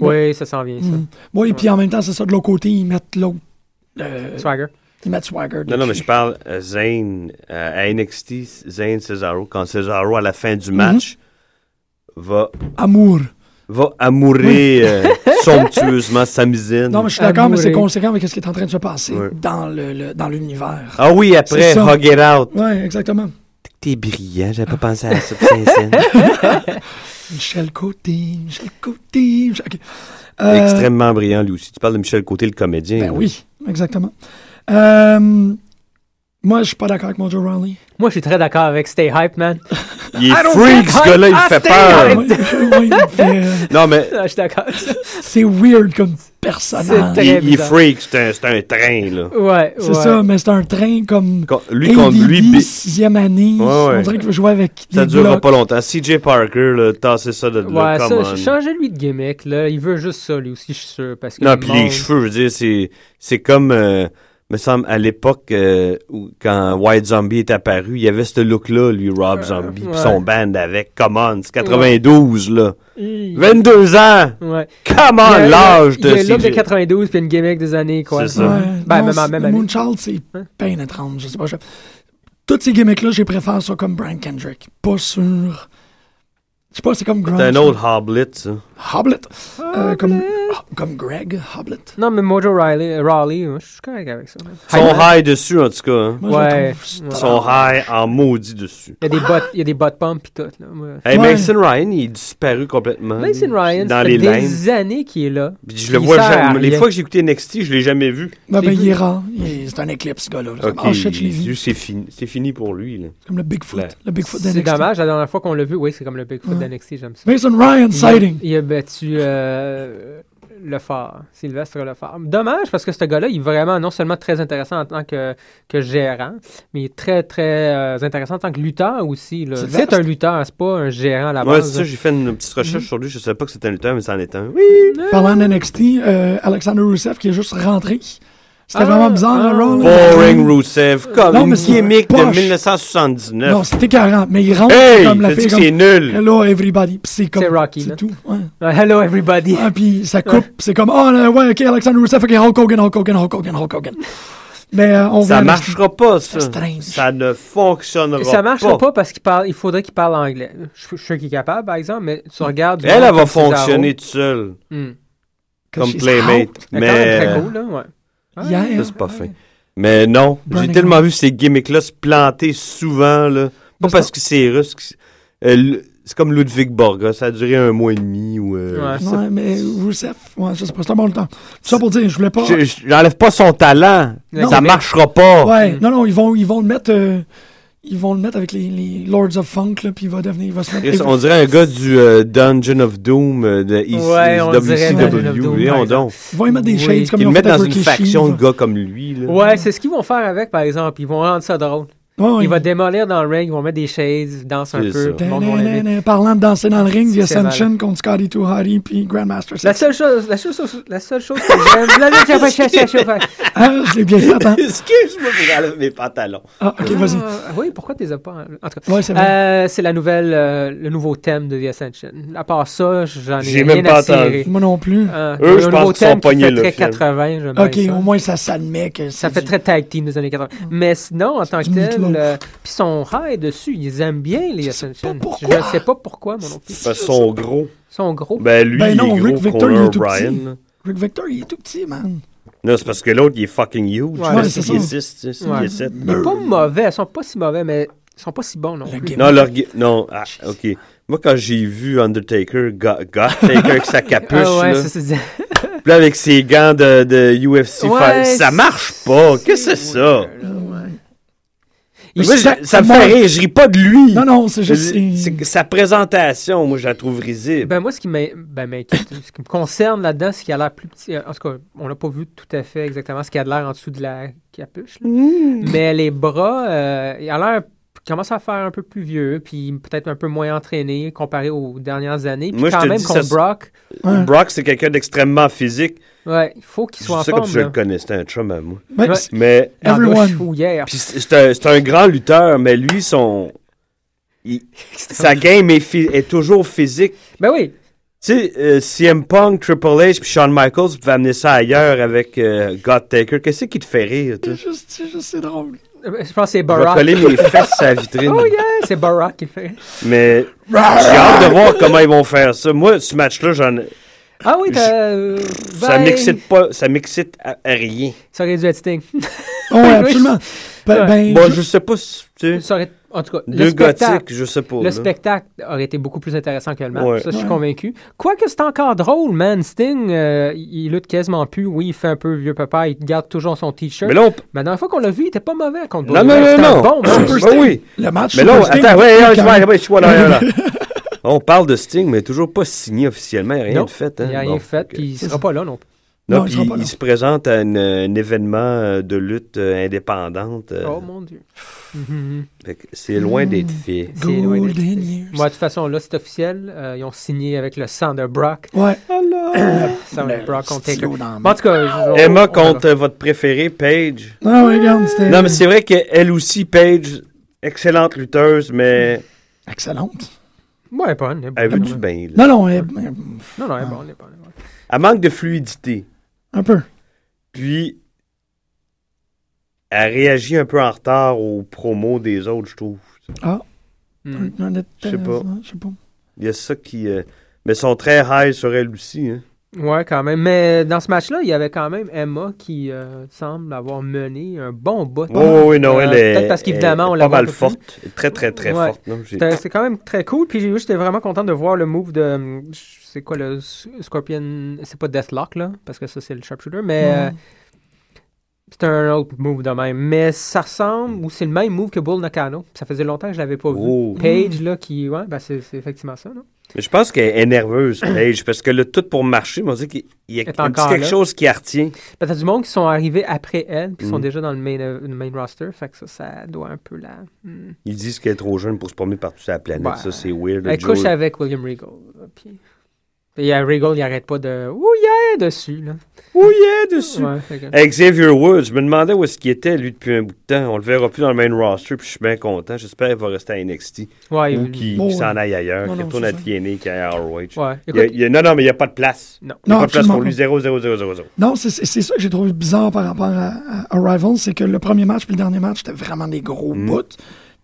[SPEAKER 6] Oui, ça s'en vient, ça.
[SPEAKER 4] Mm. Oui, et puis en même temps, c'est ça, de l'autre côté, ils mettent l'autre. euh,
[SPEAKER 6] Swagger.
[SPEAKER 4] ils mettent Swagger.
[SPEAKER 5] Non, non, mais je
[SPEAKER 4] dessus.
[SPEAKER 5] parle euh, Zayn euh, à NXT, Zayn Cesaro. Quand Cesaro, à la fin
[SPEAKER 4] Mhm.
[SPEAKER 5] du match, va,
[SPEAKER 4] Amour.
[SPEAKER 5] va amourer euh, somptueusement sa misaine.
[SPEAKER 4] Non, mais je suis d'accord, mais c'est
[SPEAKER 6] Amoureux.
[SPEAKER 4] conséquent avec ce qui est en train de se passer
[SPEAKER 5] Ouais.
[SPEAKER 4] dans le- le- dans l'univers.
[SPEAKER 5] Ah oui, après,
[SPEAKER 4] C'est ça.
[SPEAKER 5] Hug It Out.
[SPEAKER 4] Oui, exactement.
[SPEAKER 5] T'es brillant, j'avais pas pensé à ça, Saint-Saëns.
[SPEAKER 4] Michel Côté, Michel Côté. Michel- ok. Euh,
[SPEAKER 5] Extrêmement brillant, lui aussi. Tu parles de Michel Côté, le comédien.
[SPEAKER 4] Ben
[SPEAKER 5] là.
[SPEAKER 4] oui, exactement. Euh, moi, je suis pas d'accord avec Mojo Rawley.
[SPEAKER 6] Moi, je suis très d'accord avec Stay Hype, man.
[SPEAKER 5] Il est
[SPEAKER 6] I don't
[SPEAKER 5] freak,
[SPEAKER 6] get
[SPEAKER 5] ce gars-là, il
[SPEAKER 6] hype,
[SPEAKER 5] fait
[SPEAKER 6] I stay
[SPEAKER 5] peur.
[SPEAKER 6] hype.
[SPEAKER 4] Oui, mais, euh,
[SPEAKER 5] Non, mais
[SPEAKER 6] Ah, Je suis d'accord.
[SPEAKER 4] c'est weird comme personnage.
[SPEAKER 6] Très
[SPEAKER 5] il, il est
[SPEAKER 6] bizarre.
[SPEAKER 5] freak, c'est un, c'est un train, là.
[SPEAKER 6] Ouais,
[SPEAKER 4] C'est
[SPEAKER 6] ouais.
[SPEAKER 4] ça, mais c'est un train comme.
[SPEAKER 5] Con- Lui contre
[SPEAKER 4] ADD,
[SPEAKER 5] lui, bi-
[SPEAKER 4] sixième année.
[SPEAKER 5] Ouais, ouais.
[SPEAKER 4] On dirait qu'il veut jouer avec
[SPEAKER 5] ça
[SPEAKER 4] des
[SPEAKER 5] durera
[SPEAKER 4] blocs.
[SPEAKER 5] pas longtemps. CJ Parker, là, tasser ça de de
[SPEAKER 6] Ouais,
[SPEAKER 5] là, come
[SPEAKER 6] ça,
[SPEAKER 5] on.
[SPEAKER 6] changez-lui de gimmick, là. Il veut juste ça, lui aussi, je suis sûr. Parce que
[SPEAKER 5] Non,
[SPEAKER 6] le
[SPEAKER 5] puis les
[SPEAKER 6] monde-
[SPEAKER 5] cheveux, je veux dire, c'est, c'est comme, euh, me semble, à l'époque, euh, où- quand White Zombie est apparu, il y avait ce look-là, lui, Rob Zombie, puis
[SPEAKER 6] Euh, ouais.
[SPEAKER 5] son band avec, come on, c'est 92, là.
[SPEAKER 6] Hi.
[SPEAKER 5] 22 ans!
[SPEAKER 6] Ouais.
[SPEAKER 5] Come
[SPEAKER 6] Il y a-
[SPEAKER 5] on,
[SPEAKER 6] il y a-
[SPEAKER 5] Ah, l'âge de
[SPEAKER 6] Il y a l'homme de
[SPEAKER 5] CJ.
[SPEAKER 6] 92 puis une gimmick des années, quoi.
[SPEAKER 5] C'est ça.
[SPEAKER 4] Ouais,
[SPEAKER 6] Ben,
[SPEAKER 4] non,
[SPEAKER 6] même en-
[SPEAKER 4] c'est-
[SPEAKER 6] même année.
[SPEAKER 4] Moonchild, c'est
[SPEAKER 6] Hein?
[SPEAKER 4] bien étrange. Je sais pas. je- Toutes ces gimmicks-là, j'ai préféré ça comme Brian Kendrick. Pas sûr. Je sais pas, c'est comme Grunge.
[SPEAKER 5] C'est un autre Hoblit, ça.
[SPEAKER 4] Hoblet. Euh, comme, comme Greg Hoblet.
[SPEAKER 6] Non, mais Mojo Riley, euh, Rawley, moi, je suis correct avec ça. man.
[SPEAKER 5] Ils sont high dessus, en tout cas. hein.
[SPEAKER 4] Moi, je le trouve-
[SPEAKER 6] Ouais. Ouais. Ah.
[SPEAKER 5] Ils sont high en maudit dessus.
[SPEAKER 6] Il y a des bottes, il y a des bottes pompes pis tout, là. Ouais.
[SPEAKER 5] Hey,
[SPEAKER 4] Ouais.
[SPEAKER 5] Mason Ryan, il est disparu complètement.
[SPEAKER 6] Mason Ryan,
[SPEAKER 5] Dans
[SPEAKER 6] ça fait
[SPEAKER 5] les
[SPEAKER 6] des années qu'il est là.
[SPEAKER 5] Puis je le
[SPEAKER 6] il
[SPEAKER 5] vois
[SPEAKER 6] sert à
[SPEAKER 5] jamais. Les
[SPEAKER 6] rien.
[SPEAKER 5] fois que j'ai écouté NXT, je l'ai jamais vu.
[SPEAKER 4] Ben, ben,
[SPEAKER 6] J'ai
[SPEAKER 4] il
[SPEAKER 6] vu-
[SPEAKER 4] est rare. Il est- C'est un éclipse, ce gars-là. C'est
[SPEAKER 5] Ok,
[SPEAKER 4] comme, Oh shit, je l'ai
[SPEAKER 5] Dieu,
[SPEAKER 4] vu.
[SPEAKER 5] c'est fini, c'est fini pour lui. Là.
[SPEAKER 4] Comme le Bigfoot.
[SPEAKER 5] Ouais.
[SPEAKER 4] Le Bigfoot
[SPEAKER 6] C'est
[SPEAKER 4] d'NXT.
[SPEAKER 6] dommage, la dernière fois qu'on l'a vu, oui, c'est comme le Bigfoot
[SPEAKER 4] Ouais.
[SPEAKER 6] d'NXT, j'aime ça.
[SPEAKER 4] Mason Ryan
[SPEAKER 6] Il a-
[SPEAKER 4] sighting.
[SPEAKER 6] Il a battu euh, Lefort, Sylvestre Lefort. Dommage parce que ce gars-là, il est vraiment non seulement très intéressant en tant que, que gérant, mais il est très, très euh, intéressant en tant que lutteur aussi. là.
[SPEAKER 4] Sylvestre.
[SPEAKER 6] C'est un lutteur, c'est pas un gérant à la
[SPEAKER 5] Moi,
[SPEAKER 6] base. Mm-hmm.
[SPEAKER 5] c'est ça,
[SPEAKER 6] là.
[SPEAKER 5] j'ai fait une petite recherche sur lui. Je savais pas que c'était un lutteur, mais c'en est un. Oui.
[SPEAKER 4] Parlant de NXT, euh, Alexander Rousseff qui est juste rentré. C'était
[SPEAKER 6] Ah,
[SPEAKER 4] vraiment bizarre,
[SPEAKER 6] ah.
[SPEAKER 4] hein, Raw, là.
[SPEAKER 5] Boring Rusev, comme
[SPEAKER 4] Non,
[SPEAKER 5] une
[SPEAKER 4] mais c'est
[SPEAKER 5] gimmick de
[SPEAKER 4] poche. Non,
[SPEAKER 5] 1979.
[SPEAKER 4] c'était 40, mais il rentre
[SPEAKER 5] hey,
[SPEAKER 4] comme
[SPEAKER 5] t'as
[SPEAKER 4] la
[SPEAKER 5] dit
[SPEAKER 4] fille.
[SPEAKER 5] que
[SPEAKER 4] Comme,
[SPEAKER 5] c'est nul.
[SPEAKER 4] Hello everybody. Puis c'est comme.
[SPEAKER 6] C'est Rocky, là.
[SPEAKER 4] C'est tout. Ouais.
[SPEAKER 6] Ah, Hello everybody.
[SPEAKER 4] Ah, puis ça coupe. puis C'est comme, oh, là, ouais, ok, Alexander Rousseff, ok, Hulk Hogan, Hulk Hogan, Hulk Hogan, Hulk Hogan. Mais euh, on
[SPEAKER 5] Ça
[SPEAKER 4] verra-
[SPEAKER 5] marchera pas, ça.
[SPEAKER 4] C'est strange.
[SPEAKER 5] Ça ne fonctionnera
[SPEAKER 6] Ça marchera pas parce qu'il parle, il faudrait qu'il parle anglais. Je, je suis sûr qu'il est capable, par exemple, mais tu regardes. du
[SPEAKER 5] Elle,
[SPEAKER 6] monde
[SPEAKER 5] elle va
[SPEAKER 6] comme Cesaro.
[SPEAKER 5] fonctionner toute seule,
[SPEAKER 6] Hmm.
[SPEAKER 4] Cause
[SPEAKER 5] comme
[SPEAKER 4] she's
[SPEAKER 5] Playmate.
[SPEAKER 6] Elle est quand même
[SPEAKER 5] Mais. euh,
[SPEAKER 6] très cool, là, ouais.
[SPEAKER 4] out. Ah, Yeah.
[SPEAKER 5] Ça, c'est pas fin. Mais non, j'ai
[SPEAKER 4] Burning
[SPEAKER 5] tellement
[SPEAKER 4] Man.
[SPEAKER 5] vu ces gimmicks-là se planter souvent. Là. Pas
[SPEAKER 4] Ben,
[SPEAKER 5] parce que c'est russe. que c'est- euh, le- c'est comme Ludwig Borga, ça a duré un mois et demi. ou euh,
[SPEAKER 6] Ouais.
[SPEAKER 5] je sais
[SPEAKER 4] Ouais, mais Rousseff, ouais, je sais pas, c'est un bon temps. Ça pour dire, je voulais pas.
[SPEAKER 5] pas. Je- je- J'enlève pas son talent.
[SPEAKER 6] Non,
[SPEAKER 5] ça
[SPEAKER 6] mais-
[SPEAKER 5] marchera pas.
[SPEAKER 6] Mm.
[SPEAKER 4] Ouais, non, non, ils vont, ils vont le mettre. euh, ils vont le mettre avec les, les Lords of Funk, là, puis il va devenir. Il va se mettre.
[SPEAKER 5] Chris, On dirait un gars du euh, Dungeon of Doom euh, de IC-
[SPEAKER 6] Ouais, on dirait Dungeon of
[SPEAKER 5] WCW.
[SPEAKER 6] Doom,
[SPEAKER 5] voyons
[SPEAKER 6] par
[SPEAKER 5] donc.
[SPEAKER 4] Ils vont y mettre des
[SPEAKER 6] Oui.
[SPEAKER 4] shades comme
[SPEAKER 5] Qu'ils
[SPEAKER 4] ils
[SPEAKER 5] le
[SPEAKER 4] ont
[SPEAKER 5] mettent
[SPEAKER 4] fait
[SPEAKER 5] dans
[SPEAKER 4] avec
[SPEAKER 5] une
[SPEAKER 4] Rikishi,
[SPEAKER 5] faction
[SPEAKER 4] là.
[SPEAKER 5] de gars comme lui. Là.
[SPEAKER 6] Ouais, c'est ce qu'ils vont faire avec, par exemple. Ils vont rendre ça drôle.
[SPEAKER 4] Ouais, ouais.
[SPEAKER 6] Il va démolir dans le ring, ils vont mettre des chaises, danse un
[SPEAKER 5] C'est
[SPEAKER 6] peu.
[SPEAKER 5] ça.
[SPEAKER 6] le monde va l'aimer.
[SPEAKER 4] Tadadadada. Parlant de danser dans le ring, il y a
[SPEAKER 6] C'est malade.
[SPEAKER 4] Ascension contre Scotty Tuhari puis Grandmaster
[SPEAKER 6] La
[SPEAKER 4] Six.
[SPEAKER 6] seule chose, la seule chose, la seule chose que j'aime, la- la- la- la- la- la- la-
[SPEAKER 4] Ah, je l'ai bien fait, hein.
[SPEAKER 5] Excuse-moi, j'enlève mes pantalons.
[SPEAKER 4] Ah, ok, vas-y.
[SPEAKER 6] Ah, oui, pourquoi t'es pas en- en tout cas,
[SPEAKER 4] Ouais, c'est vrai.
[SPEAKER 6] euh, c'est la nouvelle, euh, le nouveau thème de The Ascension. À part ça, j'en ai,
[SPEAKER 5] J'ai
[SPEAKER 6] rien
[SPEAKER 5] même pas
[SPEAKER 6] à cirer.
[SPEAKER 5] entendu.
[SPEAKER 4] Moi non plus.
[SPEAKER 6] Euh,
[SPEAKER 5] Eux,
[SPEAKER 6] le
[SPEAKER 5] je pense
[SPEAKER 6] nouveau
[SPEAKER 5] qu'ils sont
[SPEAKER 6] thème qui
[SPEAKER 5] pognés
[SPEAKER 6] fait
[SPEAKER 5] là,
[SPEAKER 6] très
[SPEAKER 5] finalement.
[SPEAKER 6] 80, j'aime bien
[SPEAKER 4] Ok,
[SPEAKER 6] ça.
[SPEAKER 4] au moins ça s'admet que
[SPEAKER 6] Ça
[SPEAKER 4] c'est
[SPEAKER 6] fait
[SPEAKER 4] du-
[SPEAKER 6] très tag team des années 80. Mais sinon, en tant que
[SPEAKER 4] du
[SPEAKER 6] tel,
[SPEAKER 4] meatloaf.
[SPEAKER 6] euh, puis ils sont high dessus. Ils aiment bien les
[SPEAKER 4] sais
[SPEAKER 6] Ascension.
[SPEAKER 4] pas
[SPEAKER 6] Je
[SPEAKER 4] pourquoi.
[SPEAKER 6] sais pas pourquoi, mon oncle. Ils
[SPEAKER 5] Parce qu'ils sont gros.
[SPEAKER 6] sont gros.
[SPEAKER 5] Ben lui,
[SPEAKER 4] Ben
[SPEAKER 5] il
[SPEAKER 4] non,
[SPEAKER 5] est
[SPEAKER 4] Rick
[SPEAKER 5] gros.
[SPEAKER 4] Victor,
[SPEAKER 5] Conor
[SPEAKER 4] il est tout
[SPEAKER 5] O'Brien,
[SPEAKER 4] petit.
[SPEAKER 5] là.
[SPEAKER 4] Rick Victor, il est tout petit, man.
[SPEAKER 5] Non, c'est parce que l'autre, il est fucking huge.
[SPEAKER 6] Ouais,
[SPEAKER 5] Ouais,
[SPEAKER 4] c'est
[SPEAKER 5] c'est
[SPEAKER 4] ça.
[SPEAKER 5] il est 6, il
[SPEAKER 6] Ouais.
[SPEAKER 5] est 7.
[SPEAKER 6] Ils sont pas mauvais. Ils sont pas si mauvais, mais ils sont pas si bons non
[SPEAKER 4] Le
[SPEAKER 6] plus.
[SPEAKER 4] game.
[SPEAKER 5] Non, leur... gui- non ah, OK. Moi, quand j'ai vu Undertaker, God, Taker avec sa capuche,
[SPEAKER 6] Ah ouais,
[SPEAKER 5] là,
[SPEAKER 6] ça, c'est-
[SPEAKER 5] puis là, avec ses gants de, de UFC,
[SPEAKER 6] Ouais,
[SPEAKER 5] fight, ça
[SPEAKER 6] c'est-
[SPEAKER 5] marche pas. Qu'est-ce que c'est ça?
[SPEAKER 6] weird, là, ouais.
[SPEAKER 4] Il-
[SPEAKER 5] Moi, je-
[SPEAKER 4] ça-
[SPEAKER 5] ça,
[SPEAKER 4] ça
[SPEAKER 5] me fait
[SPEAKER 4] manque.
[SPEAKER 5] rire, je ris pas de lui.
[SPEAKER 4] Non, non, c'est
[SPEAKER 5] Je-
[SPEAKER 4] juste.
[SPEAKER 5] c'est que sa présentation, moi, je la trouve risible.
[SPEAKER 6] Ben moi, ce qui m'in- ben, m'inquiète, ce qui me concerne là-dedans, c'est qu'il a l'air plus petit. En tout cas, on n'a pas vu tout à fait exactement ce qu'il y a de l'air en dessous de la capuche. là. Mais les bras, euh, il a l'air il commence à faire un peu plus vieux, puis peut-être un peu moins entraîné comparé aux dernières années. Puis
[SPEAKER 5] Moi, je
[SPEAKER 6] quand
[SPEAKER 5] te
[SPEAKER 6] même
[SPEAKER 5] dis,
[SPEAKER 6] contre
[SPEAKER 5] ça-
[SPEAKER 6] Brock,
[SPEAKER 4] Ouais.
[SPEAKER 5] Brock, c'est quelqu'un d'extrêmement physique.
[SPEAKER 6] ouais, il faut Ben,
[SPEAKER 5] Je
[SPEAKER 6] qu'il soit en
[SPEAKER 5] sais
[SPEAKER 6] forme.
[SPEAKER 5] comme si je le
[SPEAKER 6] là. Ah,
[SPEAKER 5] connais, c'était un chum à moi.
[SPEAKER 4] Ben,
[SPEAKER 6] Ouais.
[SPEAKER 4] c'est-
[SPEAKER 5] Mais
[SPEAKER 6] Il en
[SPEAKER 4] Everyone.
[SPEAKER 6] doit chou hier.
[SPEAKER 5] Puis c'est c'est un, c'est un grand lutteur, mais lui, son. il- sa game est, phy- est toujours physique.
[SPEAKER 6] Ben oui,
[SPEAKER 5] Tu sais, euh, CM Punk, Triple H, puis Shawn Michaels, vous pouvez amener ça ailleurs avec euh, God Taker. Qu'est-ce qui te fait rire,
[SPEAKER 4] c'est
[SPEAKER 5] toi?
[SPEAKER 4] juste, c'est juste, c'est drôle.
[SPEAKER 6] Euh, je pense que c'est
[SPEAKER 5] Je vais
[SPEAKER 6] Barack.
[SPEAKER 5] coller mes fesses à la vitrine.
[SPEAKER 6] Oh yeah, c'est Barack qui le fait.
[SPEAKER 5] Mais j'ai hâte de voir comment ils vont faire ça. Moi, ce match-là, j'en-
[SPEAKER 6] Ah oui, t'as... euh,
[SPEAKER 5] ça
[SPEAKER 6] ben,
[SPEAKER 5] m'excite pas, ça m'excite à, à rien.
[SPEAKER 6] Ça aurait dû être Sting.
[SPEAKER 4] Oh, ouais, absolument. Ben, ben,
[SPEAKER 5] Bon,
[SPEAKER 4] je-
[SPEAKER 5] je sais pas si, tu sais,
[SPEAKER 6] Ça aurait- En tout cas, le
[SPEAKER 5] Deux
[SPEAKER 6] spectacle,
[SPEAKER 5] gothiques, je sais pas.
[SPEAKER 6] le
[SPEAKER 5] là.
[SPEAKER 6] spectacle aurait été beaucoup plus intéressant que le match.
[SPEAKER 5] Ouais.
[SPEAKER 6] Ça, je suis
[SPEAKER 4] Ouais.
[SPEAKER 6] convaincu. Quoique c'est encore drôle, man. Sting, euh, il lutte quasiment plus. Oui, il fait un peu vieux papa. Il garde toujours son t-shirt.
[SPEAKER 5] Mais là, on...
[SPEAKER 6] Mais la dernière fois qu'on l'a vu, il était pas mauvais contre
[SPEAKER 5] Non, non, non,
[SPEAKER 6] Broderick. C'était un
[SPEAKER 5] non.
[SPEAKER 6] Bon, match.
[SPEAKER 5] Ben
[SPEAKER 4] Super Sting.
[SPEAKER 5] oui.
[SPEAKER 4] Le match
[SPEAKER 5] Mais
[SPEAKER 4] Super
[SPEAKER 5] là, on-
[SPEAKER 4] Sting,
[SPEAKER 5] attends, ouais,
[SPEAKER 4] il
[SPEAKER 5] ouais, je
[SPEAKER 4] gagne.
[SPEAKER 5] vois, ouais, je vois, là, là, là. On parle de Sting, mais toujours pas signé officiellement, rien
[SPEAKER 6] Non,
[SPEAKER 5] de fait. hein.
[SPEAKER 6] il a rien
[SPEAKER 5] Bon.
[SPEAKER 6] fait, puis il sera pas là non plus.
[SPEAKER 5] Non,
[SPEAKER 4] Non, il
[SPEAKER 5] puis
[SPEAKER 4] sera pas
[SPEAKER 5] il,
[SPEAKER 4] là.
[SPEAKER 5] se présente à une- un événement euh, de lutte euh, indépendante. euh,
[SPEAKER 6] Oh mon Dieu. Mhm.
[SPEAKER 5] fait que c'est loin d'être fait.
[SPEAKER 6] C'est loin d'être-
[SPEAKER 4] Golden Years.
[SPEAKER 6] Moi, de toute façon, là, c'est officiel. Euh, ils ont signé avec le sang de Brock.
[SPEAKER 4] Ouais.
[SPEAKER 6] Sang de
[SPEAKER 4] Le
[SPEAKER 6] Brock contre Taker.
[SPEAKER 4] stylo dans la
[SPEAKER 6] Bon, En tout cas, je- on-
[SPEAKER 5] Emma
[SPEAKER 6] on verra.
[SPEAKER 5] contre votre préféré, Paige.
[SPEAKER 4] Non, ouais, regarde,
[SPEAKER 6] Euh.
[SPEAKER 4] c'était
[SPEAKER 5] Non, mais c'est vrai qu'elle aussi, Paige, excellente lutteuse, mais
[SPEAKER 4] excellente.
[SPEAKER 6] Ouais, elle est bonne. elle est bonne,
[SPEAKER 5] elle veut
[SPEAKER 6] elle est
[SPEAKER 5] du
[SPEAKER 6] bonne.
[SPEAKER 5] bien. là.
[SPEAKER 4] Non, non, elle- elle-
[SPEAKER 6] Non, non, elle est bonne, elle est bonne, elle est bonne.
[SPEAKER 5] Elle manque de fluidité.
[SPEAKER 4] un peu.
[SPEAKER 5] Puis, elle réagit un peu en retard aux promos des autres, je trouve.
[SPEAKER 4] Hmm.
[SPEAKER 6] Mhm.
[SPEAKER 4] Je
[SPEAKER 5] sais pas.
[SPEAKER 4] Je sais pas.
[SPEAKER 5] Il y a ça qui. euh, mais sont très high sur elle aussi. Hein.
[SPEAKER 6] Ouais, quand même. Mais dans ce match-là, il y avait quand même Emma qui euh, semble avoir mené un bon bout.
[SPEAKER 5] Oui, oui, oui, non,
[SPEAKER 6] Euh,
[SPEAKER 5] elle est.
[SPEAKER 6] peut-être parce qu'évidemment,
[SPEAKER 5] elle est
[SPEAKER 6] on la
[SPEAKER 5] Pas
[SPEAKER 6] voit
[SPEAKER 5] mal
[SPEAKER 6] un peu
[SPEAKER 5] forte. Très, très, très
[SPEAKER 6] Ouais.
[SPEAKER 5] forte. là. J'ai-
[SPEAKER 6] C'était- C'est quand même très cool. Puis j'ai- j'étais vraiment content de voir le move de. hum, C'est quoi le S- Scorpion C'est pas Deathlock, là, parce que ça, c'est le sharpshooter. Mais euh, c'est un autre move de même. Mais ça ressemble, ou c'est le même move que Bull Nakano. Ça faisait longtemps que je l'avais pas
[SPEAKER 5] Oh.
[SPEAKER 6] vu. Page, là, qui. Ouais, ben c'est c'est effectivement ça, non
[SPEAKER 5] Mais Je pense qu'elle est nerveuse, Paige, parce que le tout pour marcher, mais on dirait qu'il il y a
[SPEAKER 6] Elle est
[SPEAKER 5] un
[SPEAKER 6] encore
[SPEAKER 5] petit quelque
[SPEAKER 6] là.
[SPEAKER 5] chose qui la retient.
[SPEAKER 6] Ben, t'as du monde qui sont arrivés après elle, puis qui sont
[SPEAKER 5] Mhm.
[SPEAKER 6] déjà dans le main, euh, le main roster. Fait que ça, ça doit un peu la. hum.
[SPEAKER 5] Ils disent qu'elle est trop jeune pour se promener partout sur la planète.
[SPEAKER 6] Ouais.
[SPEAKER 5] Ça, c'est weird.
[SPEAKER 6] Elle
[SPEAKER 5] Joe.
[SPEAKER 6] couche avec William Regal. là, Puis, puis euh, Regal, il arrête pas de Ouh yeah dessus. Là.
[SPEAKER 5] Oh yeah, dessus.
[SPEAKER 6] Ouais, fait que-
[SPEAKER 5] Hey, Xavier Woods, je me demandais où est-ce qu'il était, lui, depuis un bout de temps. On le verra plus dans le main roster, puis je suis bien content. J'espère qu'il va rester à NXT
[SPEAKER 6] ouais,
[SPEAKER 5] ou
[SPEAKER 6] il-
[SPEAKER 5] qu'il
[SPEAKER 4] Bon,
[SPEAKER 5] qu'il s'en
[SPEAKER 4] ouais.
[SPEAKER 5] aille ailleurs,
[SPEAKER 4] Non,
[SPEAKER 5] qu'il
[SPEAKER 4] non,
[SPEAKER 5] retourne
[SPEAKER 4] c'est
[SPEAKER 5] à
[SPEAKER 4] ça.
[SPEAKER 5] TNA, qu'il aille à ROH.
[SPEAKER 6] ouais.
[SPEAKER 5] Il y a-
[SPEAKER 6] Écoute,
[SPEAKER 5] il y a- non, non, mais il n'y a pas de place.
[SPEAKER 6] non.
[SPEAKER 5] Il n'y a
[SPEAKER 4] Non,
[SPEAKER 5] pas de place
[SPEAKER 4] absolument
[SPEAKER 5] pour lui.
[SPEAKER 4] pas.
[SPEAKER 5] 0, 0, 0, 0, 0.
[SPEAKER 4] Non, c'est- c'est c'est ça que j'ai trouvé bizarre par rapport à, à Arrival, c'est que le premier match puis le dernier match, c'était vraiment des gros bouts.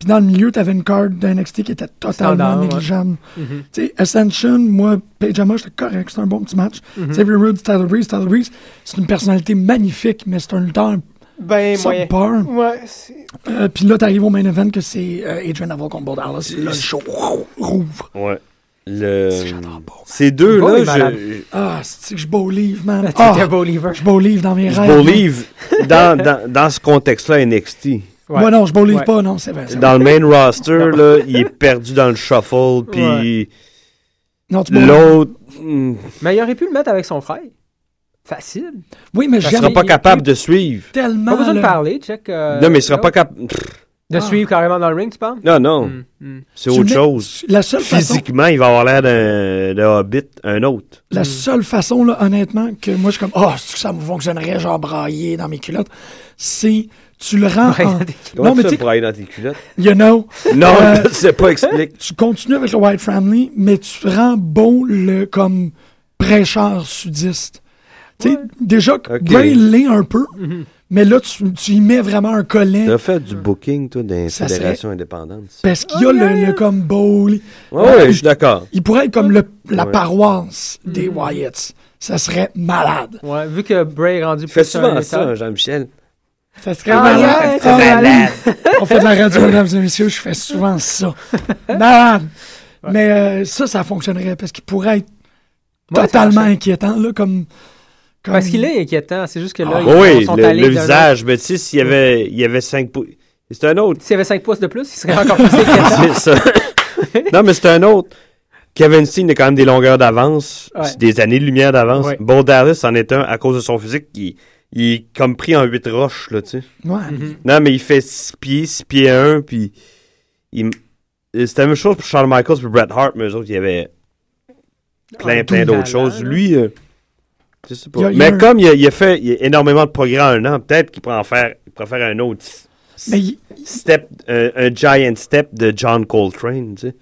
[SPEAKER 4] Puis dans le milieu, t'avais une card d'NXT qui était totalement
[SPEAKER 6] Standard, ouais.
[SPEAKER 4] négligeable. Tu sais, Ascension, moi, Pajama, j'étais correct, c'est un bon petit match. Xavier Woods, Tyler Breeze, Tyler Breeze, c'est une personnalité magnifique, mais c'est un lutteur
[SPEAKER 6] Ben,
[SPEAKER 4] subpar.
[SPEAKER 6] Ouais, c'est-
[SPEAKER 4] Euh, puis là, t'arrives au main event que c'est euh, Adrian Neville contre Bo Dallas. Là, le show rou- rouvre.
[SPEAKER 5] Ouais. Le...
[SPEAKER 4] J'adore Bo.
[SPEAKER 5] Ces deux-là,
[SPEAKER 6] Bon, il est malade.
[SPEAKER 5] je,
[SPEAKER 4] Ah, c'est que je beau livre, man.
[SPEAKER 6] T'étais
[SPEAKER 4] Ah,
[SPEAKER 6] beau liver.
[SPEAKER 4] je beau livre dans mes
[SPEAKER 5] je
[SPEAKER 4] rêves. man.
[SPEAKER 5] believe dans, dans, dans ce contexte-là, NXT.
[SPEAKER 6] Ouais.
[SPEAKER 4] Moi, non, je beau livre
[SPEAKER 6] Ouais.
[SPEAKER 4] pas, non, c'est vrai. c'est vrai.
[SPEAKER 5] Dans le main roster, là, il est perdu dans le shuffle, puis
[SPEAKER 4] Non, tu beau livre.
[SPEAKER 5] l'autre hmm,
[SPEAKER 6] Mais il aurait pu le mettre avec son frère. Facile.
[SPEAKER 4] Oui, mais
[SPEAKER 6] Ça
[SPEAKER 4] j'aime
[SPEAKER 5] sera pas
[SPEAKER 6] il-
[SPEAKER 5] capable de suivre.
[SPEAKER 4] tellement.
[SPEAKER 6] Pas besoin de
[SPEAKER 4] là.
[SPEAKER 6] parler, check. euh,
[SPEAKER 5] Non, mais il sera
[SPEAKER 6] là,
[SPEAKER 5] pas capable.
[SPEAKER 6] De suivre carrément dans le ring, tu parles
[SPEAKER 5] Non, non,
[SPEAKER 6] Mhm, mhm.
[SPEAKER 5] c'est
[SPEAKER 4] Hmm. Tu
[SPEAKER 5] autre
[SPEAKER 4] mets-
[SPEAKER 5] chose.
[SPEAKER 4] La seule façon,
[SPEAKER 5] Physiquement, il va avoir l'air d'un d'un hobbit, un autre.
[SPEAKER 4] la seule façon là, honnêtement, que moi, je suis comme, oh, c'est que ça me fonctionnerait, genre brailler dans mes culottes, c'est tu le rends. en-
[SPEAKER 5] Comment
[SPEAKER 4] Non, mais tu
[SPEAKER 5] tu fais
[SPEAKER 4] sais,
[SPEAKER 5] pour aller dans tes culottes?
[SPEAKER 4] you know,
[SPEAKER 5] Non,
[SPEAKER 4] Euh,
[SPEAKER 5] je sais pas, explique.
[SPEAKER 4] tu continues avec le White Family, mais tu rends bon le comme prêcheur sudiste. Tu sais, déjà,
[SPEAKER 5] Ok.
[SPEAKER 4] Bray l'est un peu,
[SPEAKER 6] Mm-hmm.
[SPEAKER 4] mais là, tu, tu y mets vraiment un collet.
[SPEAKER 5] T'as fait du booking, toi, d'une
[SPEAKER 4] Ça
[SPEAKER 5] fédération indépendante.
[SPEAKER 4] Parce qu'il y a le, le comme bowl.
[SPEAKER 5] Ouais, ouais, je suis d'accord.
[SPEAKER 4] Il pourrait être comme le- la
[SPEAKER 5] Ouais.
[SPEAKER 4] paroisse
[SPEAKER 6] Mm.
[SPEAKER 4] des Wyatts. Ça serait malade.
[SPEAKER 6] Ouais, vu que Bray est rendu
[SPEAKER 5] Fais
[SPEAKER 6] plus
[SPEAKER 5] souvent
[SPEAKER 6] un
[SPEAKER 5] ça,
[SPEAKER 6] état-
[SPEAKER 5] Jean-Michel.
[SPEAKER 4] Ça serait
[SPEAKER 6] Ah,
[SPEAKER 4] malade.
[SPEAKER 6] ouais,
[SPEAKER 4] Ah,
[SPEAKER 6] c'est
[SPEAKER 4] malade. On fait de la radio, mesdames et messieurs, je fais souvent ça. Malade. Mais euh, ça, ça fonctionnerait parce qu'il pourrait être
[SPEAKER 6] Ouais, ça
[SPEAKER 4] totalement
[SPEAKER 6] marcherait.
[SPEAKER 4] inquiétant, là, comme. comme-
[SPEAKER 6] Parce qu'il est inquiétant, c'est juste que là,
[SPEAKER 5] Ah,
[SPEAKER 6] ils
[SPEAKER 5] oui,
[SPEAKER 6] sont
[SPEAKER 5] le,
[SPEAKER 6] allés
[SPEAKER 5] le
[SPEAKER 6] d'un-
[SPEAKER 5] visage. Mais tu sais, s'il y avait, il y avait 5 pouces. C'est un autre.
[SPEAKER 6] S'il y avait 5 pouces de plus, il serait encore plus inquiétant.
[SPEAKER 5] C'est ça. non, mais c'est un autre. Kevin Steen a quand même des longueurs d'avance,
[SPEAKER 6] Ouais.
[SPEAKER 5] c'est des années de lumière d'avance.
[SPEAKER 6] Ouais.
[SPEAKER 5] Bon, Dallas en est un à cause de son physique. qui il est comme pris en 8 roches, là, tu sais.
[SPEAKER 4] Ouais.
[SPEAKER 5] Non, mais il fait 6 pieds, 6 pieds 1, puis. il- euh, C'était la même chose pour Shawn Michaels et Bret Hart, mais eux autres, il y avait plein,
[SPEAKER 6] Ah,
[SPEAKER 5] plein
[SPEAKER 6] tout
[SPEAKER 5] d'autres
[SPEAKER 6] talent,
[SPEAKER 5] choses.
[SPEAKER 6] là.
[SPEAKER 5] Lui, euh, je sais pas.
[SPEAKER 4] Il y a- il y a
[SPEAKER 5] mais
[SPEAKER 4] un-
[SPEAKER 5] comme il a, il a fait il a énormément de progrès en un an, peut-être qu'il pourrait en faire, il pourrait faire un autre
[SPEAKER 4] Mais il-
[SPEAKER 5] step, un, un giant step de John Coltrane, tu sais.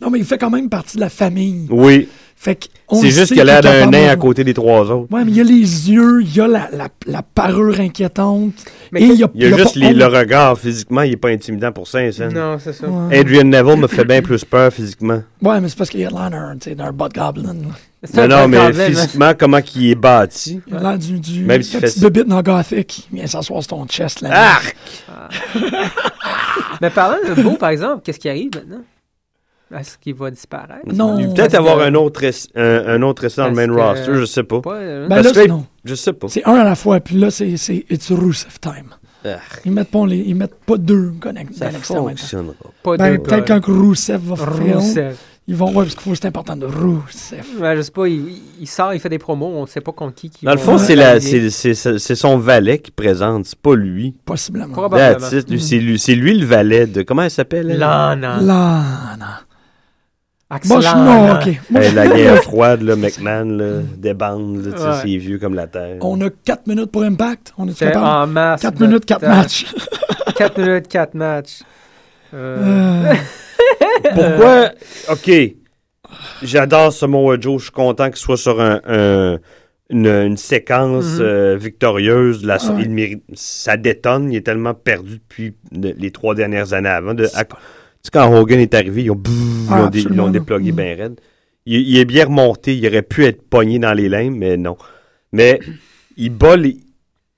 [SPEAKER 4] non, mais il fait quand même partie de la famille.
[SPEAKER 5] Oui.
[SPEAKER 4] Fait que on
[SPEAKER 5] C'est
[SPEAKER 4] le
[SPEAKER 5] juste
[SPEAKER 4] sait
[SPEAKER 5] qu'il a l'air
[SPEAKER 4] qu'il est
[SPEAKER 5] d'un
[SPEAKER 4] capable
[SPEAKER 5] nain
[SPEAKER 4] de-
[SPEAKER 5] à côté des trois autres.
[SPEAKER 4] Ouais, mais il y a les yeux, il y a la, la, la parure inquiétante.
[SPEAKER 6] Mais
[SPEAKER 4] et
[SPEAKER 6] que-
[SPEAKER 4] il y a,
[SPEAKER 5] Il y a juste
[SPEAKER 4] pas
[SPEAKER 5] les-
[SPEAKER 4] honte.
[SPEAKER 5] le regard physiquement, il est pas intimidant pour ça, Saint-Saëns.
[SPEAKER 6] Non, c'est ça.
[SPEAKER 4] Ouais.
[SPEAKER 5] Adrian Neville me fait bien plus peur physiquement.
[SPEAKER 4] Ouais, mais c'est parce qu'il a l'air d'un, tu sais, d'un bot goblin. là.
[SPEAKER 6] C'est
[SPEAKER 5] Non,
[SPEAKER 6] un hein.
[SPEAKER 5] non,
[SPEAKER 6] Jack
[SPEAKER 5] mais
[SPEAKER 6] Harvey, mais-
[SPEAKER 5] physiquement, comment qu'il est bâti.
[SPEAKER 4] Il a l'air du, du
[SPEAKER 5] Même s'il
[SPEAKER 4] la
[SPEAKER 5] fait
[SPEAKER 4] petite
[SPEAKER 5] ça.
[SPEAKER 4] bébite dans Gothic. Il vient s'asseoir sur ton chest, là.
[SPEAKER 5] Ah!
[SPEAKER 6] Mais parlant de beau, par exemple, qu'est-ce qui arrive maintenant? Est-ce qu'il va disparaître?
[SPEAKER 4] Non.
[SPEAKER 5] Il va
[SPEAKER 6] Parce
[SPEAKER 5] peut-être avoir
[SPEAKER 6] que-
[SPEAKER 5] un autre, ess- un, un autre essai dans le
[SPEAKER 6] Parce
[SPEAKER 5] main
[SPEAKER 6] que-
[SPEAKER 5] roster, je sais pas.
[SPEAKER 6] Pas, euh,
[SPEAKER 4] Ben
[SPEAKER 5] Parce
[SPEAKER 4] là,
[SPEAKER 5] que-
[SPEAKER 4] c'est non.
[SPEAKER 5] Je sais pas.
[SPEAKER 4] C'est un à la fois, puis là, c'est, c'est It's Rusev time.
[SPEAKER 5] Ah.
[SPEAKER 4] Ils mettent pas, les, ils mettent pas deux connect-
[SPEAKER 5] Ça
[SPEAKER 4] connexions. maintenant.
[SPEAKER 5] fonctionnera.
[SPEAKER 6] pas
[SPEAKER 4] Ben,
[SPEAKER 6] de
[SPEAKER 4] peut-être quand que Rusev va faire,
[SPEAKER 6] Rousseff.
[SPEAKER 4] ils vont, ouais, parce qu'il faut, c'est important de Rusev.
[SPEAKER 6] Ben, je sais pas, il, il- il sort, il fait des promos, on sait pas contre qui. qui
[SPEAKER 5] Dans le fond,
[SPEAKER 6] vont-
[SPEAKER 5] c'est la-
[SPEAKER 6] Ouais.
[SPEAKER 5] c'est- c'est- c'est- c'est son valet qui présente, c'est pas lui.
[SPEAKER 4] Possiblement.
[SPEAKER 6] Probablement.
[SPEAKER 5] That's it, lui, C'est lui, c'est lui le valet de. Comment elle s'appelle? elle?
[SPEAKER 6] Lana.
[SPEAKER 4] Lana. Bon,
[SPEAKER 6] Axel
[SPEAKER 4] je- non,
[SPEAKER 6] Lana.
[SPEAKER 4] ok. Moi, je-
[SPEAKER 5] Hey, Euh, la guerre froide, là, McMahon, là, des bandes, là, tu sais,
[SPEAKER 6] Ouais.
[SPEAKER 5] c'est vieux comme la terre.
[SPEAKER 4] on a 4 minutes pour Impact. On est
[SPEAKER 6] C'est
[SPEAKER 4] capable.
[SPEAKER 6] en masse.
[SPEAKER 4] 4 minutes, 4 matchs.
[SPEAKER 6] 4 minutes, 4 matchs. Euh,
[SPEAKER 4] Euh,
[SPEAKER 5] Pourquoi? Euh, OK. J'adore Samoa Joe. Je suis content qu'il soit sur un, un- une, une séquence
[SPEAKER 6] Mhm.
[SPEAKER 5] euh, victorieuse. La-
[SPEAKER 4] Mm-hmm. Ah Ouais.
[SPEAKER 5] il mérite- ça détonne. Il est tellement perdu depuis le- les trois dernières années avant. De, à- tu sais, quand Hogan est arrivé, ils ont bouh, ils
[SPEAKER 4] Ah,
[SPEAKER 5] l'ont dé- ils
[SPEAKER 4] absolument,
[SPEAKER 5] l'ont
[SPEAKER 4] là.
[SPEAKER 5] déplogué
[SPEAKER 4] Mhm.
[SPEAKER 5] bien raide. Il, il est bien remonté. Il aurait pu être pogné dans les limbes, mais non. Mais il bat les,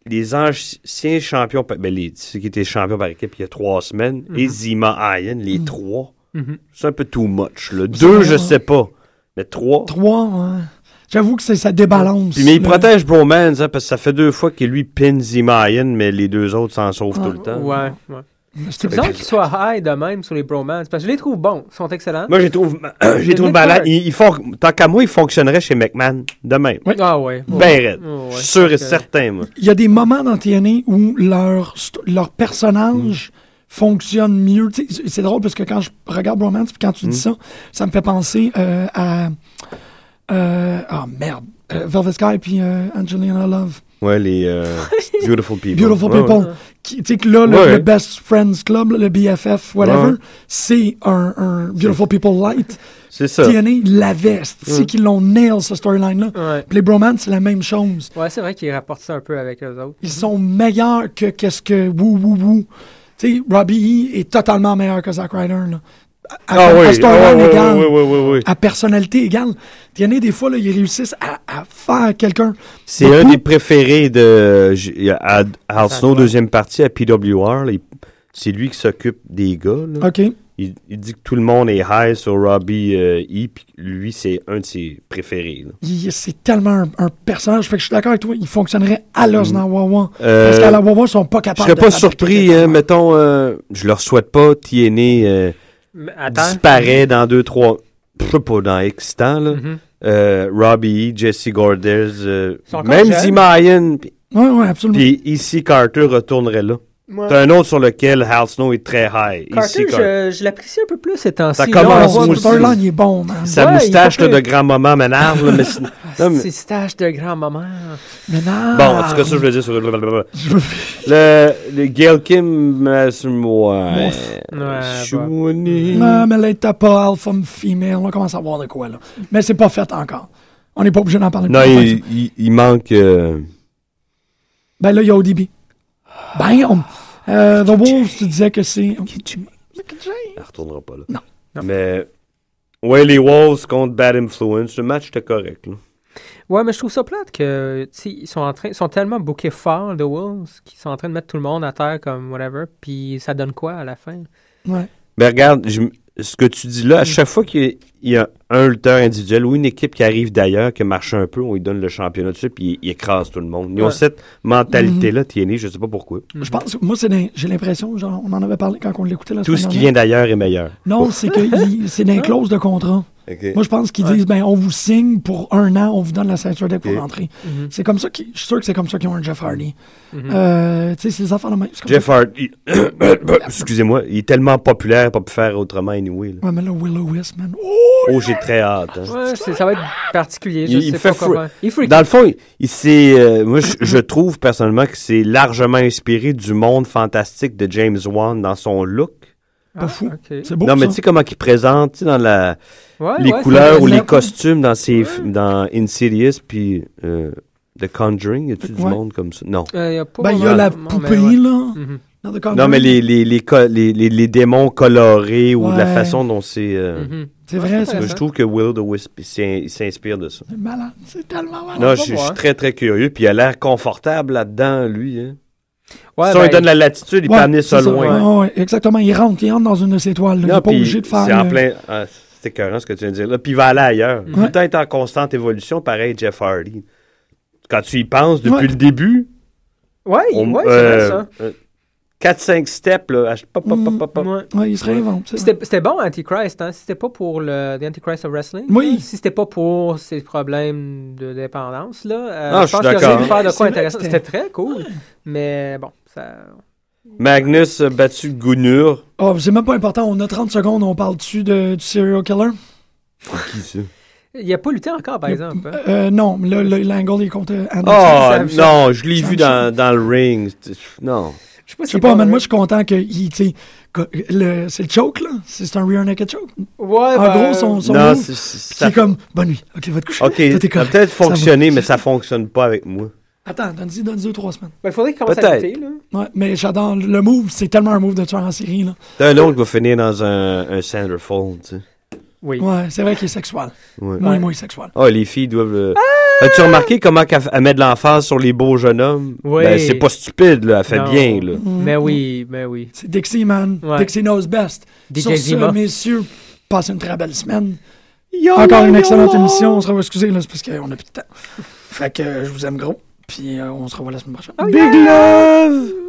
[SPEAKER 5] les anciens champions, par- ben, les, ceux qui étaient champions par équipe il y a trois semaines, et Zima Iron, les trois.
[SPEAKER 6] mhm.
[SPEAKER 5] C'est un peu too much. Là. Deux, je
[SPEAKER 4] ouais.
[SPEAKER 5] sais pas. Mais trois.
[SPEAKER 4] 3, ouais. hein. J'avoue que c'est- ça débalance.
[SPEAKER 5] Puis, mais il
[SPEAKER 4] là.
[SPEAKER 5] protège Bromans, hein, parce que ça fait deux fois que lui pin Zima Iron, mais les deux autres s'en sauvent
[SPEAKER 4] Ah,
[SPEAKER 5] tout le temps.
[SPEAKER 6] Ouais, ouais.
[SPEAKER 4] C'est
[SPEAKER 6] Ils ont qu'ils soient high de même sur les bromances, parce que je les trouve bons, ils sont excellents.
[SPEAKER 5] Moi, je les trouve, je les
[SPEAKER 6] Mais
[SPEAKER 5] trouve
[SPEAKER 6] Nick
[SPEAKER 5] malades.
[SPEAKER 6] Clark.
[SPEAKER 5] Ils, ils font- tant qu'à moi, ils fonctionneraient chez McMahon de même.
[SPEAKER 4] Ouais.
[SPEAKER 6] Ah ouais.
[SPEAKER 5] Ben
[SPEAKER 6] ouais.
[SPEAKER 5] raide.
[SPEAKER 6] Ouais,
[SPEAKER 5] je
[SPEAKER 6] ouais,
[SPEAKER 5] suis sûr et
[SPEAKER 6] c'est que-
[SPEAKER 5] certain, moi.
[SPEAKER 4] il y a des moments dans TNA où leur, st- leur personnage
[SPEAKER 5] Mm.
[SPEAKER 4] fonctionne mieux. Tu sais, C'est c'est drôle parce que quand je regarde Romance, puis quand tu dis
[SPEAKER 5] Mm.
[SPEAKER 4] ça, ça me fait penser euh, à. euh, Ah merde. Euh, Velvet Sky puis euh, Angelina Love.
[SPEAKER 5] Ouais, les euh, Beautiful People.
[SPEAKER 4] Beautiful
[SPEAKER 5] Ouais, ouais.
[SPEAKER 4] People. Qui- Tu sais que là, le,
[SPEAKER 5] Ouais,
[SPEAKER 4] le
[SPEAKER 5] ouais.
[SPEAKER 4] Best Friends Club, le BFF,
[SPEAKER 5] Ouais,
[SPEAKER 4] whatever,
[SPEAKER 5] ouais.
[SPEAKER 4] c'est un, un Beautiful People Light.
[SPEAKER 5] C'est ça. Mm.
[SPEAKER 4] TNA, la veste. C'est qu'ils l'ont nail, ce storyline-là.
[SPEAKER 6] Ouais.
[SPEAKER 4] Puis les Bromance, c'est la même chose.
[SPEAKER 6] Ouais, c'est vrai qu'ils rapportent ça un peu avec eux autres.
[SPEAKER 5] Mm-hmm.
[SPEAKER 4] Ils sont meilleurs que qu'est-ce que Woo Woo Woo. Tu sais, Robbie E est totalement meilleur que Zack Ryder. Là. À, à-
[SPEAKER 5] Ah oui,
[SPEAKER 4] à
[SPEAKER 5] ah
[SPEAKER 4] storyline
[SPEAKER 5] oui,
[SPEAKER 4] égale,
[SPEAKER 5] oui, oui, oui, oui.
[SPEAKER 4] à personnalité égale. Il y en a des fois, là, ils réussissent à, à faire quelqu'un.
[SPEAKER 5] C'est un
[SPEAKER 4] Beaucoup-
[SPEAKER 5] des préférés de j- à, à Arsenault, deuxième partie, à PWR. là, il- C'est lui qui s'occupe des gars. là.
[SPEAKER 4] OK.
[SPEAKER 5] Il, il dit que tout le monde est high sur Robbie euh, E, puis lui, c'est un de ses préférés. là.
[SPEAKER 4] Il- C'est tellement un, un personnage. Fait que je suis d'accord avec toi. Il fonctionnerait à l'os dans Wawa.
[SPEAKER 5] Euh,
[SPEAKER 4] parce qu'à la Wawa, ils sont pas
[SPEAKER 5] Je
[SPEAKER 4] capables
[SPEAKER 5] serais
[SPEAKER 4] de
[SPEAKER 5] pas
[SPEAKER 4] fabriquer
[SPEAKER 5] surpris,
[SPEAKER 4] quelque
[SPEAKER 5] hein,
[SPEAKER 4] chose.
[SPEAKER 5] mettons, euh, je leur souhaite pas, TNA euh,
[SPEAKER 6] Mais Attends.
[SPEAKER 5] disparaît dans deux, trois, je sais pas, dans X temps, là. Euh, Robbie E, Jesse Gordez, euh,
[SPEAKER 6] Mm-hmm. Ils sont encore
[SPEAKER 5] même
[SPEAKER 6] jeunes.
[SPEAKER 5] Zima Ian, puis-
[SPEAKER 4] Ouais, ouais, absolument.
[SPEAKER 5] puis ici Carter retournerait là.
[SPEAKER 6] Ouais.
[SPEAKER 5] T'as un autre sur lequel Hal Snow est très high.
[SPEAKER 6] Carter,
[SPEAKER 5] EC Carter.
[SPEAKER 6] je, je l'apprécie un peu plus ces temps-ci.
[SPEAKER 5] Ça
[SPEAKER 6] Là, on
[SPEAKER 4] Ah,
[SPEAKER 5] commence
[SPEAKER 6] voit
[SPEAKER 4] son
[SPEAKER 5] moi aussi.
[SPEAKER 4] storyline, il est bon, man.
[SPEAKER 5] Sa
[SPEAKER 6] Ouais,
[SPEAKER 5] moustache
[SPEAKER 6] il est pas
[SPEAKER 5] là, de
[SPEAKER 6] pire.
[SPEAKER 5] grand-maman m'énerve, là, mais c'est- non, mais-
[SPEAKER 6] Ces stages de grand-maman.
[SPEAKER 4] Mais non.
[SPEAKER 5] Bon, en tout cas, ça, je voulais dire sur... Le, le Gail Kim, euh, sur moi... euh,
[SPEAKER 4] Ouais,
[SPEAKER 6] bah.
[SPEAKER 5] Chouni.
[SPEAKER 4] Non, mais là, t'as pas alpha female. On commence à voir de quoi, là. Mais c'est pas fait encore. On n'est pas obligé d'en parler.
[SPEAKER 5] Non,
[SPEAKER 4] plus longtemps que
[SPEAKER 5] il, il- il manque... euh,
[SPEAKER 4] ça. Ben là, il y a ODB. Bam! Ben, Euh, The Wolf, tu disais que c'est.
[SPEAKER 5] Elle retournera pas, là.
[SPEAKER 4] Non.
[SPEAKER 5] Mais... Ouais, les Wolves contre Bad Influence. Le match était correct, là.
[SPEAKER 6] Ouais, mais je trouve ça plate que, tu sais, ils sont en train, ils sont tellement bouqués fort, The Wolves, qu'ils sont en train de mettre tout le monde à terre comme whatever, puis ça donne quoi à la fin?
[SPEAKER 4] Ouais.
[SPEAKER 5] Mais Ben, regarde, je m- ce que tu dis
[SPEAKER 4] Mm.
[SPEAKER 5] là, à chaque fois qu'il y a- il y a un lutteur individuel ou une équipe qui arrive d'ailleurs, qui marche un peu, on lui donne le championnat dessus, puis il, il écrase tout le monde. Ils ont
[SPEAKER 6] Ouais.
[SPEAKER 5] cette
[SPEAKER 4] Mm-hmm.
[SPEAKER 5] mentalité-là, TNA, je sais pas pourquoi.
[SPEAKER 4] Je pense, moi, c'est dans- j'ai l'impression, genre, on en avait parlé quand on l'écoutait la
[SPEAKER 5] Tout ce
[SPEAKER 4] semaine
[SPEAKER 5] qui
[SPEAKER 4] dernière.
[SPEAKER 5] vient d'ailleurs est meilleur.
[SPEAKER 4] Non, c'est que il- c'est dans les clauses de contrat. Moi, je pense qu'ils disent, ben, on vous signe pour un an, on vous donne la ceinture deck pour
[SPEAKER 5] Ok.
[SPEAKER 4] rentrer. C'est comme ça qu'ils, je suis sûr que c'est comme ça qu'ils ont un Jeff Hardy. Euh, tu sais, c'est les affaires de même. c'est comme
[SPEAKER 5] Jeff Hardy, excusez-moi, il est tellement populaire, il a pas pu faire autrement anyway. là.
[SPEAKER 4] ça. Ouais, mais là, Willow Wisp, man. Oh!
[SPEAKER 5] Oh, j'ai très hâte. hein.
[SPEAKER 6] Ouais, c'est- ça va être particulier, je
[SPEAKER 5] Il- il
[SPEAKER 6] sais
[SPEAKER 5] fait
[SPEAKER 6] pas
[SPEAKER 5] fou-
[SPEAKER 6] comment. Il freak.
[SPEAKER 5] Dans le fond, il, il s'est, euh, moi, je, je trouve personnellement que c'est largement inspiré du monde fantastique de James Wan dans son look.
[SPEAKER 4] Pas fou.
[SPEAKER 6] Ah, ok.
[SPEAKER 4] C'est beau.
[SPEAKER 5] non, mais
[SPEAKER 4] ça.
[SPEAKER 5] tu sais comment qu'ils présentent tu sais, dans la,
[SPEAKER 6] Ouais,
[SPEAKER 5] les
[SPEAKER 6] ouais, c'est
[SPEAKER 5] couleurs ou
[SPEAKER 6] vrai,
[SPEAKER 5] les
[SPEAKER 6] ça.
[SPEAKER 5] costumes dans, ces, f- dans Insidious puis euh, The Conjuring. Y a-tu du
[SPEAKER 4] Ouais.
[SPEAKER 5] monde comme ça? Non.
[SPEAKER 6] Euh, y a pas
[SPEAKER 4] Ben, il y a
[SPEAKER 6] vraiment-
[SPEAKER 4] la
[SPEAKER 6] non, mais
[SPEAKER 4] poupée,
[SPEAKER 6] ouais.
[SPEAKER 4] là.
[SPEAKER 6] Mhm.
[SPEAKER 4] dans The Conjuring.
[SPEAKER 5] Non, mais les, les, les, co- les, les, les démons colorés ou la
[SPEAKER 4] Ouais.
[SPEAKER 5] façon dont c'est. euh,
[SPEAKER 6] Mhm.
[SPEAKER 4] C'est vrai, c'est
[SPEAKER 6] Ouais,
[SPEAKER 5] Je trouve que Will the Wisp il s'in- il s'inspire de ça.
[SPEAKER 4] c'est malade. C'est tellement malade.
[SPEAKER 5] Non,
[SPEAKER 6] va
[SPEAKER 5] je je
[SPEAKER 6] voir. hein.
[SPEAKER 5] suis très, très curieux. Puis il a l'air confortable là-dedans, lui. Hein.
[SPEAKER 6] Ouais,
[SPEAKER 5] ça, on
[SPEAKER 6] ben,
[SPEAKER 5] lui donne la latitude, il peut
[SPEAKER 4] Ouais,
[SPEAKER 5] amener ça
[SPEAKER 4] c'est
[SPEAKER 5] loin.
[SPEAKER 4] ouais, ouais, exactement. Il rentre, il rentre dans une de ses toiles. là. Il
[SPEAKER 5] Non,
[SPEAKER 4] n'est pas
[SPEAKER 5] puis
[SPEAKER 4] obligé de faire.
[SPEAKER 5] C'est en
[SPEAKER 4] euh,
[SPEAKER 5] plein. ah, c'est écœurant ce que tu viens de dire. Là. Puis il va aller ailleurs.
[SPEAKER 4] Mm.
[SPEAKER 6] Mhm.
[SPEAKER 5] Tout le temps est en constante évolution, pareil, Jeff Hardy. Quand tu y penses, depuis
[SPEAKER 4] Ouais.
[SPEAKER 5] le début,
[SPEAKER 6] Ouais,
[SPEAKER 5] on-
[SPEAKER 6] ouais, c'est vrai,
[SPEAKER 5] euh,
[SPEAKER 6] ça.
[SPEAKER 5] euh, 4-5 steps, là. à- pop, pop, pop, pop, pop.
[SPEAKER 6] Ouais.
[SPEAKER 4] Ouais, il se réinvente. c'est
[SPEAKER 6] C'était c'était bon, Antichrist, hein? Si c'était pas pour le The Antichrist of Wrestling,
[SPEAKER 4] Oui.
[SPEAKER 6] là, si c'était pas pour ses problèmes de dépendance, là, euh,
[SPEAKER 5] Non, je
[SPEAKER 6] je pense
[SPEAKER 5] suis
[SPEAKER 6] qu'il aurait
[SPEAKER 5] d'accord.
[SPEAKER 6] pu faire de
[SPEAKER 4] C'est
[SPEAKER 6] quoi
[SPEAKER 4] vrai
[SPEAKER 6] intéressant.
[SPEAKER 4] que c'était-
[SPEAKER 6] C'était très cool, mais bon, ça...
[SPEAKER 5] Magnus a battu Gounur.
[SPEAKER 4] Oh, c'est même pas important. On a 30 secondes. On parle dessus de, du serial killer.
[SPEAKER 5] Qui ça?
[SPEAKER 6] Il a pas lutté encore, par exemple. hein.
[SPEAKER 4] Euh, non, mais là, là, l'angle est contre Anderson.
[SPEAKER 5] Oh
[SPEAKER 6] Sam-
[SPEAKER 5] non, je l'ai
[SPEAKER 4] Sam-
[SPEAKER 5] vu dans, dans le ring. C'est- Non.
[SPEAKER 6] Je sais pas, hein.
[SPEAKER 4] Je sais pas, mais moi, je suis content que. il- tu sais, que le- C'est le choke, là. C'est c'est un rear naked choke.
[SPEAKER 6] Ouais,
[SPEAKER 4] en
[SPEAKER 6] ben,
[SPEAKER 4] gros, son, son
[SPEAKER 5] non,
[SPEAKER 4] move,
[SPEAKER 5] c'est-
[SPEAKER 4] c'est
[SPEAKER 5] c'est- ça-
[SPEAKER 4] comme bonne nuit. Ok, va te coucher.
[SPEAKER 5] Ok,
[SPEAKER 4] Toi, t'es
[SPEAKER 5] ça a
[SPEAKER 4] correct.
[SPEAKER 5] peut-être
[SPEAKER 4] Ça va.
[SPEAKER 5] fonctionné, mais ça fonctionne pas avec moi.
[SPEAKER 4] Attends, donne-y donne deux, trois semaines.
[SPEAKER 6] ben, il faudrait qu'il commence à
[SPEAKER 5] Peut-être.
[SPEAKER 6] lutter, là.
[SPEAKER 4] Ouais, mais j'adore. Le move, c'est tellement un move de tueur en série, là.
[SPEAKER 5] T'as un autre qui va finir dans un, un centerfold, tu sais.
[SPEAKER 6] Oui.
[SPEAKER 4] Ouais, c'est vrai qu'il est sexuel.
[SPEAKER 5] Ouais.
[SPEAKER 4] Moi, moi, il est sexuel.
[SPEAKER 5] Ah, les filles doivent. le-
[SPEAKER 4] Ah!
[SPEAKER 5] As-tu remarqué comment qu'elle elle met de l'emphase sur les beaux jeunes hommes?
[SPEAKER 6] Oui.
[SPEAKER 5] Ben, c'est pas stupide, là. Elle fait
[SPEAKER 6] Non.
[SPEAKER 5] bien, là.
[SPEAKER 6] Mais oui, mais oui.
[SPEAKER 4] C'est Dixie, man.
[SPEAKER 6] Ouais.
[SPEAKER 4] Dixie knows best.
[SPEAKER 6] DJ
[SPEAKER 4] Sur
[SPEAKER 6] Zima.
[SPEAKER 4] ce, messieurs, passez une très belle semaine.
[SPEAKER 6] Oh
[SPEAKER 4] Encore une excellente émission. On se revoit, excusez, là, c'est parce
[SPEAKER 6] Ah,
[SPEAKER 4] qu'on a plus de temps. Fait que euh, je vous aime gros. Puis euh, on se revoit la semaine prochaine.
[SPEAKER 5] Big love!